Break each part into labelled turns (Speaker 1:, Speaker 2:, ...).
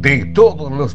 Speaker 1: de todos los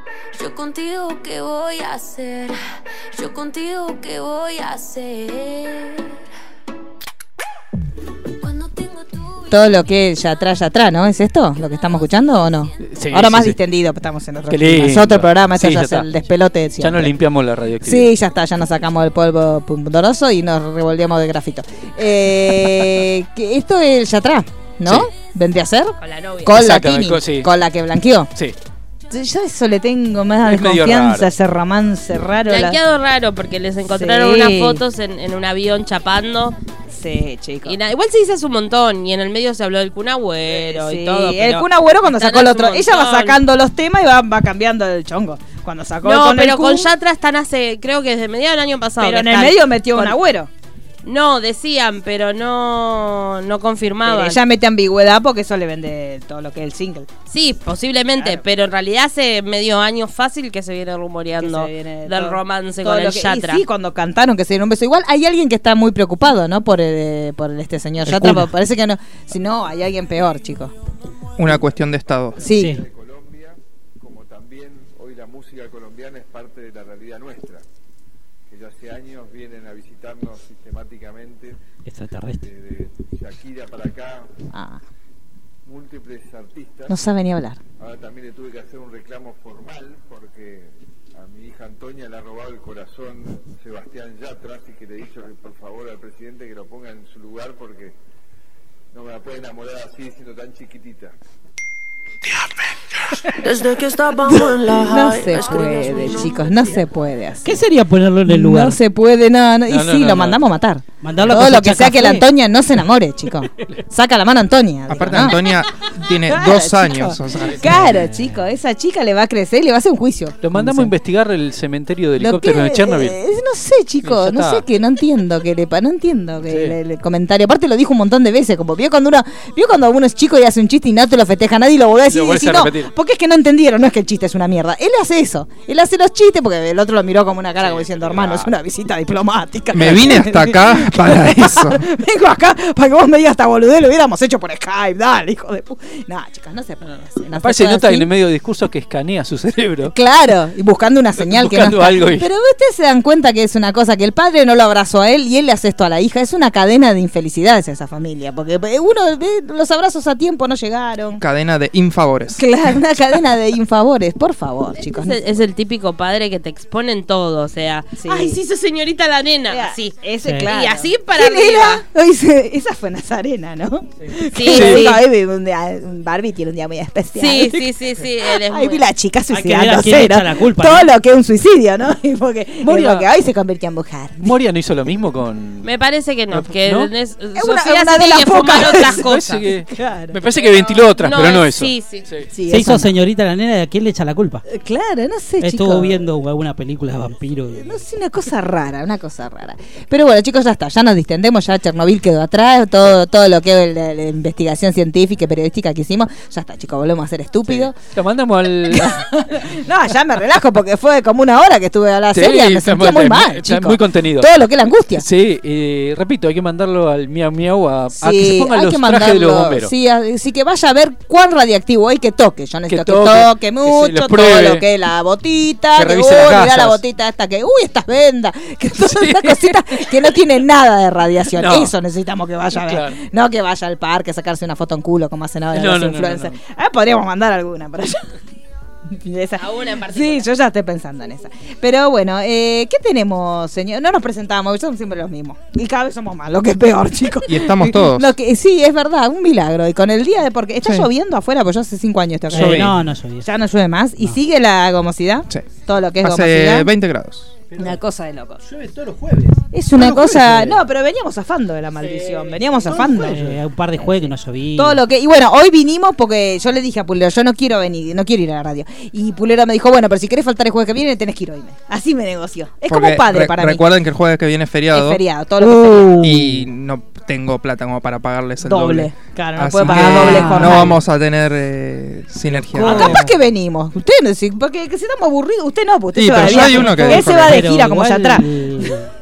Speaker 2: Yo contigo qué voy a hacer, yo contigo qué voy a hacer. Cuando tengo tu
Speaker 3: Todo lo que es ya atrás, ya atrás, ¿no? ¿Es esto lo que estamos escuchando o no?
Speaker 4: Sí,
Speaker 3: Ahora
Speaker 4: sí,
Speaker 3: más
Speaker 4: sí.
Speaker 3: distendido, estamos en otro,
Speaker 4: Qué lindo.
Speaker 3: es otro programa, este
Speaker 4: Sí,
Speaker 3: ya
Speaker 4: ya
Speaker 3: es el
Speaker 4: está.
Speaker 3: despelote. de
Speaker 4: Ya nos
Speaker 3: siempre.
Speaker 4: limpiamos la radioactividad.
Speaker 3: Sí, ya está, ya nos sacamos el polvo pudoroso y nos revolvemos de grafito. Eh, que esto es ya atrás, ¿no?
Speaker 4: Sí.
Speaker 3: ¿Vendría a ser?
Speaker 5: Con la novia.
Speaker 3: Con la
Speaker 4: Exacto,
Speaker 3: Tini,
Speaker 4: con- sí.
Speaker 3: con la que blanqueó.
Speaker 4: Sí.
Speaker 3: Yo eso le tengo más
Speaker 4: Es medio
Speaker 3: desconfianza,
Speaker 4: raro.
Speaker 3: ese romance raro. la-
Speaker 5: Blanqueado raro porque les encontraron
Speaker 3: Sí.
Speaker 5: unas fotos en, en un avión chapando.
Speaker 3: Sí, chicos.
Speaker 5: Y na- igual se dice hace un montón. Y en el medio se habló del cunagüero
Speaker 3: Sí,
Speaker 5: y todo.
Speaker 3: el
Speaker 5: pero-
Speaker 3: Kun Agüero cuando
Speaker 5: Están
Speaker 3: sacó el
Speaker 5: hace un
Speaker 3: otro. Ella va
Speaker 5: montón.
Speaker 3: sacando los temas y va, va cambiando el chongo. Cuando sacó
Speaker 5: No,
Speaker 3: con el
Speaker 5: pero con
Speaker 3: Kun,
Speaker 5: Yatra están hace, creo que desde mediados del año pasado.
Speaker 3: Pero
Speaker 5: que
Speaker 3: en el
Speaker 5: están.
Speaker 3: medio metió
Speaker 5: Con-
Speaker 3: un agüero.
Speaker 5: No, decían, pero no, no
Speaker 3: Pero
Speaker 5: confirmaban.
Speaker 3: ella mete ambigüedad porque eso le vende todo lo que es el single.
Speaker 5: Sí, posiblemente,
Speaker 3: Claro.
Speaker 5: pero en realidad hace medio año fácil que se viene rumoreando
Speaker 3: que se viene de
Speaker 5: del
Speaker 3: todo-
Speaker 5: romance
Speaker 3: todo
Speaker 5: con
Speaker 3: lo
Speaker 5: el
Speaker 3: que- y
Speaker 5: Yatra.
Speaker 3: sí, cuando cantaron que se dieron un beso. Igual hay alguien que está muy preocupado, ¿no? Por, eh, por este señor
Speaker 6: El
Speaker 3: Yatra.
Speaker 6: Kun.
Speaker 3: porque Parece que no. Si no, hay alguien peor, chicos.
Speaker 6: Una cuestión de Estado.
Speaker 3: Sí.
Speaker 4: Sí.
Speaker 7: Colombia, como también hoy la música colombiana es parte de la realidad nuestra, que ya hace años vienen a visitarnos sistemáticamente,
Speaker 4: Extraterrestre.
Speaker 7: desde Shakira para acá,
Speaker 3: Ah,
Speaker 7: múltiples artistas.
Speaker 3: no sabe ni hablar.
Speaker 7: Ahora también le tuve que hacer un reclamo formal porque a mi hija Antonia le ha robado el corazón Sebastián Yatra, así que le he dicho que por favor al presidente que lo ponga en su lugar porque no me la puede enamorar así siendo tan chiquitita.
Speaker 8: Desde que estábamos en la
Speaker 3: No
Speaker 8: high,
Speaker 3: se
Speaker 8: escribías mi
Speaker 3: puede,
Speaker 8: nombre.
Speaker 3: chicos. No se puede así.
Speaker 9: ¿Qué sería ponerlo en el lugar?
Speaker 3: No se puede, no, no. Y
Speaker 4: No, no,
Speaker 3: sí,
Speaker 4: no,
Speaker 3: lo
Speaker 4: no.
Speaker 3: mandamos a matar.
Speaker 9: Mandalo a
Speaker 3: Todo lo que
Speaker 9: cosechar
Speaker 3: sea que la
Speaker 9: café.
Speaker 3: Antonia no se enamore, chico. Saca la mano a Antonia. digo,
Speaker 6: Aparte,
Speaker 3: ¿no?
Speaker 6: Antonia tiene
Speaker 3: Ah. Claro,
Speaker 6: dos
Speaker 3: chico.
Speaker 6: años. o sea, eh.
Speaker 3: Claro, chico. Esa chica le va a crecer y le va a hacer un juicio.
Speaker 4: Lo mandamos a
Speaker 3: No sé.
Speaker 4: investigar el cementerio de
Speaker 3: Lo
Speaker 4: helicóptero
Speaker 3: que-
Speaker 4: de Chernobyl.
Speaker 3: eh, no sé,
Speaker 4: Ya
Speaker 3: chicos, no
Speaker 4: está.
Speaker 3: sé que no entiendo que le pa- no entiendo que
Speaker 4: Sí.
Speaker 3: le- el, comentario. Aparte lo dijo un montón de veces, como vio cuando uno, vio cuando uno es chico y hace un chiste y no te lo festeja nadie y lo vuelve a decir
Speaker 4: Lo
Speaker 3: y
Speaker 4: volvés
Speaker 3: decís,
Speaker 4: a
Speaker 3: no,
Speaker 4: repetir.
Speaker 3: porque es que no entendieron, no es que el chiste es una mierda. Él hace eso, él hace los chistes porque el otro lo miró como una cara como diciendo, hermano, es una visita diplomática.
Speaker 6: Me vine hasta acá para eso.
Speaker 3: Vengo acá para que vos me digas esta boludez, lo hubiéramos hecho por Skype, dale, hijo de puta. No, chicas, no se puede hacer, no se
Speaker 4: Aparte se
Speaker 3: puede
Speaker 4: nota
Speaker 3: así.
Speaker 4: en el medio del discurso que escanea su cerebro.
Speaker 3: Claro, y buscando una señal que
Speaker 4: Buscando
Speaker 3: no está.
Speaker 4: algo y-
Speaker 3: Pero ustedes se dan cuenta que es una cosa que el padre no lo abrazó a él y él le hace esto a la hija. Es una cadena de infelicidades esa familia, porque eh, uno ve los abrazos a tiempo no llegaron.
Speaker 6: Cadena de infavores.
Speaker 3: Claro, una cadena de infavores, por favor,
Speaker 5: Este
Speaker 3: chicos.
Speaker 5: es, el, es el típico padre que te expone en todo, o sea,
Speaker 3: Sí.
Speaker 5: ay, sí, esa señorita la nena,
Speaker 3: Era-
Speaker 5: así.
Speaker 3: ese,
Speaker 9: Sí.
Speaker 3: claro.
Speaker 5: Y así para
Speaker 3: ¿Quién era?
Speaker 5: arriba.
Speaker 3: Lo dice- esa fue Nazarena, ¿no?
Speaker 5: Sí,
Speaker 3: Que
Speaker 5: sí.
Speaker 3: dijo, "Ay, vi un día- Barbie tiene un día muy especial.
Speaker 5: Sí, sí, sí, sí, él es
Speaker 3: Ahí vi
Speaker 5: muy-
Speaker 3: la chica
Speaker 9: que ver a quién
Speaker 3: suicidándose.
Speaker 9: le
Speaker 3: ¿no?
Speaker 9: echa la culpa,
Speaker 3: Todo
Speaker 9: ¿no?
Speaker 3: lo que es un suicidio, ¿no? Y porque, y
Speaker 4: Moria.
Speaker 3: porque hoy se convirtió en mujer.
Speaker 4: Moria no hizo lo mismo con.
Speaker 5: Me parece que no,
Speaker 4: No,
Speaker 5: que
Speaker 4: ¿no?
Speaker 5: es,
Speaker 3: Es una-
Speaker 5: Sofía
Speaker 3: una
Speaker 5: se
Speaker 3: de las
Speaker 5: tiene que fumar
Speaker 3: pocas
Speaker 5: otras
Speaker 3: veces.
Speaker 5: cosas.
Speaker 4: Parece que-
Speaker 3: Claro. eh,
Speaker 4: me parece que ventiló otras, pero no
Speaker 5: es-
Speaker 4: eso.
Speaker 5: Sí, sí.
Speaker 3: Sí,
Speaker 9: Se
Speaker 3: eso
Speaker 9: hizo
Speaker 3: no.
Speaker 9: señorita la nena, ¿a quién le echa la culpa?
Speaker 3: Eh, Claro, no sé,
Speaker 9: Estuvo
Speaker 3: chicos.
Speaker 9: viendo alguna película de vampiro. y-
Speaker 3: No sé, una cosa rara, una cosa rara. Pero bueno, chicos, ya está, ya nos distendemos, ya Chernobyl quedó atrás, todo, todo lo que es la, la investigación científica y periodística que hicimos, ya está, chicos, volvemos a ser estúpidos.
Speaker 4: Lo mandamos al.
Speaker 3: No, ya me relajo porque fue como una hora que estuve a la
Speaker 4: Sí,
Speaker 3: serie, me
Speaker 4: está
Speaker 3: sentía
Speaker 4: muy-
Speaker 3: muy
Speaker 4: está
Speaker 3: mal,
Speaker 4: muy- está
Speaker 3: chicos.
Speaker 4: muy contenido.
Speaker 3: Todo lo que es la angustia.
Speaker 4: sí, eh, repito, hay que mandarlo al Miau Miau a, a que se pongan
Speaker 3: hay
Speaker 4: los
Speaker 3: que
Speaker 4: trajes de los
Speaker 3: mandarlo,
Speaker 4: bomberos.
Speaker 3: Sí, así que vaya a ver cuán radiactivo hay que toque. Yo necesito que toque,
Speaker 4: toque, que
Speaker 3: mucho,
Speaker 4: se los
Speaker 3: todo
Speaker 4: pruebe.
Speaker 3: lo que es la botita,
Speaker 4: Que
Speaker 3: que, uy,
Speaker 4: revise las
Speaker 3: mirá la
Speaker 4: gasas.
Speaker 3: botita esta que, uy, estas vendas, que todas esas cositas que no tienen nada de radiación.
Speaker 4: No.
Speaker 3: Eso necesitamos que vaya a ver.
Speaker 4: Claro.
Speaker 3: No que vaya al parque a sacarse una foto en culo como hacen ahora
Speaker 4: No,
Speaker 3: los
Speaker 4: no, no,
Speaker 3: influencers.
Speaker 4: no, no.
Speaker 3: Ah, podríamos mandar alguna para allá. De esa-
Speaker 5: A una en particular.
Speaker 3: Sí, yo ya estoy pensando en esa. Pero bueno, eh, ¿qué tenemos, señor? No nos presentamos, somos siempre los mismos. Y cada vez somos más, lo que es peor, chicos.
Speaker 6: Y estamos todos.
Speaker 3: Lo que, sí, es verdad, un milagro. Y con el día de. Porque está
Speaker 6: Sí.
Speaker 3: lloviendo afuera, pues yo hace cinco años estoy acá.
Speaker 9: Eh, no, no soy
Speaker 3: Ya no llueve más. ¿Y sigue la gomosidad?
Speaker 6: Sí.
Speaker 3: Todo lo que es
Speaker 6: Hace
Speaker 3: gomosidad.
Speaker 6: 20 grados.
Speaker 3: Una cosa de locos.
Speaker 10: Llueve todos los jueves.
Speaker 3: Es una
Speaker 10: Todos los
Speaker 3: cosa.
Speaker 10: jueves llueve.
Speaker 3: No, pero veníamos afando de la maldición. Veníamos
Speaker 10: todos
Speaker 3: afando.
Speaker 10: los
Speaker 9: Eh, hay un par de juegos que no llovía.
Speaker 3: Todo lo que. Y bueno, hoy vinimos porque yo le dije a Pulero, yo no quiero venir, no quiero ir a la radio. Y Pulero me dijo, bueno, pero si querés faltar el jueves que viene, tenés que ir hoy. Así me negoció. Es como
Speaker 6: Porque
Speaker 3: padre
Speaker 6: re-
Speaker 3: para
Speaker 6: Recuerden que el jueves que viene es
Speaker 3: mí.
Speaker 6: feriado.
Speaker 3: Es feriado, todo lo que es feriado.
Speaker 11: Uh.
Speaker 6: Y no tengo plata como para pagarles el doble.
Speaker 3: Doble. Claro, no
Speaker 6: Así
Speaker 3: puedo
Speaker 6: que
Speaker 3: pagar doble jornal.
Speaker 6: No vamos a tener eh, sinergia.
Speaker 3: Ah, capaz que venimos. Usted no, si- porque que si estamos aburridos, usted no, porque usted
Speaker 6: Sí,
Speaker 3: se va
Speaker 6: pero
Speaker 3: de
Speaker 6: ya hay
Speaker 3: viaje.
Speaker 6: uno
Speaker 3: Porque
Speaker 6: que
Speaker 3: él se
Speaker 6: dijo que
Speaker 3: va de
Speaker 9: Pero
Speaker 3: gira como ya
Speaker 9: igual,
Speaker 3: atrás.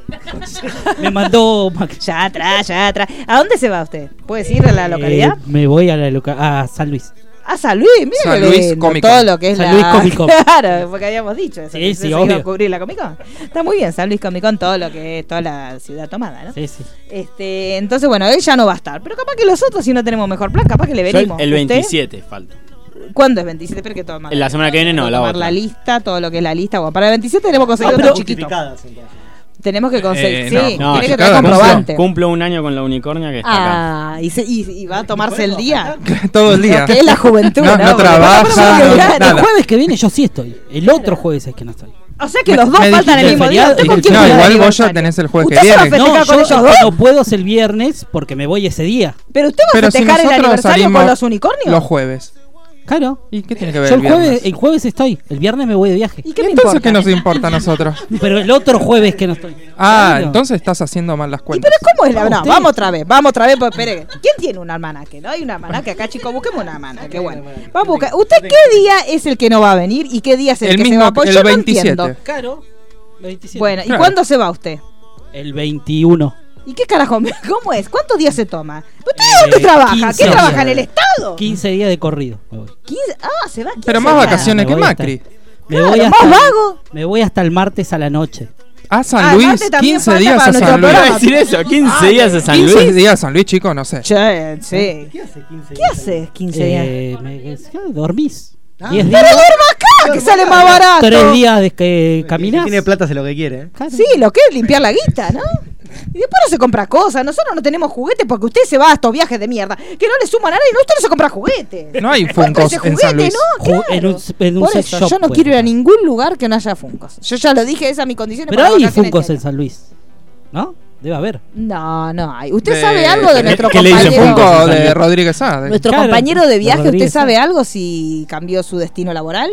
Speaker 9: Me mandó.
Speaker 3: Ya atrás, ya atrás. ¿A dónde se va usted? ¿Puedes ir a la localidad?
Speaker 9: Eh, me voy a la loca a San Luis.
Speaker 3: A San Luis, mira
Speaker 6: San
Speaker 3: lo
Speaker 6: Luis
Speaker 3: lindo,
Speaker 6: Comic Con.
Speaker 3: todo lo que es
Speaker 9: San
Speaker 3: la...
Speaker 9: Luis Comic Con.
Speaker 3: Claro, porque habíamos dicho eso,
Speaker 9: Sí,
Speaker 3: que
Speaker 9: sí,
Speaker 3: se iba a
Speaker 9: obvio.
Speaker 3: cubrir la Comic Con. Está muy bien, San Luis Comic Con, todo lo que es toda la ciudad tomada, ¿no?
Speaker 9: Sí, sí.
Speaker 3: Este, entonces, bueno, él ya no va a estar. Pero capaz que los otros, si no tenemos mejor plan, capaz que le
Speaker 11: Yo el-
Speaker 3: venimos.
Speaker 11: el
Speaker 3: ¿Usted?
Speaker 11: 27 falto.
Speaker 3: ¿Cuándo es 27? Espera que toma.
Speaker 11: La semana que viene no, la
Speaker 3: tomar
Speaker 11: otra.
Speaker 3: la lista, todo lo que es la lista. Bueno, para el 27 tenemos que conseguir
Speaker 10: Ah,
Speaker 3: otro
Speaker 10: pero-
Speaker 3: chiquito.
Speaker 10: Multiplicadas, entonces.
Speaker 3: Tenemos que conseguir.
Speaker 11: Eh,
Speaker 3: sí,
Speaker 11: no, no,
Speaker 3: tiene que tener
Speaker 11: cumplo-
Speaker 3: comprobante.
Speaker 11: Cumplo un año con la unicornia que está acá.
Speaker 3: Ah, y, se- y- y va a tomarse el día.
Speaker 6: Todo el día.
Speaker 3: Lo que es la juventud.
Speaker 6: No, no
Speaker 3: Porque
Speaker 6: trabaja,
Speaker 3: tampoco puede
Speaker 6: no-
Speaker 3: durar.
Speaker 6: nada.
Speaker 9: El jueves que viene yo sí estoy. El otro jueves es que no estoy.
Speaker 3: O sea que
Speaker 6: Me-
Speaker 3: los dos
Speaker 6: me
Speaker 3: faltan el
Speaker 9: dijiste
Speaker 3: mismo
Speaker 9: el
Speaker 3: día.
Speaker 9: feriado
Speaker 3: ¿Usted
Speaker 9: y
Speaker 3: con
Speaker 9: el-
Speaker 3: quién
Speaker 6: No,
Speaker 3: va de
Speaker 6: igual vos ya
Speaker 3: aniversario?
Speaker 6: tenés el jueves
Speaker 3: Usted
Speaker 6: que
Speaker 3: se va a
Speaker 6: viene.
Speaker 3: festejar
Speaker 9: No,
Speaker 3: con
Speaker 9: yo
Speaker 3: ellos dos.
Speaker 9: cuando puedo es el viernes porque me voy ese día.
Speaker 3: Pero usted va a
Speaker 6: Pero si
Speaker 3: festejar el
Speaker 6: nosotros
Speaker 3: aniversario
Speaker 6: salimos
Speaker 3: con los unicornios.
Speaker 6: los jueves.
Speaker 9: Claro.
Speaker 6: ¿Y qué tiene que
Speaker 9: Yo
Speaker 6: ver
Speaker 9: el
Speaker 6: viernes?
Speaker 9: jueves, el jueves estoy. El viernes me voy de viaje.
Speaker 3: ¿Y qué
Speaker 6: ¿Y
Speaker 3: me
Speaker 6: entonces
Speaker 3: importa?
Speaker 6: qué nos importa a nosotros?
Speaker 9: Pero el otro jueves que no estoy.
Speaker 6: Ah,
Speaker 9: Claro.
Speaker 6: entonces estás haciendo mal las
Speaker 3: ¿Y
Speaker 6: cuentas.
Speaker 3: pero cómo es la.?
Speaker 9: No,
Speaker 3: No,
Speaker 9: usted-
Speaker 3: vamos otra vez, vamos otra vez. Pero, espere, ¿Quién tiene un almanaque? No hay un almanaque acá, chicos. Busquemos un almanaque. Bueno, vamos a buscar. ¿Usted qué día es el que no va a venir y qué día es el,
Speaker 6: El
Speaker 3: que
Speaker 6: mismo-
Speaker 3: se va? Porque
Speaker 6: el
Speaker 3: yo no
Speaker 6: 27.
Speaker 3: entiendo.
Speaker 9: Claro. 27.
Speaker 3: Bueno, ¿y
Speaker 6: Claro.
Speaker 3: cuándo se va usted?
Speaker 9: El 21.
Speaker 3: ¿Y qué carajo? ¿Cómo es? ¿Cuántos días se toma? ¿Usted
Speaker 6: Eh,
Speaker 3: dónde trabaja?
Speaker 9: 15
Speaker 3: ¿Qué trabaja
Speaker 9: días.
Speaker 3: en el Estado?
Speaker 9: 15 días de corrido. Me voy.
Speaker 3: 15. Ah, se va 15
Speaker 6: Pero más
Speaker 3: días.
Speaker 6: vacaciones
Speaker 9: Me
Speaker 6: que
Speaker 9: voy hasta-
Speaker 6: Macri.
Speaker 9: Me
Speaker 3: Claro,
Speaker 9: voy
Speaker 3: más
Speaker 9: hasta,
Speaker 3: vago.
Speaker 9: me voy hasta el martes a la noche.
Speaker 6: A
Speaker 3: Ah,
Speaker 6: San
Speaker 3: aparte
Speaker 6: Luis,
Speaker 3: también
Speaker 6: 15
Speaker 3: falta
Speaker 6: días
Speaker 3: para
Speaker 6: a
Speaker 3: nuestro
Speaker 6: San Luis.
Speaker 11: Iba a
Speaker 3: programa.
Speaker 11: decir eso,
Speaker 3: Ah,
Speaker 11: 15 días a San
Speaker 6: 15
Speaker 11: Luis.
Speaker 6: días a San Luis, chicos, no sé.
Speaker 3: Che, eh,
Speaker 6: ¿Eh?
Speaker 3: sí.
Speaker 10: ¿Qué hace 15
Speaker 3: ¿Qué haces 15 días? Ah.
Speaker 9: Eh, me- eh, dormís. 10
Speaker 3: Pero
Speaker 9: días,
Speaker 3: duerma acá, que sale más barato.
Speaker 9: 3 días de que caminás.
Speaker 10: Si tiene plata hace lo que quiere. ¿eh?
Speaker 9: Claro.
Speaker 3: Sí, lo que es limpiar la guita, ¿no? Y después no se compra cosas. Nosotros no tenemos juguetes porque usted se va a estos viajes de mierda. Que no le suman a nadie. No, usted no se compra juguetes.
Speaker 6: No hay Funkos
Speaker 3: Cómprese
Speaker 6: en
Speaker 3: juguetes,
Speaker 6: San Luis.
Speaker 9: Ju-
Speaker 3: ¿no? Claro.
Speaker 9: en un- en un
Speaker 3: Por
Speaker 9: sex
Speaker 3: eso,
Speaker 9: shop,
Speaker 3: yo no
Speaker 9: bueno.
Speaker 3: quiero ir a ningún lugar que no haya Funcos. Yo ya lo dije, esa es mi condición.
Speaker 9: Pero
Speaker 3: para
Speaker 9: hay
Speaker 3: vacaciones
Speaker 9: Funcos en
Speaker 3: diarias.
Speaker 9: San Luis. ¿No? Debe haber.
Speaker 3: No, no hay. ¿Usted
Speaker 6: De-
Speaker 3: sabe algo de
Speaker 6: ¿qué-
Speaker 3: nuestro
Speaker 11: qué le
Speaker 3: compañero? Pues,
Speaker 11: dice
Speaker 6: El Funko
Speaker 11: San
Speaker 6: de
Speaker 11: Luis.
Speaker 6: Rodríguez Sade.
Speaker 3: Nuestro
Speaker 9: Claro,
Speaker 3: compañero de viaje, ¿usted
Speaker 9: Rodríguez,
Speaker 3: sabe
Speaker 9: sí.
Speaker 3: algo si cambió su destino laboral?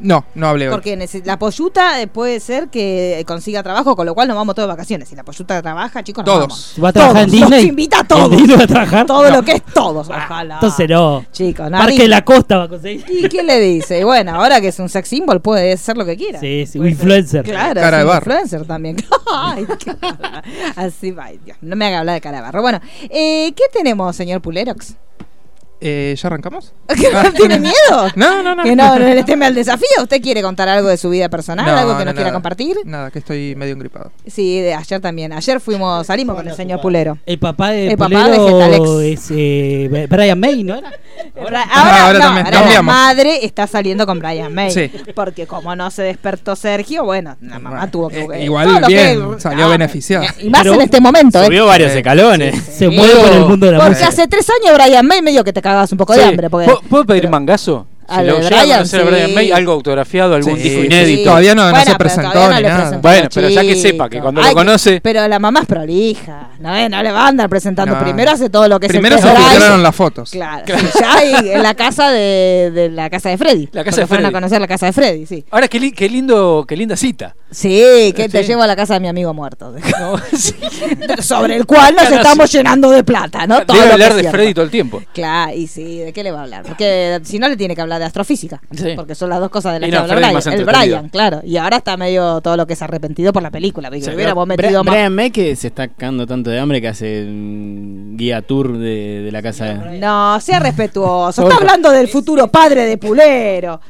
Speaker 6: No, no hablé hoy.
Speaker 3: Porque neces- la poyuta eh, puede ser que consiga trabajo, con lo cual nos vamos todos de vacaciones. Si la poyuta trabaja, chicos, nos
Speaker 6: Todos.
Speaker 3: vamos.
Speaker 9: ¿Va a trabajar
Speaker 3: Todos,
Speaker 9: en Disney?
Speaker 3: Nos invita a todos.
Speaker 9: ¿En Disney va a trabajar?
Speaker 3: Todo
Speaker 9: No. Ah,
Speaker 3: lo que es todos. Ojalá.
Speaker 9: Entonces no.
Speaker 3: Chicos, nadie.
Speaker 9: Parque de la Costa va a conseguir.
Speaker 3: ¿Y quién le dice? Y bueno, ahora que es un sex symbol, puede ser lo que quiera.
Speaker 9: Sí, sí, un
Speaker 3: Puede ser-
Speaker 9: influencer.
Speaker 3: Claro,
Speaker 6: Cara
Speaker 3: es
Speaker 6: de
Speaker 3: un
Speaker 6: barro.
Speaker 3: influencer también. Ay, qué barba. Así va, ay, Dios, No me haga hablar de cara de barro. Bueno, eh, ¿qué tenemos, señor Pulerox?
Speaker 6: Eh, ¿Ya arrancamos?
Speaker 3: ¿Tiene miedo?
Speaker 6: Ah. No, no, no.
Speaker 3: Que no, no le teme al desafío. ¿Usted quiere contar algo de su vida personal? ¿Algo que no, quiera
Speaker 6: nada.
Speaker 3: compartir?
Speaker 6: Nada, que estoy medio engripado.
Speaker 3: Sí, de ayer también. Ayer fuimos, salimos con el señor Pulero.
Speaker 9: El papá de
Speaker 3: El papá de
Speaker 9: Pulero
Speaker 3: Getalex.
Speaker 9: es eh, Brian May, ¿no era?
Speaker 3: Ahora,
Speaker 6: Ah, ahora
Speaker 3: no,
Speaker 6: también,
Speaker 3: ahora la
Speaker 6: cambiamos.
Speaker 3: madre está saliendo con Brian May.
Speaker 6: Sí.
Speaker 3: Porque como no se despertó Sergio, bueno, la mamá
Speaker 6: Bueno,
Speaker 3: tuvo que...
Speaker 6: eh,
Speaker 3: eh,
Speaker 6: igual
Speaker 3: todo lo
Speaker 6: bien,
Speaker 3: que- Ah,
Speaker 6: salió beneficiada.
Speaker 3: Y más
Speaker 9: Pero-
Speaker 3: en este momento, ¿eh?
Speaker 11: Subió varios escalones.
Speaker 9: Se mueve por el mundo de la
Speaker 3: Porque
Speaker 9: música.
Speaker 3: hace tres años Brian May medio que te cagabas un poco de
Speaker 4: Sí.
Speaker 3: hambre. Porque...
Speaker 4: ¿Puedo, puedo pedir mangazo?
Speaker 3: Al
Speaker 4: lo
Speaker 3: de
Speaker 4: llega a
Speaker 3: Brian,
Speaker 4: conocer a
Speaker 3: sí.
Speaker 4: Brian May, algo autografiado, algún
Speaker 6: Sí,
Speaker 4: disco
Speaker 6: sí,
Speaker 4: inédito.
Speaker 6: sí. Eh, Todavía no- no se
Speaker 3: pero
Speaker 6: presentó
Speaker 3: todavía
Speaker 6: ni
Speaker 3: le
Speaker 6: nada.
Speaker 3: presentó,
Speaker 4: Bueno, pero ya que
Speaker 3: chico.
Speaker 4: sepa que cuando lo
Speaker 3: Ay,
Speaker 4: conoce-
Speaker 3: Pero la mamá es prolija. No, Eh, no le va a andar presentando.
Speaker 6: No.
Speaker 3: Primero hace todo lo que
Speaker 6: Primero
Speaker 3: es
Speaker 6: se
Speaker 3: el test drive.
Speaker 6: filtraron las fotos.
Speaker 3: Claro, sí, ya ahí, en la casa de, de la casa de Freddy.
Speaker 4: La casa de
Speaker 3: Porque fueron
Speaker 4: Freddy.
Speaker 3: a conocer la casa de Freddy, sí.
Speaker 4: Ahora, qué, li- qué lindo, qué linda cita.
Speaker 3: Sí, que te
Speaker 4: Sí.
Speaker 3: llevo a la casa de mi amigo muerto.
Speaker 4: No, sí.
Speaker 3: Sobre el cual nos
Speaker 4: Claro,
Speaker 3: estamos llenando de plata, ¿no? Todo
Speaker 4: Debe
Speaker 3: lo
Speaker 4: hablar
Speaker 3: que es
Speaker 4: de
Speaker 3: cierto.
Speaker 4: Freddy todo el tiempo.
Speaker 3: Claro, y sí, ¿de qué le va a hablar? Porque si no le tiene que hablar de astrofísica,
Speaker 4: Sí.
Speaker 3: porque son las dos cosas de la
Speaker 4: Y
Speaker 3: que
Speaker 4: no,
Speaker 3: habla
Speaker 4: Freddy
Speaker 3: Brian.
Speaker 4: más
Speaker 3: El
Speaker 4: entretenido.
Speaker 3: Brian, claro. Y ahora está medio todo lo que es arrepentido por la película, porque
Speaker 11: Sí,
Speaker 3: hubiéramos
Speaker 11: pero
Speaker 3: metido
Speaker 11: Bra-
Speaker 3: más.
Speaker 11: Brian May que se está cagando tanto de hambre que hace mm, guía tour de, de la casa de...
Speaker 3: No, sea respetuoso. Está hablando del futuro padre de Pulero.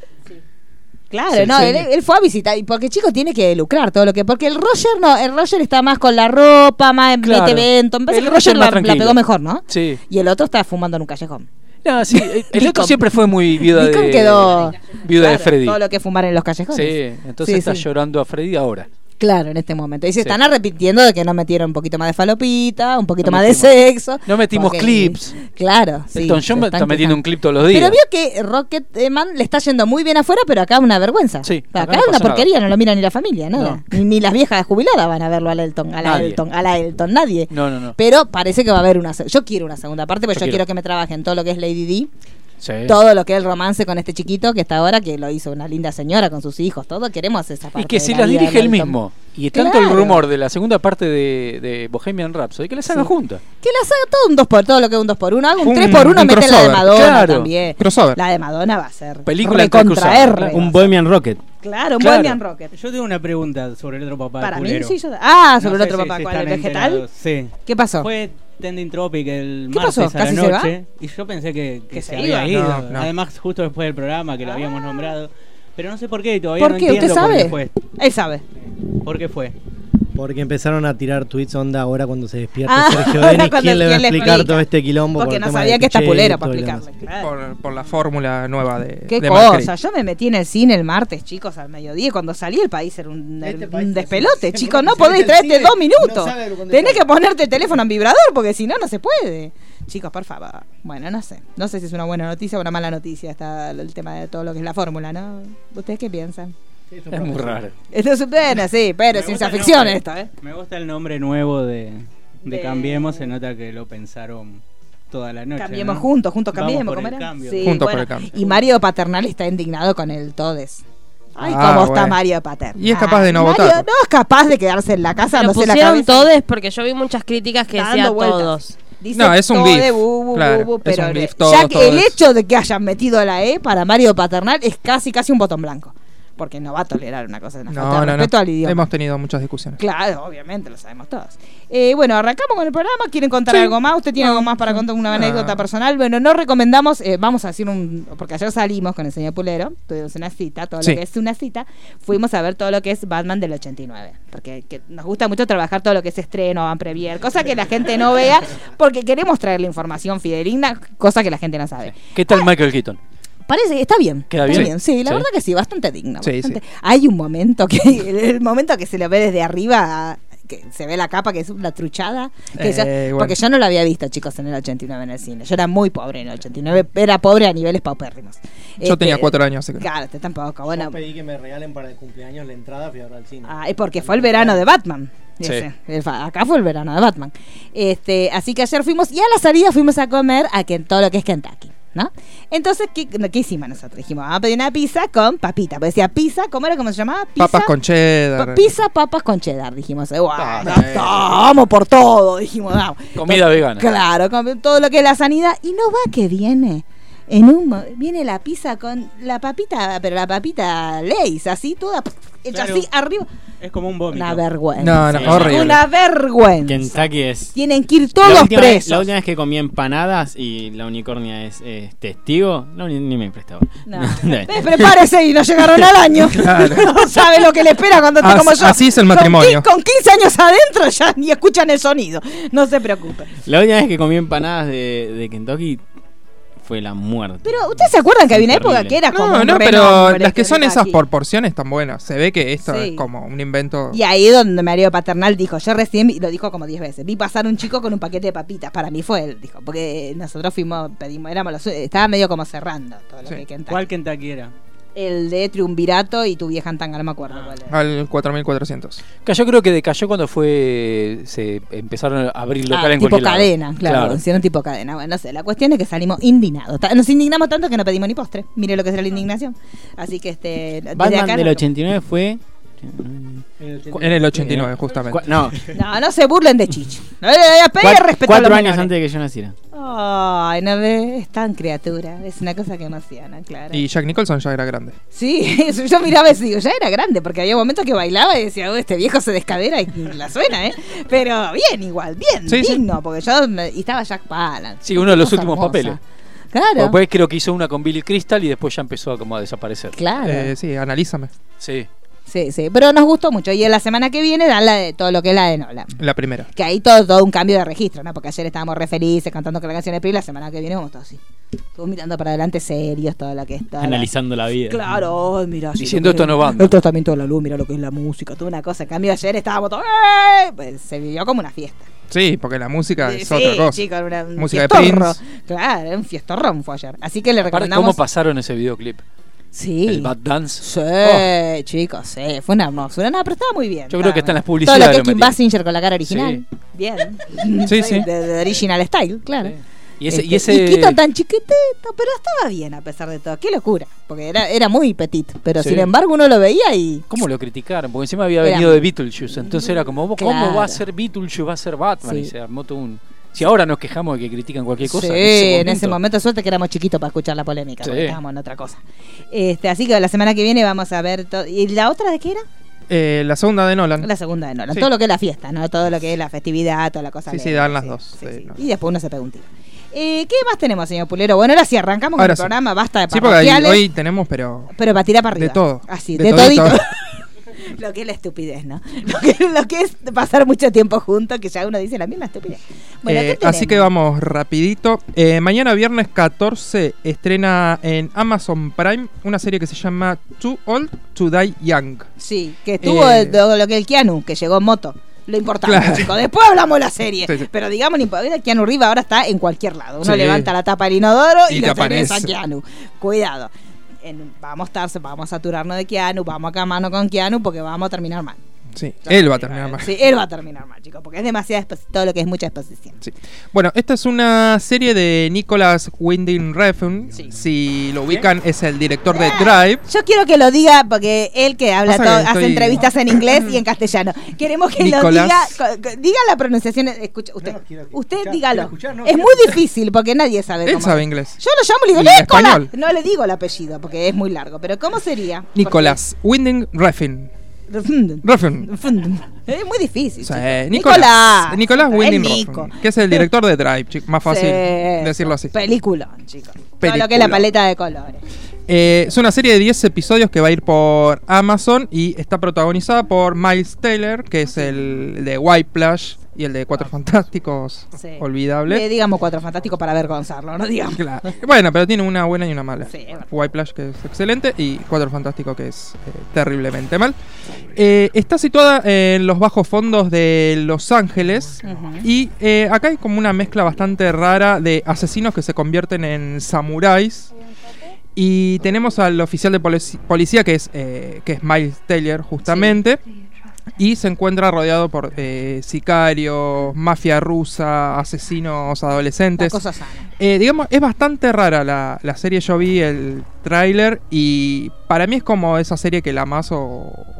Speaker 3: Claro,
Speaker 11: Sí,
Speaker 3: no,
Speaker 11: sí.
Speaker 3: Él, él fue a visitar, y porque chico tiene que lucrar todo lo que, porque el Roger no, el Roger está más con la ropa, más en
Speaker 4: Claro.
Speaker 3: este evento, me parece
Speaker 4: El
Speaker 3: que el Roger
Speaker 4: Roger más
Speaker 3: la, la
Speaker 4: tranquilo.
Speaker 3: pegó mejor, ¿no?
Speaker 4: Sí.
Speaker 3: Y el otro está fumando en un callejón.
Speaker 4: No, sí, el- el otro
Speaker 3: Deacon.
Speaker 4: siempre fue muy viuda
Speaker 3: Deacon
Speaker 4: de
Speaker 3: quedó
Speaker 4: viuda de
Speaker 3: claro,
Speaker 4: Freddy.
Speaker 3: Todo lo que es fumar en los callejones.
Speaker 4: Sí, entonces
Speaker 3: Sí,
Speaker 4: está
Speaker 3: sí.
Speaker 4: llorando a Freddy ahora.
Speaker 3: Claro, en este momento. Y se
Speaker 4: Sí.
Speaker 3: están arrepintiendo de que no metieron un poquito más de falopita, un poquito
Speaker 4: No
Speaker 3: más
Speaker 4: metimos-
Speaker 3: de sexo.
Speaker 4: no metimos
Speaker 3: porque-
Speaker 4: clips.
Speaker 3: Claro. sí,
Speaker 4: Elton
Speaker 3: se
Speaker 4: John
Speaker 3: están
Speaker 4: está metiendo un clip todos los días.
Speaker 3: pero vio que Rocketman le está yendo muy bien afuera, pero acá una vergüenza. acá
Speaker 4: acá
Speaker 3: es una
Speaker 4: no pasa nada.
Speaker 3: porquería, no lo mira ni la familia, nada. Ni, ni las viejas jubiladas van a verlo a la Elton, a la
Speaker 4: Nadie.
Speaker 3: Elton, a la Elton, nadie.
Speaker 4: No, no, no.
Speaker 3: Pero parece que va a haber una. se- Yo quiero una segunda parte, porque
Speaker 4: Yo
Speaker 3: yo, quiero.
Speaker 4: quiero
Speaker 3: que me trabajen todo lo que es Lady D,
Speaker 4: Sí.
Speaker 3: todo lo que es el romance con este chiquito que está ahora, que lo hizo una linda señora con sus hijos, todo. Queremos esa parte.
Speaker 4: Y que
Speaker 3: de
Speaker 4: si
Speaker 3: la
Speaker 4: las
Speaker 3: vida
Speaker 4: dirige
Speaker 3: de
Speaker 4: él
Speaker 3: Elton.
Speaker 4: mismo. Y tanto el
Speaker 3: Claro.
Speaker 4: rumor de la segunda parte de, de Bohemian Rhapsody que las haga
Speaker 3: Sí.
Speaker 4: juntas.
Speaker 3: Que las haga todo un 2 por todo lo que es un 2 por 1 Haga un
Speaker 4: Un-
Speaker 3: 3 por 1
Speaker 4: un
Speaker 3: mete la de
Speaker 4: crossover,
Speaker 3: Madonna
Speaker 4: claro.
Speaker 3: también.
Speaker 4: Crossover.
Speaker 3: La de Madonna va a ser.
Speaker 4: Película entre
Speaker 3: recontra
Speaker 4: cruzadas,
Speaker 3: R.
Speaker 11: Un Bohemian Rocket.
Speaker 3: Claro, un
Speaker 9: Claro.
Speaker 3: Bohemian Rocket.
Speaker 9: Yo tengo una pregunta sobre el otro papá.
Speaker 3: Para mí,
Speaker 9: culero.
Speaker 3: sí, yo- Ah, sobre
Speaker 9: No
Speaker 3: el
Speaker 9: sé
Speaker 3: otro
Speaker 9: si-
Speaker 3: papá,
Speaker 9: si
Speaker 3: ¿cuál? ¿El
Speaker 9: están
Speaker 3: vegetal?
Speaker 9: enterados. Sí.
Speaker 3: ¿Qué pasó?
Speaker 9: Fue Tending Tropic el
Speaker 3: ¿Qué
Speaker 9: martes
Speaker 3: pasó?
Speaker 9: a la
Speaker 3: ¿Casi se
Speaker 9: noche. Y yo pensé que, que se,
Speaker 3: iba?
Speaker 9: había ido.
Speaker 3: No, no.
Speaker 9: Además, justo después del programa que lo habíamos nombrado. Pero no sé por qué y todavía
Speaker 3: ¿Por
Speaker 9: no
Speaker 3: qué?
Speaker 9: entiendo
Speaker 3: ¿Usted sabe?
Speaker 9: por qué
Speaker 3: Él sabe.
Speaker 9: fue. ¿Por qué fue?
Speaker 10: Porque empezaron a tirar tweets onda ahora cuando se despierta
Speaker 3: Ah,
Speaker 10: Sergio
Speaker 3: ahora
Speaker 10: Denis.
Speaker 3: cuando-
Speaker 10: ¿Quién le va a
Speaker 3: ¿quién le
Speaker 10: explicar
Speaker 3: explica?
Speaker 10: todo este quilombo?
Speaker 3: Porque
Speaker 10: con el
Speaker 3: no
Speaker 10: tema
Speaker 3: sabía
Speaker 10: del
Speaker 3: que esta
Speaker 10: Pichetto
Speaker 3: pulera para
Speaker 10: y lo demás?
Speaker 3: explicarle. claro.
Speaker 6: Por, por la fórmula nueva de,
Speaker 3: Qué
Speaker 6: de
Speaker 3: cosa,
Speaker 6: Macri.
Speaker 3: yo me metí en el cine el martes, chicos, al mediodía. Y cuando salí el país era un,
Speaker 10: Este
Speaker 3: un despelote,
Speaker 10: así.
Speaker 3: chicos.
Speaker 10: Se
Speaker 3: No
Speaker 10: mete
Speaker 3: podés
Speaker 10: al
Speaker 3: traerte
Speaker 10: cine,
Speaker 3: dos
Speaker 10: no
Speaker 3: minutos.
Speaker 10: sabe dónde
Speaker 3: Tenés
Speaker 10: está.
Speaker 3: que ponerte el teléfono en vibrador porque si no, no se puede. Chicos, por favor. Bueno, no sé. No sé si es una buena noticia o una mala noticia. Está el tema de todo lo que es la fórmula, ¿no? ¿Ustedes qué piensan?
Speaker 4: Es muy raro.
Speaker 3: Esto es pena, sí, pero ciencia
Speaker 9: gusta el
Speaker 3: ficción
Speaker 9: nombre.
Speaker 3: esto, ¿eh?
Speaker 9: Me gusta el nombre nuevo de, de
Speaker 3: De-
Speaker 9: Cambiemos. Se nota que lo pensaron toda la noche.
Speaker 3: Cambiemos
Speaker 9: ¿no?
Speaker 3: juntos, juntos
Speaker 9: Vamos
Speaker 3: cambiemos.
Speaker 9: por
Speaker 3: ¿cómo
Speaker 9: el
Speaker 3: era?
Speaker 9: cambio.
Speaker 3: Sí,
Speaker 6: Juntos por
Speaker 3: bueno.
Speaker 6: el cambio.
Speaker 3: Y Mario Paternal está indignado con el Todes. Ay,
Speaker 6: Ah,
Speaker 3: cómo está
Speaker 6: bueno.
Speaker 3: Mario Paternal.
Speaker 6: Y es capaz de no
Speaker 3: Mario
Speaker 6: votar.
Speaker 3: No es capaz de quedarse en la casa,
Speaker 5: Pero
Speaker 3: no la
Speaker 5: pusieron
Speaker 3: cabeza.
Speaker 5: todes porque yo vi muchas críticas que
Speaker 3: Dando
Speaker 5: decía
Speaker 3: vueltas.
Speaker 5: todos.
Speaker 3: Dice
Speaker 6: No, es un
Speaker 3: Todes,
Speaker 6: beef,
Speaker 3: bu, bu,
Speaker 6: claro,
Speaker 3: bu,
Speaker 6: es
Speaker 3: pero
Speaker 6: un
Speaker 3: le-
Speaker 6: beef, todo,
Speaker 3: ya que
Speaker 6: todo
Speaker 3: el
Speaker 6: es-
Speaker 3: hecho de que hayan metido la E para Mario Paternal es casi casi un botón blanco. Porque no va a tolerar una cosa de una falta
Speaker 6: No,
Speaker 3: de
Speaker 6: no,
Speaker 3: respeto
Speaker 6: no.
Speaker 3: al idioma.
Speaker 6: Hemos tenido muchas discusiones.
Speaker 3: Claro, obviamente, lo sabemos todos. Eh, bueno, arrancamos con el programa. ¿Quieren contar
Speaker 6: Sí.
Speaker 3: algo más? ¿Usted tiene algo más para contar una anécdota personal? Bueno, no recomendamos, eh, vamos a hacer un. Porque ayer salimos con el señor Pulero, tuvimos una cita, todo
Speaker 6: Sí.
Speaker 3: lo que es una cita. Fuimos a ver todo lo que es Batman del 89. Porque que nos gusta mucho trabajar todo lo que es estreno, van premier, cosa que la gente no vea, porque queremos traerle información fidedigna, cosa que la gente no sabe.
Speaker 4: ¿Qué tal Michael Keaton?
Speaker 3: Parece que está bien.
Speaker 4: ¿Queda
Speaker 3: está
Speaker 4: bien?
Speaker 3: Sí, la
Speaker 4: Sí.
Speaker 3: verdad que sí, bastante digno.
Speaker 6: Sí,
Speaker 3: bastante- Hay un momento que, el momento que se lo ve desde arriba, que se ve la capa que es una truchada. que
Speaker 6: Eh,
Speaker 3: ya-
Speaker 6: bueno.
Speaker 3: Porque yo no lo había visto, chicos, en el 89 en el cine. Yo era muy pobre en el 89, era pobre a niveles paupérrimos. Este,
Speaker 6: Yo tenía cuatro años, así que-
Speaker 3: Claro, usted tampoco. Bueno,
Speaker 10: Yo pedí que me regalen para el cumpleaños la entrada fui ahora al cine.
Speaker 3: Ah, es porque fue el verano de Batman.
Speaker 6: Sí.
Speaker 3: Ese, el fa- Acá fue el verano de Batman. Este, así que ayer fuimos y a la salida fuimos a comer a que, todo lo que es Kentucky. ¿No? Entonces, ¿qué, ¿qué hicimos nosotros? Dijimos, vamos a pedir una pizza con papita. Porque decía pizza, ¿cómo era? ¿Cómo se llamaba? Pizza,
Speaker 6: Papas con cheddar.
Speaker 3: pa- pizza, papas con cheddar. Dijimos, eh, bueno,
Speaker 6: Ah,
Speaker 3: está,
Speaker 6: eh.
Speaker 3: vamos por todo. Dijimos, vamos.
Speaker 4: Comida vegana.
Speaker 3: Claro, con todo lo que es la sanidad. Y no va que viene. En un mo- viene la pizza con la papita, pero la papita Lays, así toda hecha
Speaker 9: Claro.
Speaker 3: así arriba.
Speaker 9: Es como un vómito.
Speaker 3: Una vergüenza.
Speaker 6: No, no,
Speaker 11: Sí.
Speaker 6: horrible.
Speaker 3: Una vergüenza.
Speaker 11: Kentucky es.
Speaker 3: Tienen que ir
Speaker 11: la
Speaker 3: todos
Speaker 11: última, vez-
Speaker 3: presos.
Speaker 11: la última vez que comí empanadas y la unicornia es eh, testigo, no, ni, ni me prestaba.
Speaker 3: No.
Speaker 11: Está bien.
Speaker 3: Eh, prepárese y no llegaron al año.
Speaker 6: Claro.
Speaker 3: No sabe lo que le espera cuando está
Speaker 6: As-
Speaker 3: como yo.
Speaker 6: así es el
Speaker 3: Con
Speaker 6: matrimonio.
Speaker 3: qui- Con, 15 años adentro ya ni escuchan el sonido. No se preocupe.
Speaker 11: La última vez que comí empanadas de, de Kentucky fue la muerte.
Speaker 3: Pero ustedes se acuerdan que había una
Speaker 11: Terrible.
Speaker 3: época que era como.
Speaker 6: No,
Speaker 3: un
Speaker 6: no, pero
Speaker 3: renombre
Speaker 6: las que son
Speaker 3: ahorita
Speaker 6: esas
Speaker 3: aquí.
Speaker 6: proporciones tan buenas. Se ve que esto
Speaker 3: Sí.
Speaker 6: es como un invento.
Speaker 3: Y ahí donde Mario Paternal dijo, yo recién, vi- lo dijo como 10 veces, vi pasar un chico con un paquete de papitas, para mí fue él, dijo, porque nosotros fuimos, pedimos, éramos los, estaba medio como cerrando todo lo
Speaker 6: Sí.
Speaker 3: que Kentucky.
Speaker 9: ¿Cuál Kentucky era?
Speaker 3: El de Triunvirato y tu vieja en tanga, no me acuerdo cuál
Speaker 11: Ah,
Speaker 3: era.
Speaker 6: Al 4400.
Speaker 4: Que yo creo que decayó cuando fue se empezaron a abrir local
Speaker 3: Ah,
Speaker 4: en
Speaker 3: tipo
Speaker 4: cualquier
Speaker 3: cadena,
Speaker 4: lado.
Speaker 3: claro, hicieron tipo cadena. Bueno, no sé, la cuestión es que salimos indignados. Ta- Nos indignamos tanto que no pedimos ni postre. Mire lo que será la indignación. Así que este. desde
Speaker 11: Batman
Speaker 3: acá
Speaker 11: del
Speaker 3: no-
Speaker 11: 89 fue.
Speaker 6: En el 89, justamente.
Speaker 11: Cua- No,
Speaker 3: No, no se burlen de Chicho. No le voy a pedir
Speaker 11: cuat-
Speaker 3: respeto a
Speaker 11: cuatro
Speaker 3: los
Speaker 11: años
Speaker 3: menores.
Speaker 11: antes de que yo naciera.
Speaker 3: Ay, no ve, es tan criatura. Es una cosa que emociona, claro.
Speaker 6: Y Jack Nicholson ya era grande.
Speaker 3: Sí, eso, yo miraba y digo, ya era grande, porque había momentos que bailaba y decía, "Oh, este viejo se descadera y la suena, ¿eh? Pero bien, igual, bien,
Speaker 6: Sí, sí.
Speaker 3: digno, porque yo me- y estaba Jack Palance.
Speaker 4: Sí, uno de los
Speaker 3: Cosa
Speaker 4: últimos
Speaker 3: hermosa.
Speaker 4: papeles.
Speaker 3: Claro,
Speaker 4: Después creo que hizo una con Billy Crystal y después ya empezó a como a desaparecer.
Speaker 3: claro.
Speaker 6: Eh, sí, analízame.
Speaker 4: Sí.
Speaker 3: Sí, sí, pero nos gustó mucho. Y en la semana que viene dan la de todo lo que es la de Nola.
Speaker 6: La primera.
Speaker 3: Que ahí todo, todo un cambio de registro, ¿no? Porque ayer estábamos re felices cantando con la canción de Pri, la semana que viene vamos todos así. Todos mirando para adelante serios, todo lo que está.
Speaker 11: Analizando la vida.
Speaker 3: Claro, ay, mira. sí,
Speaker 11: Diciendo,
Speaker 3: lo que-
Speaker 11: "Esto no va, ¿no?"
Speaker 3: El tratamiento de la luz, mira lo que es la música, toda una cosa. En cambio, ayer estábamos todos. ¡eh! Pues, se vivió como una fiesta.
Speaker 6: Sí, porque la música es
Speaker 3: Sí,
Speaker 6: otra cosa.
Speaker 3: chicos, era un
Speaker 6: música de
Speaker 3: fiestorro.
Speaker 6: Prince.
Speaker 3: Claro, era un fiestorrón fue ayer. Así que le
Speaker 4: Aparte,
Speaker 3: recomendamos.
Speaker 4: ¿Cómo pasaron ese videoclip?
Speaker 3: Sí.
Speaker 4: El Bad Dance.
Speaker 3: Sí, chicos, sí, fue una hermosura. No, pero estaba muy bien.
Speaker 4: Yo creo que está en las publicidades.
Speaker 3: Todo lo que es
Speaker 4: lo
Speaker 3: Kim
Speaker 4: metieron.
Speaker 3: Basinger con la cara original. Bien.
Speaker 4: Sí,
Speaker 3: Sí,
Speaker 4: sí.
Speaker 3: sí. De, de original style, claro.
Speaker 4: Y ese,
Speaker 3: Este,
Speaker 4: y ese
Speaker 3: Quito tan chiquitito, pero estaba bien a pesar de todo. Qué locura. Porque era, era muy petit, pero
Speaker 4: Sí.
Speaker 3: sin embargo uno lo veía y.
Speaker 4: ¿Cómo lo criticaron? Porque encima había
Speaker 3: Era-
Speaker 4: venido de Beetlejuice. Entonces era como, ¿cómo
Speaker 3: Claro.
Speaker 4: va a ser Beetlejuice? Va a ser Batman.
Speaker 3: Sí.
Speaker 4: Y se armó todo un. Si ahora nos quejamos de que critican cualquier cosa.
Speaker 3: sí, en ese momento suerte que éramos chiquitos para escuchar la polémica,
Speaker 4: Sí.
Speaker 3: porque estábamos en otra cosa. Este, así que la semana que viene vamos a ver. to- ¿Y la otra de qué era?
Speaker 6: Eh, la segunda de Nolan.
Speaker 3: La segunda de Nolan.
Speaker 6: Sí.
Speaker 3: Todo lo que es la fiesta, ¿no? Todo lo que es la festividad, toda la cosa.
Speaker 6: Sí, sí,
Speaker 3: alegre,
Speaker 6: dan las
Speaker 3: sí.
Speaker 6: dos. de Nolan.
Speaker 3: Y después uno se pega un tiro. Eh, ¿Qué más tenemos, señor Pulero? Bueno, ahora sí, arrancamos
Speaker 6: Ahora
Speaker 3: con el
Speaker 6: sí.
Speaker 3: programa. Basta de
Speaker 6: Sí, porque ahí-
Speaker 3: parroquiales,
Speaker 6: hoy tenemos, pero.
Speaker 3: Pero para tirar para arriba.
Speaker 6: De todo.
Speaker 3: Así,
Speaker 6: De
Speaker 3: de,
Speaker 6: todito.
Speaker 3: todito. lo que es la estupidez, ¿no? Lo que, lo que es pasar mucho tiempo juntos, que ya uno dice la misma estupidez. Bueno, ¿qué
Speaker 6: Eh, así que
Speaker 3: tenemos?
Speaker 6: vamos rapidito. Eh, mañana viernes 14 estrena en Amazon Prime una serie que se llama Too Old to Die Young.
Speaker 3: Sí, que estuvo
Speaker 6: Eh,
Speaker 3: el- todo lo que el Keanu, que llegó en moto. Lo importante,
Speaker 6: Claro.
Speaker 3: chicos. Después hablamos de la serie.
Speaker 6: Sí, sí.
Speaker 3: Pero digamos, lo importante, Keanu Reeves ahora está en cualquier lado. Uno
Speaker 6: Sí.
Speaker 3: levanta la tapa del inodoro y,
Speaker 6: Y te
Speaker 3: lo tenés a
Speaker 6: aparece.
Speaker 3: Keanu. Cuidado. En- vamos a estarse, vamos a saturarnos de Keanu, vamos a camarnos con Keanu porque vamos a terminar mal.
Speaker 6: Sí, él va a terminar mal.
Speaker 3: Ah, Sí, él va a terminar mal, chicos, porque es demasiada expo- todo lo que es mucha exposición.
Speaker 6: Bueno, esta es una serie de Nicholas Winding Refn. Si lo ubican, es el director de Drive.
Speaker 3: Yo quiero que lo diga porque él que habla
Speaker 6: Pasa
Speaker 3: todo,
Speaker 6: que estoy-
Speaker 3: hace entrevistas en inglés y en castellano. Queremos que lo
Speaker 6: Nicolás.
Speaker 3: diga, co- co- diga la pronunciación, escucha usted. usted dígalo.
Speaker 10: quiero escuchar, no,
Speaker 3: es
Speaker 10: quiero
Speaker 3: muy difícil porque nadie sabe
Speaker 6: Él
Speaker 3: cómo
Speaker 6: sabe
Speaker 3: es.
Speaker 6: inglés.
Speaker 3: Yo lo llamo y le digo,
Speaker 6: Y
Speaker 3: "Nicolás".
Speaker 6: español.
Speaker 3: No le digo el apellido porque es muy largo, pero ¿cómo sería?
Speaker 6: Nicholas Winding Refn.
Speaker 3: Porque-
Speaker 6: Refn.
Speaker 3: Es muy difícil.
Speaker 6: O sea,
Speaker 3: chicos.
Speaker 6: eh, Nicolás. Nicolás
Speaker 3: Es
Speaker 6: Winding
Speaker 3: Nico.
Speaker 6: Refn, que es el director de Drive, chico, más fácil
Speaker 3: Sí.
Speaker 6: decirlo así.
Speaker 3: Peliculón, chicos. Todo lo que es la
Speaker 6: Peliculón.
Speaker 3: paleta de colores.
Speaker 6: Eh, es una serie de 10 episodios que va a ir por Amazon y está protagonizada por Miles Taylor, que es el de White Plush y el de Cuatro Fantásticos
Speaker 3: Sí. Le
Speaker 6: Olvidable.
Speaker 3: digamos cuatro fantásticos para avergonzarlo, no digamos.
Speaker 6: Claro. Bueno, pero tiene una buena y una mala.
Speaker 3: Sí, es verdad.
Speaker 6: White Plush, que es excelente, y Cuatro Fantásticos, que es eh, terriblemente mal. Eh, está situada en los bajos fondos de Los Ángeles.
Speaker 3: Ujú.
Speaker 6: Y eh, acá hay como una mezcla bastante rara de asesinos que se convierten en samuráis. Y tenemos al oficial de polici- policía que es, eh, que es Miles Taylor, justamente. Y se encuentra rodeado por eh, sicarios, mafia rusa, asesinos
Speaker 3: Las
Speaker 6: adolescentes.
Speaker 3: cosas sanas.
Speaker 6: Eh, digamos, es bastante rara la, la serie. Yo vi el tráiler y para mí es como esa serie que la amas o,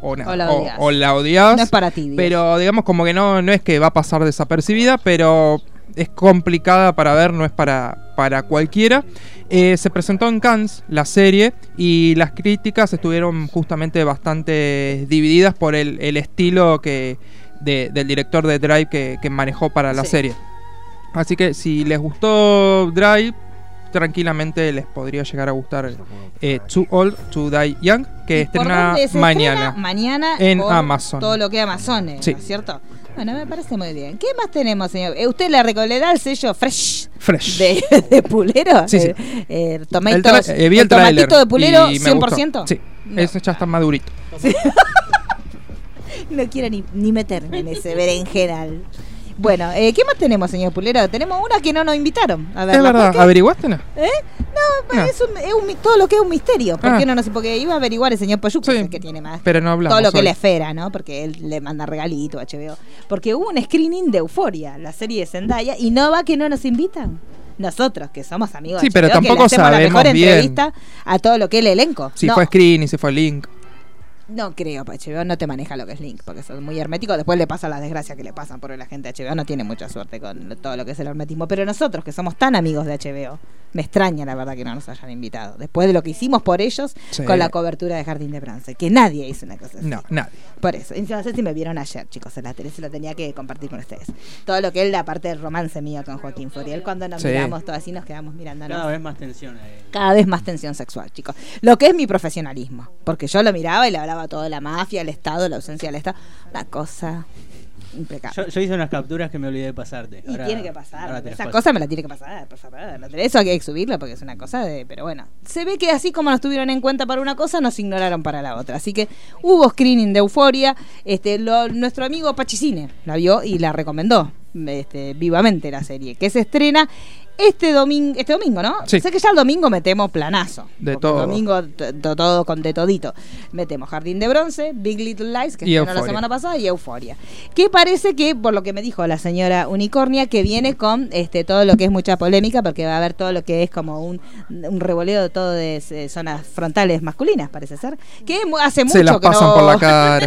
Speaker 6: o nada.
Speaker 3: O la odias.
Speaker 6: o la odias.
Speaker 3: No es para ti. digamos.
Speaker 6: Pero digamos como que no, no es que va a pasar desapercibida, pero es complicada para ver, no es para, para cualquiera. Eh, se presentó en Cannes la serie y las críticas estuvieron justamente bastante divididas por el, el estilo que de- del director de Drive que, que manejó para la
Speaker 3: Sí.
Speaker 6: serie. Así que si les gustó Drive, tranquilamente les podría llegar a gustar eh, Too Old to Die Young, que
Speaker 3: ¿Por
Speaker 6: estrena
Speaker 3: dónde se
Speaker 6: mañana.
Speaker 3: estrena? Mañana
Speaker 6: en
Speaker 3: por
Speaker 6: Amazon.
Speaker 3: Todo lo que es Amazon, es,
Speaker 6: Sí.
Speaker 3: ¿no es cierto? Bueno, me parece muy bien. ¿Qué más tenemos, señor? Eh, ¿Usted le recogerá el sello Fresh
Speaker 6: Fresh.
Speaker 3: de, de Pulero?
Speaker 6: Sí, sí.
Speaker 3: Eh, eh,
Speaker 6: El
Speaker 3: tomato-
Speaker 6: tra- eh, vi el
Speaker 3: tomatito
Speaker 6: tráiler
Speaker 3: de Pulero,
Speaker 6: y me gustó.
Speaker 3: 100%?
Speaker 6: Sí,
Speaker 3: No.
Speaker 6: eso ya está madurito.
Speaker 3: No quiero ni, ni meterme en ese berenjenal. Bueno, eh, ¿qué más tenemos, señor Pulero? Tenemos una que no nos invitaron. A ver,
Speaker 6: es
Speaker 3: ¿la-
Speaker 6: verdad,
Speaker 3: por qué?
Speaker 6: ¿averiguaste? No?
Speaker 3: ¿Eh? No,
Speaker 6: Mira.
Speaker 3: es, un, es un mi- todo lo que es un misterio. ¿Por
Speaker 6: Ah.
Speaker 3: qué no nos- Porque iba a averiguar el señor Poyuco,
Speaker 6: Sí,
Speaker 3: es el que tiene más.
Speaker 6: Pero no hablamos.
Speaker 3: todo lo que
Speaker 6: hoy.
Speaker 3: le esfera, ¿no? Porque él le manda regalito a HBO. Porque hubo un screening de Euforia, la serie de Zendaya, y no va que no nos invitan. Nosotros, que somos amigos.
Speaker 6: Sí,
Speaker 3: de
Speaker 6: pero
Speaker 3: HBO, que le
Speaker 6: tampoco
Speaker 3: hacemos la
Speaker 6: sabemos
Speaker 3: mejor
Speaker 6: bien.
Speaker 3: entrevista a todo lo que es el elenco.
Speaker 6: Si
Speaker 3: no,
Speaker 6: fue Screen y si fue Link.
Speaker 3: no creo, pues, HBO no te maneja lo que es Link, porque son muy herméticos. Después le pasan las desgracias que le pasan, porque la gente de HBO no tiene mucha suerte con todo lo que es el hermetismo. Pero nosotros, que somos tan amigos de HBO, me extraña la verdad que no nos hayan invitado. Después de lo que hicimos por ellos
Speaker 6: Sí.
Speaker 3: con la cobertura de Jardín de Bronce, que nadie hizo una cosa así.
Speaker 6: No, nadie.
Speaker 3: Por eso, Y no sé si me vieron ayer, chicos, en la tele, se lo tenía que compartir con ustedes. Todo lo que es la parte del romance mío con Joaquín Furiel, cuando nos
Speaker 6: Sí.
Speaker 3: miramos todos así, nos quedamos mirándonos.
Speaker 12: Ah,
Speaker 9: Cada vez más tensión. eh.
Speaker 3: Cada vez más tensión sexual, chicos. Lo que es mi profesionalismo, porque yo lo miraba y le hablaba estaba toda la mafia, el Estado, la ausencia del Estado. Una cosa impecable.
Speaker 9: Yo, yo hice unas capturas que me olvidé de pasarte.
Speaker 3: Y tiene que pasar.
Speaker 9: ahora te las
Speaker 3: Esa
Speaker 9: paso.
Speaker 3: cosa me la tiene que pasar, por favor. La tenés, eso hay que subirla porque es una cosa de. Pero bueno. Se ve que así como nos tuvieron en cuenta para una cosa, nos ignoraron para la otra. Así que hubo screening de euforia. Este, lo- nuestro amigo Pachicine la vio y la recomendó este, vivamente la serie, que se estrena este domingo, este domingo, ¿no?
Speaker 6: Sí.
Speaker 3: Sé que ya el domingo metemos planazo.
Speaker 6: De
Speaker 3: Porque
Speaker 6: todo.
Speaker 3: El domingo t- t- todo con de todito. Metemos Jardín de Bronce, Big Little Lies, que
Speaker 6: Y
Speaker 3: estrenó la
Speaker 6: Euphoria.
Speaker 3: semana pasada, y Euforia. Que parece que, por lo que me dijo la señora Unicornia, que viene con este todo lo que es mucha polémica, porque va a haber todo lo que es como un, un revoleo de todo de eh, zonas frontales masculinas, parece ser. Que mu- hace mucho
Speaker 6: Se las
Speaker 3: que no-
Speaker 6: pasan por la cara.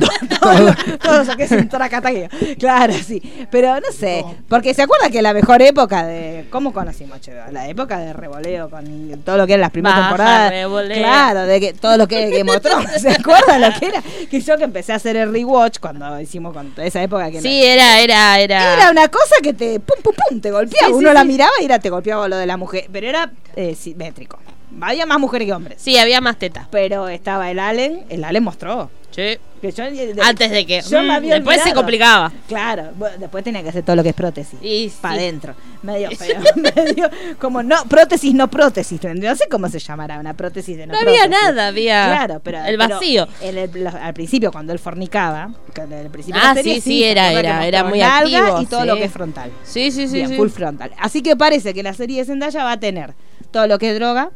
Speaker 3: todo eso que es un tracataqueo. Claro, sí. Pero no sé, porque se acuerda que la mejor época de. ¿Cómo conocimos HBO? La época de revoleo con todo lo que era las primeras
Speaker 5: Baja,
Speaker 3: temporadas.
Speaker 5: revoleo.
Speaker 3: Claro, de que todo lo que que mostró. ¿Se acuerda lo que era? Que yo que empecé a hacer el rewatch cuando hicimos con toda esa época que
Speaker 5: Sí, era, era, era.
Speaker 3: Era una cosa que te pum pum pum te golpeaba.
Speaker 5: Sí, sí,
Speaker 3: Uno la
Speaker 5: sí.
Speaker 3: miraba y era te golpeaba lo de la mujer. Pero era eh, simétrico. Había más mujeres que hombres.
Speaker 5: Sí, había más teta.
Speaker 3: Pero estaba el Allen, el Allen mostró.
Speaker 5: Sí.
Speaker 3: Que yo- eh,
Speaker 5: Antes de que.
Speaker 3: Yo me
Speaker 5: mm,
Speaker 3: había
Speaker 5: después se
Speaker 3: olvidado.
Speaker 5: complicaba.
Speaker 3: Claro, bueno, después tenía que hacer todo lo que es prótesis.
Speaker 5: Y sí.
Speaker 3: Para adentro. Medio feo. medio como no, prótesis, no prótesis. No sé cómo se llamará una prótesis de no,
Speaker 5: No había
Speaker 3: prótesis.
Speaker 5: nada, había
Speaker 3: Claro, pero.
Speaker 5: el
Speaker 3: pero
Speaker 5: vacío.
Speaker 3: en el- lo- al principio, cuando él fornicaba. cuando al principio de
Speaker 5: Ah,
Speaker 3: la serie,
Speaker 5: sí, sí, era,
Speaker 3: se acuerda
Speaker 5: era,
Speaker 3: que
Speaker 5: era
Speaker 3: mostraba
Speaker 5: muy
Speaker 3: nalga
Speaker 5: activo,
Speaker 3: Y todo
Speaker 5: sí.
Speaker 3: lo que es frontal.
Speaker 5: Sí, sí, sí.
Speaker 3: Bien,
Speaker 5: sí.
Speaker 3: full frontal. Así que parece que la serie de Zendaya va a tener todo lo que es droga,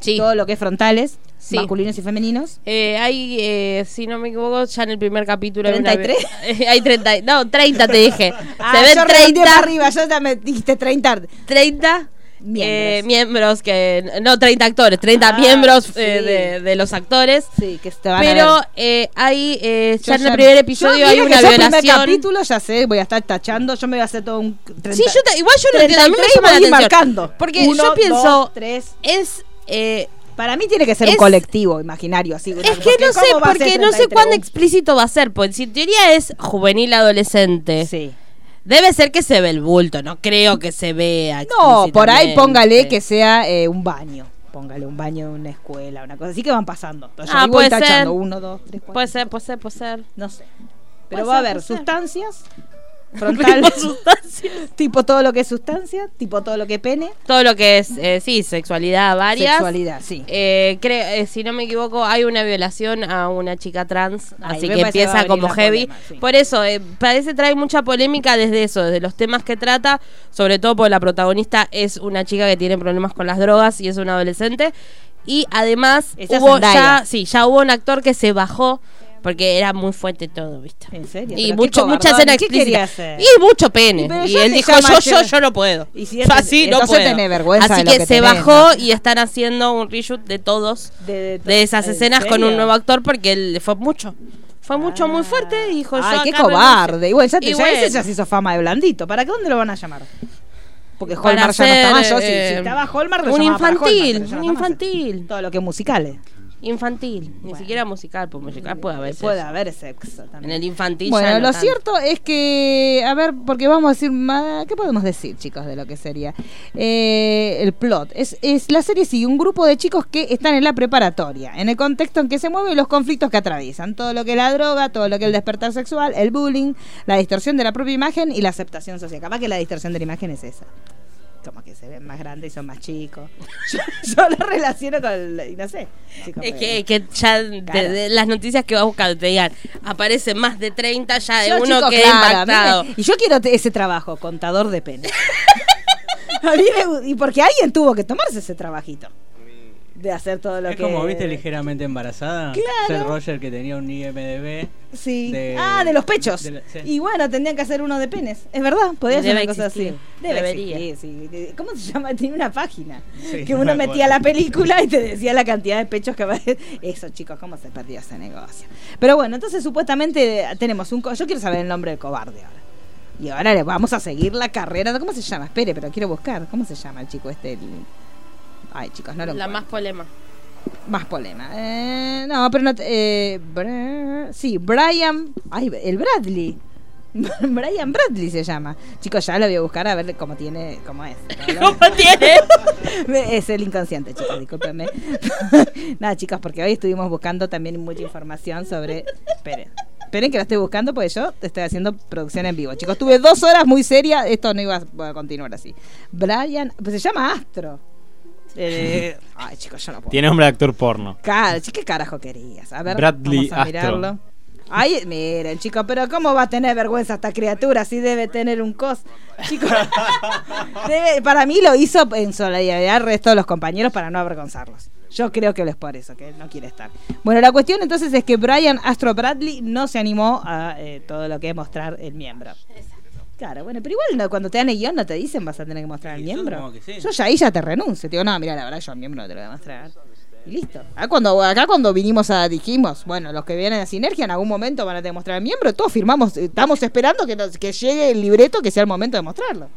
Speaker 5: Sí.
Speaker 3: todo lo que es frontales,
Speaker 5: Sí.
Speaker 3: masculinos y femeninos.
Speaker 5: Eh, hay, eh, si no me equivoco, ya en el primer capítulo. hay una-
Speaker 3: 33.
Speaker 5: Eh, hay 30. No, 30 te dije.
Speaker 3: Ah,
Speaker 5: Se ven
Speaker 3: yo redondeé
Speaker 5: 30.
Speaker 3: para arriba, yo ya me dijiste 30.
Speaker 5: 30
Speaker 3: Miembros.
Speaker 5: eh, miembros que. No, 30 actores. 30
Speaker 3: Ah,
Speaker 5: miembros
Speaker 3: sí.
Speaker 5: eh, de, de los actores.
Speaker 3: Sí, que te van
Speaker 5: Pero
Speaker 3: a ver.
Speaker 5: eh, hay. eh,
Speaker 3: Yo
Speaker 5: ya en el primer episodio
Speaker 3: yo,
Speaker 5: hay
Speaker 3: mira que
Speaker 5: una
Speaker 3: yo primer
Speaker 5: violación.
Speaker 3: capítulo ya sé, voy a estar tachando, yo me voy a hacer todo un 30.
Speaker 5: Sí, yo ta- igual yo no entiendo, a mí me
Speaker 3: 33
Speaker 5: llama la
Speaker 3: voy a ir
Speaker 5: atención.
Speaker 3: marcando.
Speaker 5: Porque
Speaker 3: Uno,
Speaker 5: yo pienso,
Speaker 3: dos, tres.
Speaker 5: es. eh,
Speaker 3: para mí tiene que ser un
Speaker 5: es-
Speaker 3: colectivo imaginario así.
Speaker 5: es que no sé, porque no sé cuán explícito va a ser. Pues si en teoría es juvenil adolescente,
Speaker 3: Sí.
Speaker 5: debe ser que se ve el bulto. No creo que se vea.
Speaker 3: No, por ahí
Speaker 5: explícitamente.
Speaker 3: póngale que sea eh, un baño. Póngale un baño de una escuela, una cosa así que van pasando. Entonces, yo
Speaker 5: Ah,
Speaker 3: ahí voy
Speaker 5: puede ser.
Speaker 3: tachando uno, dos, tres, cuatro.
Speaker 5: Puede ser, puede ser, puede ser.
Speaker 3: No sé.
Speaker 5: Puede
Speaker 3: Pero va a
Speaker 5: ser,
Speaker 3: haber
Speaker 5: puede ser.
Speaker 3: sustancias, frontal,
Speaker 5: Tipo sustancias.
Speaker 3: tipo todo lo que es sustancia, tipo todo lo que es pene,
Speaker 5: Todo lo que es, eh, sí, sexualidad varias.
Speaker 3: sexualidad, sí.
Speaker 5: Eh, creo, eh, si no me equivoco, hay una violación a una chica trans,
Speaker 3: Ahí
Speaker 5: así
Speaker 3: me parece
Speaker 5: que
Speaker 3: que va a
Speaker 5: empieza
Speaker 3: venir
Speaker 5: como
Speaker 3: la
Speaker 5: heavy.
Speaker 3: problema, sí.
Speaker 5: Por eso, eh, parece trae mucha polémica desde eso, desde los temas que trata, sobre todo porque la protagonista es una chica que tiene problemas con las drogas y es una adolescente. Y además,
Speaker 3: Esa es
Speaker 5: hubo
Speaker 3: Zendaya.
Speaker 5: ya, sí, ya hubo un actor que se bajó porque era muy fuerte todo, ¿viste?
Speaker 3: ¿En serio?
Speaker 5: Y
Speaker 3: Pero
Speaker 5: mucho,
Speaker 3: qué
Speaker 5: mucha
Speaker 3: cobardón,
Speaker 5: escena
Speaker 3: ¿qué
Speaker 5: explícita.
Speaker 3: quería hacer?
Speaker 5: Y mucho pene.
Speaker 3: Y pero
Speaker 5: Y,
Speaker 3: ya
Speaker 5: él
Speaker 3: te
Speaker 5: dijo,
Speaker 3: llama
Speaker 5: yo,
Speaker 3: lleno-
Speaker 5: yo, yo no puedo.
Speaker 3: Y si
Speaker 5: Yo
Speaker 3: es-
Speaker 5: así no
Speaker 3: entonces
Speaker 5: puedo.
Speaker 3: tenés vergüenza
Speaker 5: así
Speaker 3: de lo
Speaker 5: que,
Speaker 3: que
Speaker 5: se
Speaker 3: tenés,
Speaker 5: bajó
Speaker 3: ¿no?
Speaker 5: y están haciendo un reshoot de todos,
Speaker 3: De- de
Speaker 5: de,
Speaker 3: to-
Speaker 5: esas
Speaker 3: ¿en
Speaker 5: escenas con
Speaker 3: serio? Ah.
Speaker 5: un nuevo actor porque él fue mucho. Fue mucho, muy fuerte y dijo,
Speaker 3: Ay,
Speaker 5: yo
Speaker 3: qué
Speaker 5: acá renuncio.
Speaker 3: cobarde. Y bueno, ya, te,
Speaker 5: Y
Speaker 3: ya
Speaker 5: bueno,
Speaker 3: ese ya se hizo fama de blandito. ¿Para qué dónde lo van a llamar? Porque
Speaker 5: Para
Speaker 3: Holmar ya no está más.
Speaker 5: hacer,
Speaker 3: Yo, si, si
Speaker 5: eh,
Speaker 3: estaba Holmar, lo
Speaker 5: un
Speaker 3: llamaba para Hallmark,
Speaker 5: infantil,
Speaker 3: pero ya
Speaker 5: un
Speaker 3: no está más.
Speaker 5: infantil.
Speaker 3: Todo lo que es eh. musicales.
Speaker 5: Infantil, ni siquiera musical, pues musical puede haber.
Speaker 3: Puede
Speaker 5: sexo.
Speaker 3: haber sexo
Speaker 5: En
Speaker 3: también.
Speaker 5: el infantil
Speaker 3: Bueno,
Speaker 5: ya no
Speaker 3: lo
Speaker 5: tanto.
Speaker 3: cierto es que, a ver, porque vamos a decir más, ¿qué podemos decir, chicos, de lo que sería Eh, el plot? Es, es la serie sigue un grupo de chicos que están en la preparatoria, en el contexto en que se mueven y los conflictos que atraviesan, todo lo que es la droga, todo lo que es el despertar sexual, el bullying, la distorsión de la propia imagen y la aceptación social. Capaz que la distorsión de la imagen es esa. Como que se ven más grandes y son más chicos. Yo, yo lo relaciono con, el- no sé. chicos,
Speaker 5: Es
Speaker 3: pero-
Speaker 5: que, que ya de-
Speaker 3: Claro.
Speaker 5: de las noticias que vas buscando te digan, aparecen más de 30, ya de
Speaker 3: Yo,
Speaker 5: uno
Speaker 3: chico,
Speaker 5: que
Speaker 3: claro, a mí me-
Speaker 5: impactado.
Speaker 3: Y yo quiero te- ese trabajo, contador de pene. A mí me gu- y porque alguien tuvo que tomarse ese trabajito. De hacer todo lo
Speaker 9: Es
Speaker 3: que.
Speaker 9: como viste ligeramente embarazada.
Speaker 3: Claro.
Speaker 9: Seth Roger que tenía un IMDB.
Speaker 3: Sí.
Speaker 9: de-
Speaker 3: ah, de los pechos.
Speaker 9: de la- sí.
Speaker 3: Y bueno, tendrían que hacer uno de penes. Es verdad, podría ser
Speaker 5: Debe
Speaker 3: una cosa así.
Speaker 5: existir.
Speaker 3: Debe
Speaker 5: Debería.
Speaker 3: existir, sí. ¿Cómo se llama? Tiene una página.
Speaker 9: Sí,
Speaker 3: que
Speaker 9: no
Speaker 3: uno
Speaker 9: me
Speaker 3: metía
Speaker 9: acuerdo.
Speaker 3: la película y te decía la cantidad de pechos que había. Eso, chicos, ¿cómo se perdió ese negocio? Pero bueno, entonces supuestamente eh, tenemos un. co- Yo quiero saber el nombre del cobarde ahora. Y ahora le vamos a seguir la carrera. ¿Cómo se llama? Espere, pero quiero buscar. ¿Cómo se llama el chico este? El- Ay, chicos, no lo
Speaker 5: La
Speaker 3: encuentro.
Speaker 5: más polema.
Speaker 3: Más polema. Eh, no, pero no. te- eh, Bra- sí, Brian. Ay, el Bradley. Brian Bradley se llama. Chicos, ya lo voy a buscar a ver cómo tiene, cómo es.
Speaker 5: ¿Cómo tiene?
Speaker 3: es el inconsciente, chicos, discúlpenme. Nada, chicos, porque hoy estuvimos buscando también mucha información sobre. Esperen. Esperen que la estoy buscando porque yo estoy haciendo producción en vivo. Chicos, tuve dos horas muy serias. Esto no iba a a continuar así. Brian, pues se llama Astro. Eh, ay, chicos, yo no puedo.
Speaker 11: Tiene nombre de actor porno.
Speaker 3: Claro, chi- ¿qué carajo querías? A ver,
Speaker 11: Bradley
Speaker 3: vamos a
Speaker 11: Astro.
Speaker 3: mirarlo. Ay, miren, chicos, pero ¿cómo va a tener vergüenza esta criatura si debe tener un cos? Chicos, debe- para mí lo hizo en solidaridad al resto de los compañeros para no avergonzarlos. Yo creo que lo es por eso, que él no quiere estar. Bueno, la cuestión entonces es que Brian Astro Bradley no se animó a eh, todo lo que es mostrar el miembro. Claro, bueno, pero igual no, cuando te dan el guión no te dicen vas a tener que mostrar el miembro.
Speaker 9: supongo que sí.
Speaker 3: Yo ya ahí ya te renuncio. Te digo, no, mira, la verdad yo el miembro no te lo voy a mostrar. Y listo. Acá cuando, acá cuando vinimos a dijimos, bueno, los que vienen a Sinergia en algún momento van a demostrar el miembro, todos firmamos, eh, estamos esperando que, nos- que llegue el libreto que sea el momento de mostrarlo.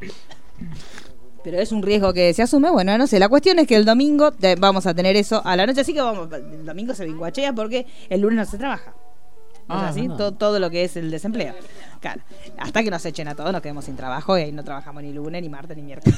Speaker 3: Pero es un riesgo que se asume, bueno, no sé, la cuestión es que el domingo te- vamos a tener eso a la noche, así que vamos, el domingo se vinguachea porque el lunes no se trabaja. ¿No es
Speaker 13: Ah,
Speaker 3: así?
Speaker 13: verdad.
Speaker 3: todo, todo lo que es el desempleo. Claro, hasta que nos echen a todos, nos quedemos sin trabajo y ahí no trabajamos ni lunes, ni martes, ni miércoles.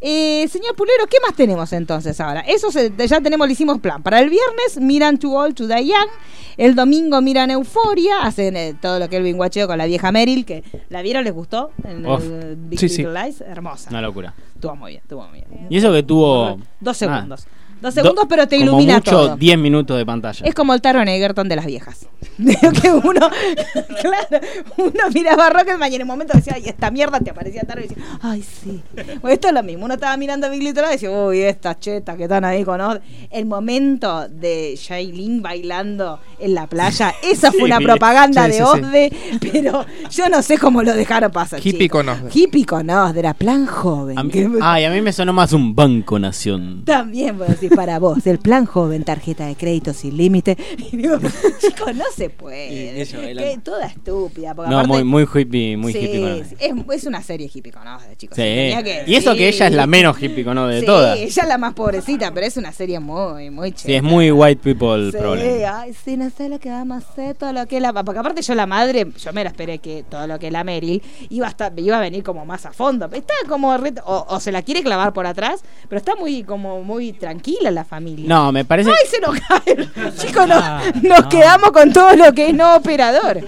Speaker 3: Eh, señor Pulero, ¿qué más tenemos entonces ahora? Eso se- ya tenemos, le hicimos plan. Para el viernes miran Too Old to Die Young, el domingo miran Euforia, hacen eh, todo lo que es el binguacheo con la vieja Meryl, que la vieron, les gustó, en
Speaker 11: Uf,
Speaker 3: el Big
Speaker 11: sí, sí.
Speaker 3: Little Lies, hermosa.
Speaker 11: Una locura.
Speaker 3: Estuvo muy bien, estuvo muy bien.
Speaker 11: Y eso que tuvo.
Speaker 3: Dos
Speaker 11: nada,
Speaker 3: segundos. Dos segundos, pero te
Speaker 11: Oh, ah. como
Speaker 3: ilumina
Speaker 11: mucho,
Speaker 3: todo.
Speaker 11: 10 minutos de pantalla.
Speaker 3: Es como el Taron Egerton de las viejas. que uno, claro, uno miraba Rocketman y en un momento decía, ay, esta mierda te aparecía Taron y decía, ay, sí. Bueno, esto es lo mismo. Uno estaba mirando Big Little Lies y decía, uy, estas chetas que están ahí con Oz". El momento de Shailene bailando en la playa, esa fue
Speaker 6: Sí,
Speaker 3: una
Speaker 6: sí,
Speaker 3: propaganda
Speaker 6: sí,
Speaker 3: de
Speaker 6: sí.
Speaker 3: Osde, pero yo no sé cómo lo dejaron pasar.
Speaker 11: Hippie
Speaker 3: chicos.
Speaker 11: con Osde.
Speaker 3: Hippie con Osde, era plan joven.
Speaker 11: A mí-
Speaker 3: que-
Speaker 11: ay, a mí me sonó más un Banco Nación.
Speaker 3: también voy a decir para vos, el plan joven, tarjeta de crédito sin límite. Y digo, chicos, no se puede.
Speaker 11: eso, bailando.
Speaker 3: Que toda estúpida. porque
Speaker 11: No,
Speaker 3: aparte-
Speaker 11: muy, muy hippie, muy
Speaker 3: Sí,
Speaker 11: hippie. con-
Speaker 3: sí, es, es una serie hippie con Oz, chicos.
Speaker 11: Sí.
Speaker 3: tenía que
Speaker 11: Y eso que
Speaker 3: decir.
Speaker 11: ella es la menos hippie con de
Speaker 3: Sí,
Speaker 11: todas.
Speaker 3: ella es la más pobrecita, pero es una serie muy, muy
Speaker 11: Sí,
Speaker 3: chévere.
Speaker 11: es muy white people
Speaker 3: Sí,
Speaker 11: problem.
Speaker 3: ay, sí, no sé lo que vamos a hacer, todo lo que la. Porque aparte yo la madre, yo me la esperé que todo lo que la Meryl iba a estar, iba a venir como más a fondo. Está como re- o, o se la quiere clavar por atrás, pero está muy, como muy tranquila la familia.
Speaker 11: No, me parece- Ah,
Speaker 3: Ay, se nos cae. Chicos, no- nos quedamos con todo lo que es no operador.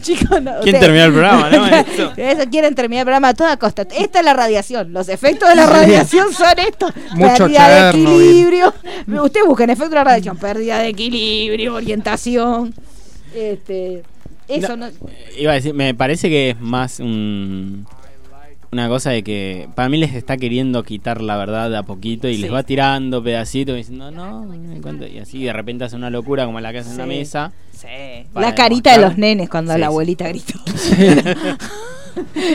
Speaker 3: Chicos, no.
Speaker 11: ¿Quién
Speaker 3: ustedes-
Speaker 11: terminó el programa, no? Eso.
Speaker 3: Eso, quieren terminar el programa a toda costa. Esta es la radiación. Los efectos de la radiación son estos.
Speaker 13: Mucho
Speaker 3: Pérdida de
Speaker 13: Chernobyl.
Speaker 3: equilibrio. Usted busca en efecto de la radiación. Pérdida de equilibrio, orientación. Este, eso no.
Speaker 11: Iba a decir, me parece que es más un- una cosa de que para mí les está queriendo quitar la verdad de a poquito y les va tirando pedacitos y diciendo, no, no, me di cuenta", y así de repente hace una locura como la que hace en la
Speaker 3: Sí.
Speaker 11: mesa.
Speaker 3: Sí.
Speaker 11: para
Speaker 3: la carita de
Speaker 11: demostrar-
Speaker 3: los nenes cuando
Speaker 11: Sí,
Speaker 3: la
Speaker 11: sí.
Speaker 3: abuelita gritó.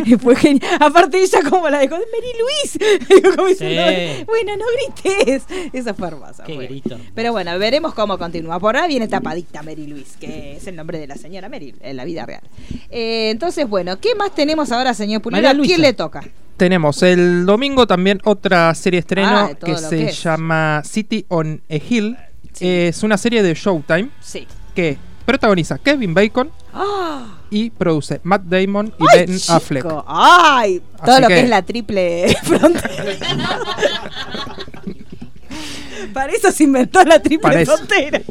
Speaker 3: Y Fue genial. Aparte ella como la dejó de Mary Luis. Digo, como diciendo,
Speaker 9: Sí.
Speaker 3: Bueno, no grites. Eso fue hermoso.
Speaker 9: Qué
Speaker 3: fue.
Speaker 9: grito.
Speaker 3: Pero bueno, veremos cómo continúa. Por ahora viene tapadita Mary Luis, que es el nombre de la señora Mary en la vida real. Eh, entonces, bueno, ¿qué más tenemos ahora, señor Pulero?
Speaker 6: María
Speaker 3: ¿A quién
Speaker 6: Luisa.
Speaker 3: le toca?
Speaker 6: Tenemos el domingo también otra serie estreno
Speaker 3: Ah, de todo
Speaker 6: que
Speaker 3: lo
Speaker 6: se
Speaker 3: que es.
Speaker 6: llama City on a Hill. Es una serie de Showtime
Speaker 3: Sí.
Speaker 6: que protagoniza Kevin Bacon
Speaker 3: ¡Ah!
Speaker 6: y produce Matt Damon y
Speaker 3: ¡Ay,
Speaker 6: Ben
Speaker 3: chico!
Speaker 6: Affleck.
Speaker 3: ¡Ay! Todo
Speaker 6: Así
Speaker 3: lo que...
Speaker 6: que-
Speaker 3: es la triple frontera. Para eso se inventó la triple
Speaker 11: Para eso.
Speaker 3: frontera.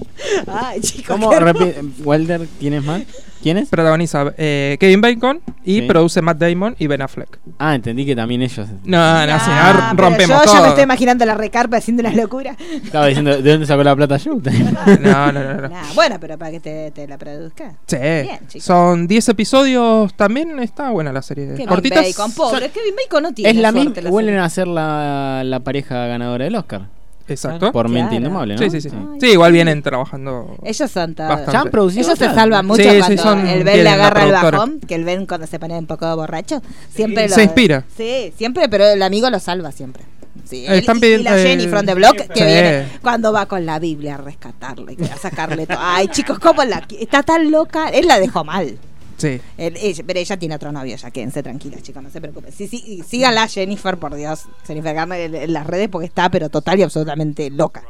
Speaker 3: Ay, chicos.
Speaker 11: ¿Cómo?
Speaker 3: qué hermoso.
Speaker 11: Repi- Walter, ¿quién es más? ¿Quién es?
Speaker 6: Protagoniza eh, Kevin Bacon y
Speaker 11: Sí.
Speaker 6: produce Matt Damon y Ben Affleck.
Speaker 11: Ah, entendí que también ellos.
Speaker 6: No, no, si no,
Speaker 3: Ah, pero
Speaker 6: rompemos
Speaker 3: yo ya
Speaker 6: todo.
Speaker 3: me estoy imaginando la recarpa haciendo unas locuras.
Speaker 11: Estaba diciendo, ¿de dónde sacó la plata yo?
Speaker 6: no, no, no, no.
Speaker 3: Nah, bueno, pero para que te, te la produzca.
Speaker 6: Sí.
Speaker 3: Bien, chicos.
Speaker 6: Son 10 episodios también. Está buena la serie.
Speaker 3: Kevin
Speaker 6: Cortitas.
Speaker 3: Bacon, pobre. Kevin Bacon no tiene
Speaker 11: Es la
Speaker 3: suerte,
Speaker 11: misma.
Speaker 3: la
Speaker 11: Vuelven
Speaker 3: serie.
Speaker 11: a ser la, la pareja ganadora del Oscar.
Speaker 6: Exacto.
Speaker 11: Por mente indomable, ¿no?
Speaker 6: Sí, sí, sí. Sí, igual vienen trabajando.
Speaker 3: Ellos son todos-
Speaker 6: Bastante.
Speaker 11: Ya han producido
Speaker 3: Ellos se
Speaker 11: otras.
Speaker 3: salvan mucho
Speaker 6: Sí, sí,
Speaker 3: cuando el
Speaker 6: son-
Speaker 3: Ben
Speaker 6: tienen
Speaker 3: le
Speaker 6: la
Speaker 3: agarra el
Speaker 6: productora.
Speaker 3: bajón, que el Ben cuando se pone un poco borracho, siempre
Speaker 6: Se
Speaker 3: lo-
Speaker 6: inspira.
Speaker 3: Sí, siempre, pero el amigo lo salva siempre. Sí,
Speaker 6: Eh, están
Speaker 3: él- y- y,
Speaker 6: pidiendo,
Speaker 3: la
Speaker 6: eh,
Speaker 3: Jenny from the block que
Speaker 6: Sí.
Speaker 3: viene cuando va con la Biblia a rescatarlo y que va a sacarle todo. Ay, chicos, cómo la qui- está tan loca, él la dejó mal.
Speaker 6: Sí.
Speaker 3: Él- ella- pero ella tiene otro novio, ya quédense tranquilas, chicos, no se preocupen. Sí, sí, y síganla Jennifer, por Dios, Jennifer Garner en, en las redes porque está, pero total y absolutamente loca.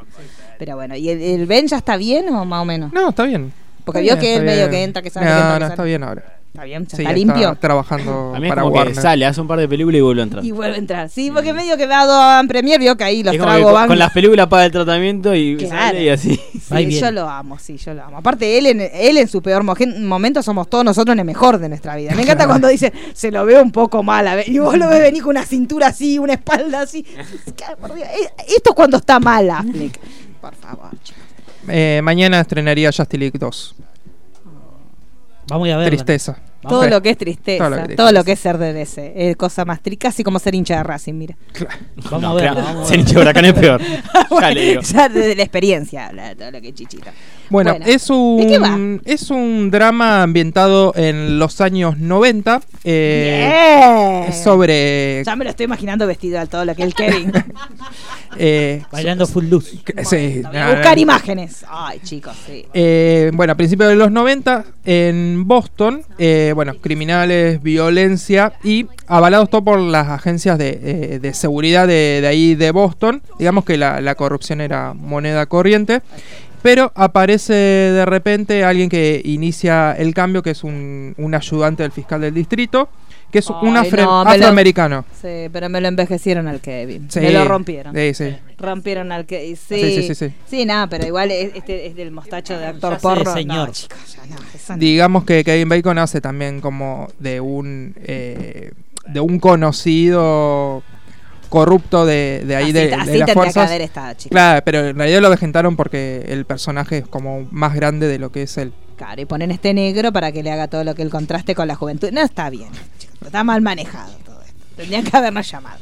Speaker 3: Pero bueno, ¿y el, el Ben ya está bien o más o menos?
Speaker 6: No, está bien.
Speaker 3: Porque
Speaker 6: Está
Speaker 3: vio que
Speaker 6: bien,
Speaker 3: él
Speaker 6: está
Speaker 3: medio
Speaker 6: bien.
Speaker 3: que entra, que sale,
Speaker 6: No,
Speaker 3: que entra, que
Speaker 6: no,
Speaker 3: sale.
Speaker 6: está bien ahora.
Speaker 3: Está bien, ya
Speaker 6: Sí,
Speaker 3: está limpio.
Speaker 6: trabajando
Speaker 11: A mí es
Speaker 6: para
Speaker 11: como que
Speaker 6: Warner.
Speaker 11: sale, hace un par de películas y vuelve a entrar.
Speaker 3: Y vuelve a entrar. Sí, porque medio que va a Adam Premier, vio que ahí los
Speaker 11: Es como que
Speaker 3: tragos
Speaker 11: con,
Speaker 3: van.
Speaker 11: con las películas paga el tratamiento y
Speaker 3: Claro.
Speaker 11: sale y así.
Speaker 3: Sí, yo lo amo, sí, yo lo amo. Aparte, él en, él en su peor moje- momento somos todos nosotros en el mejor de nuestra vida. Me encanta cuando dice, se lo veo un poco mal. a ver", Y vos lo ves venir con una cintura así, una espalda así. Ay, por Dios, eh, Esto es cuando está mal, Affleck. Por favor, chicos.
Speaker 6: Eh, mañana estrenaría Justice League 2.
Speaker 9: Vamos a ir a verla.
Speaker 6: Tristeza.
Speaker 3: Todo
Speaker 6: Sí.
Speaker 3: lo que es tristeza, todo lo que, es ser de DC, eh, cosa más triste, casi como ser hincha de Racing, mira.
Speaker 9: Vamos
Speaker 11: No,
Speaker 9: a verla.
Speaker 11: claro,
Speaker 9: vamos a
Speaker 11: ser
Speaker 9: verla.
Speaker 11: hincha de Huracán es peor. ya
Speaker 3: Bueno,
Speaker 11: le digo.
Speaker 3: ya desde la experiencia habla de todo lo que es chichita.
Speaker 6: Bueno,
Speaker 3: Bueno,
Speaker 6: es
Speaker 3: ¿de qué va?
Speaker 6: un es un drama ambientado en los años 90 eh,
Speaker 3: Bien.
Speaker 6: sobre
Speaker 3: Ya me lo estoy imaginando vestido al todo lo que el Kevin.
Speaker 6: eh,
Speaker 9: Bailando full luz.
Speaker 6: que- sí, ah, eh,
Speaker 3: Voy a
Speaker 6: no,
Speaker 3: buscar
Speaker 6: no.
Speaker 3: imágenes. Ay, chicos, sí.
Speaker 6: Eh, bueno, a principios de los 90 en Boston, eh, bueno, criminales, violencia y avalados todo por las agencias de, eh, de seguridad de, de ahí de Boston. Digamos que la, la corrupción era moneda corriente. Pero aparece de repente alguien que inicia el cambio, que es un, un ayudante del fiscal del distrito, que es un
Speaker 3: Ay,
Speaker 6: afro-
Speaker 3: no, me lo-
Speaker 6: afroamericano.
Speaker 3: Sí, pero me lo envejecieron al Kevin.
Speaker 6: Sí,
Speaker 3: me lo rompieron.
Speaker 6: sí, sí.
Speaker 3: Rompieron al Kevin. Sí,
Speaker 6: Sí, sí, sí, sí.
Speaker 3: nada, pero igual es, este es del mostacho de actor
Speaker 9: Ya sé,
Speaker 3: porro.
Speaker 9: señor.
Speaker 3: No, chicos, ya no, eso no.
Speaker 6: digamos que Kevin Bacon hace también como de un eh, de un conocido corrupto de, de ahí
Speaker 3: Así ta-
Speaker 6: de, de
Speaker 3: así
Speaker 6: las
Speaker 3: tendría que
Speaker 6: fuerzas
Speaker 3: haber estado, chicos.
Speaker 6: claro pero en realidad lo vejentaron porque el personaje es como más grande de lo que es él
Speaker 3: Claro, y ponen este negro para que le haga todo lo que el contraste con la juventud. No está bien, chicos, está mal manejado todo esto. Tendrían que habernos llamado.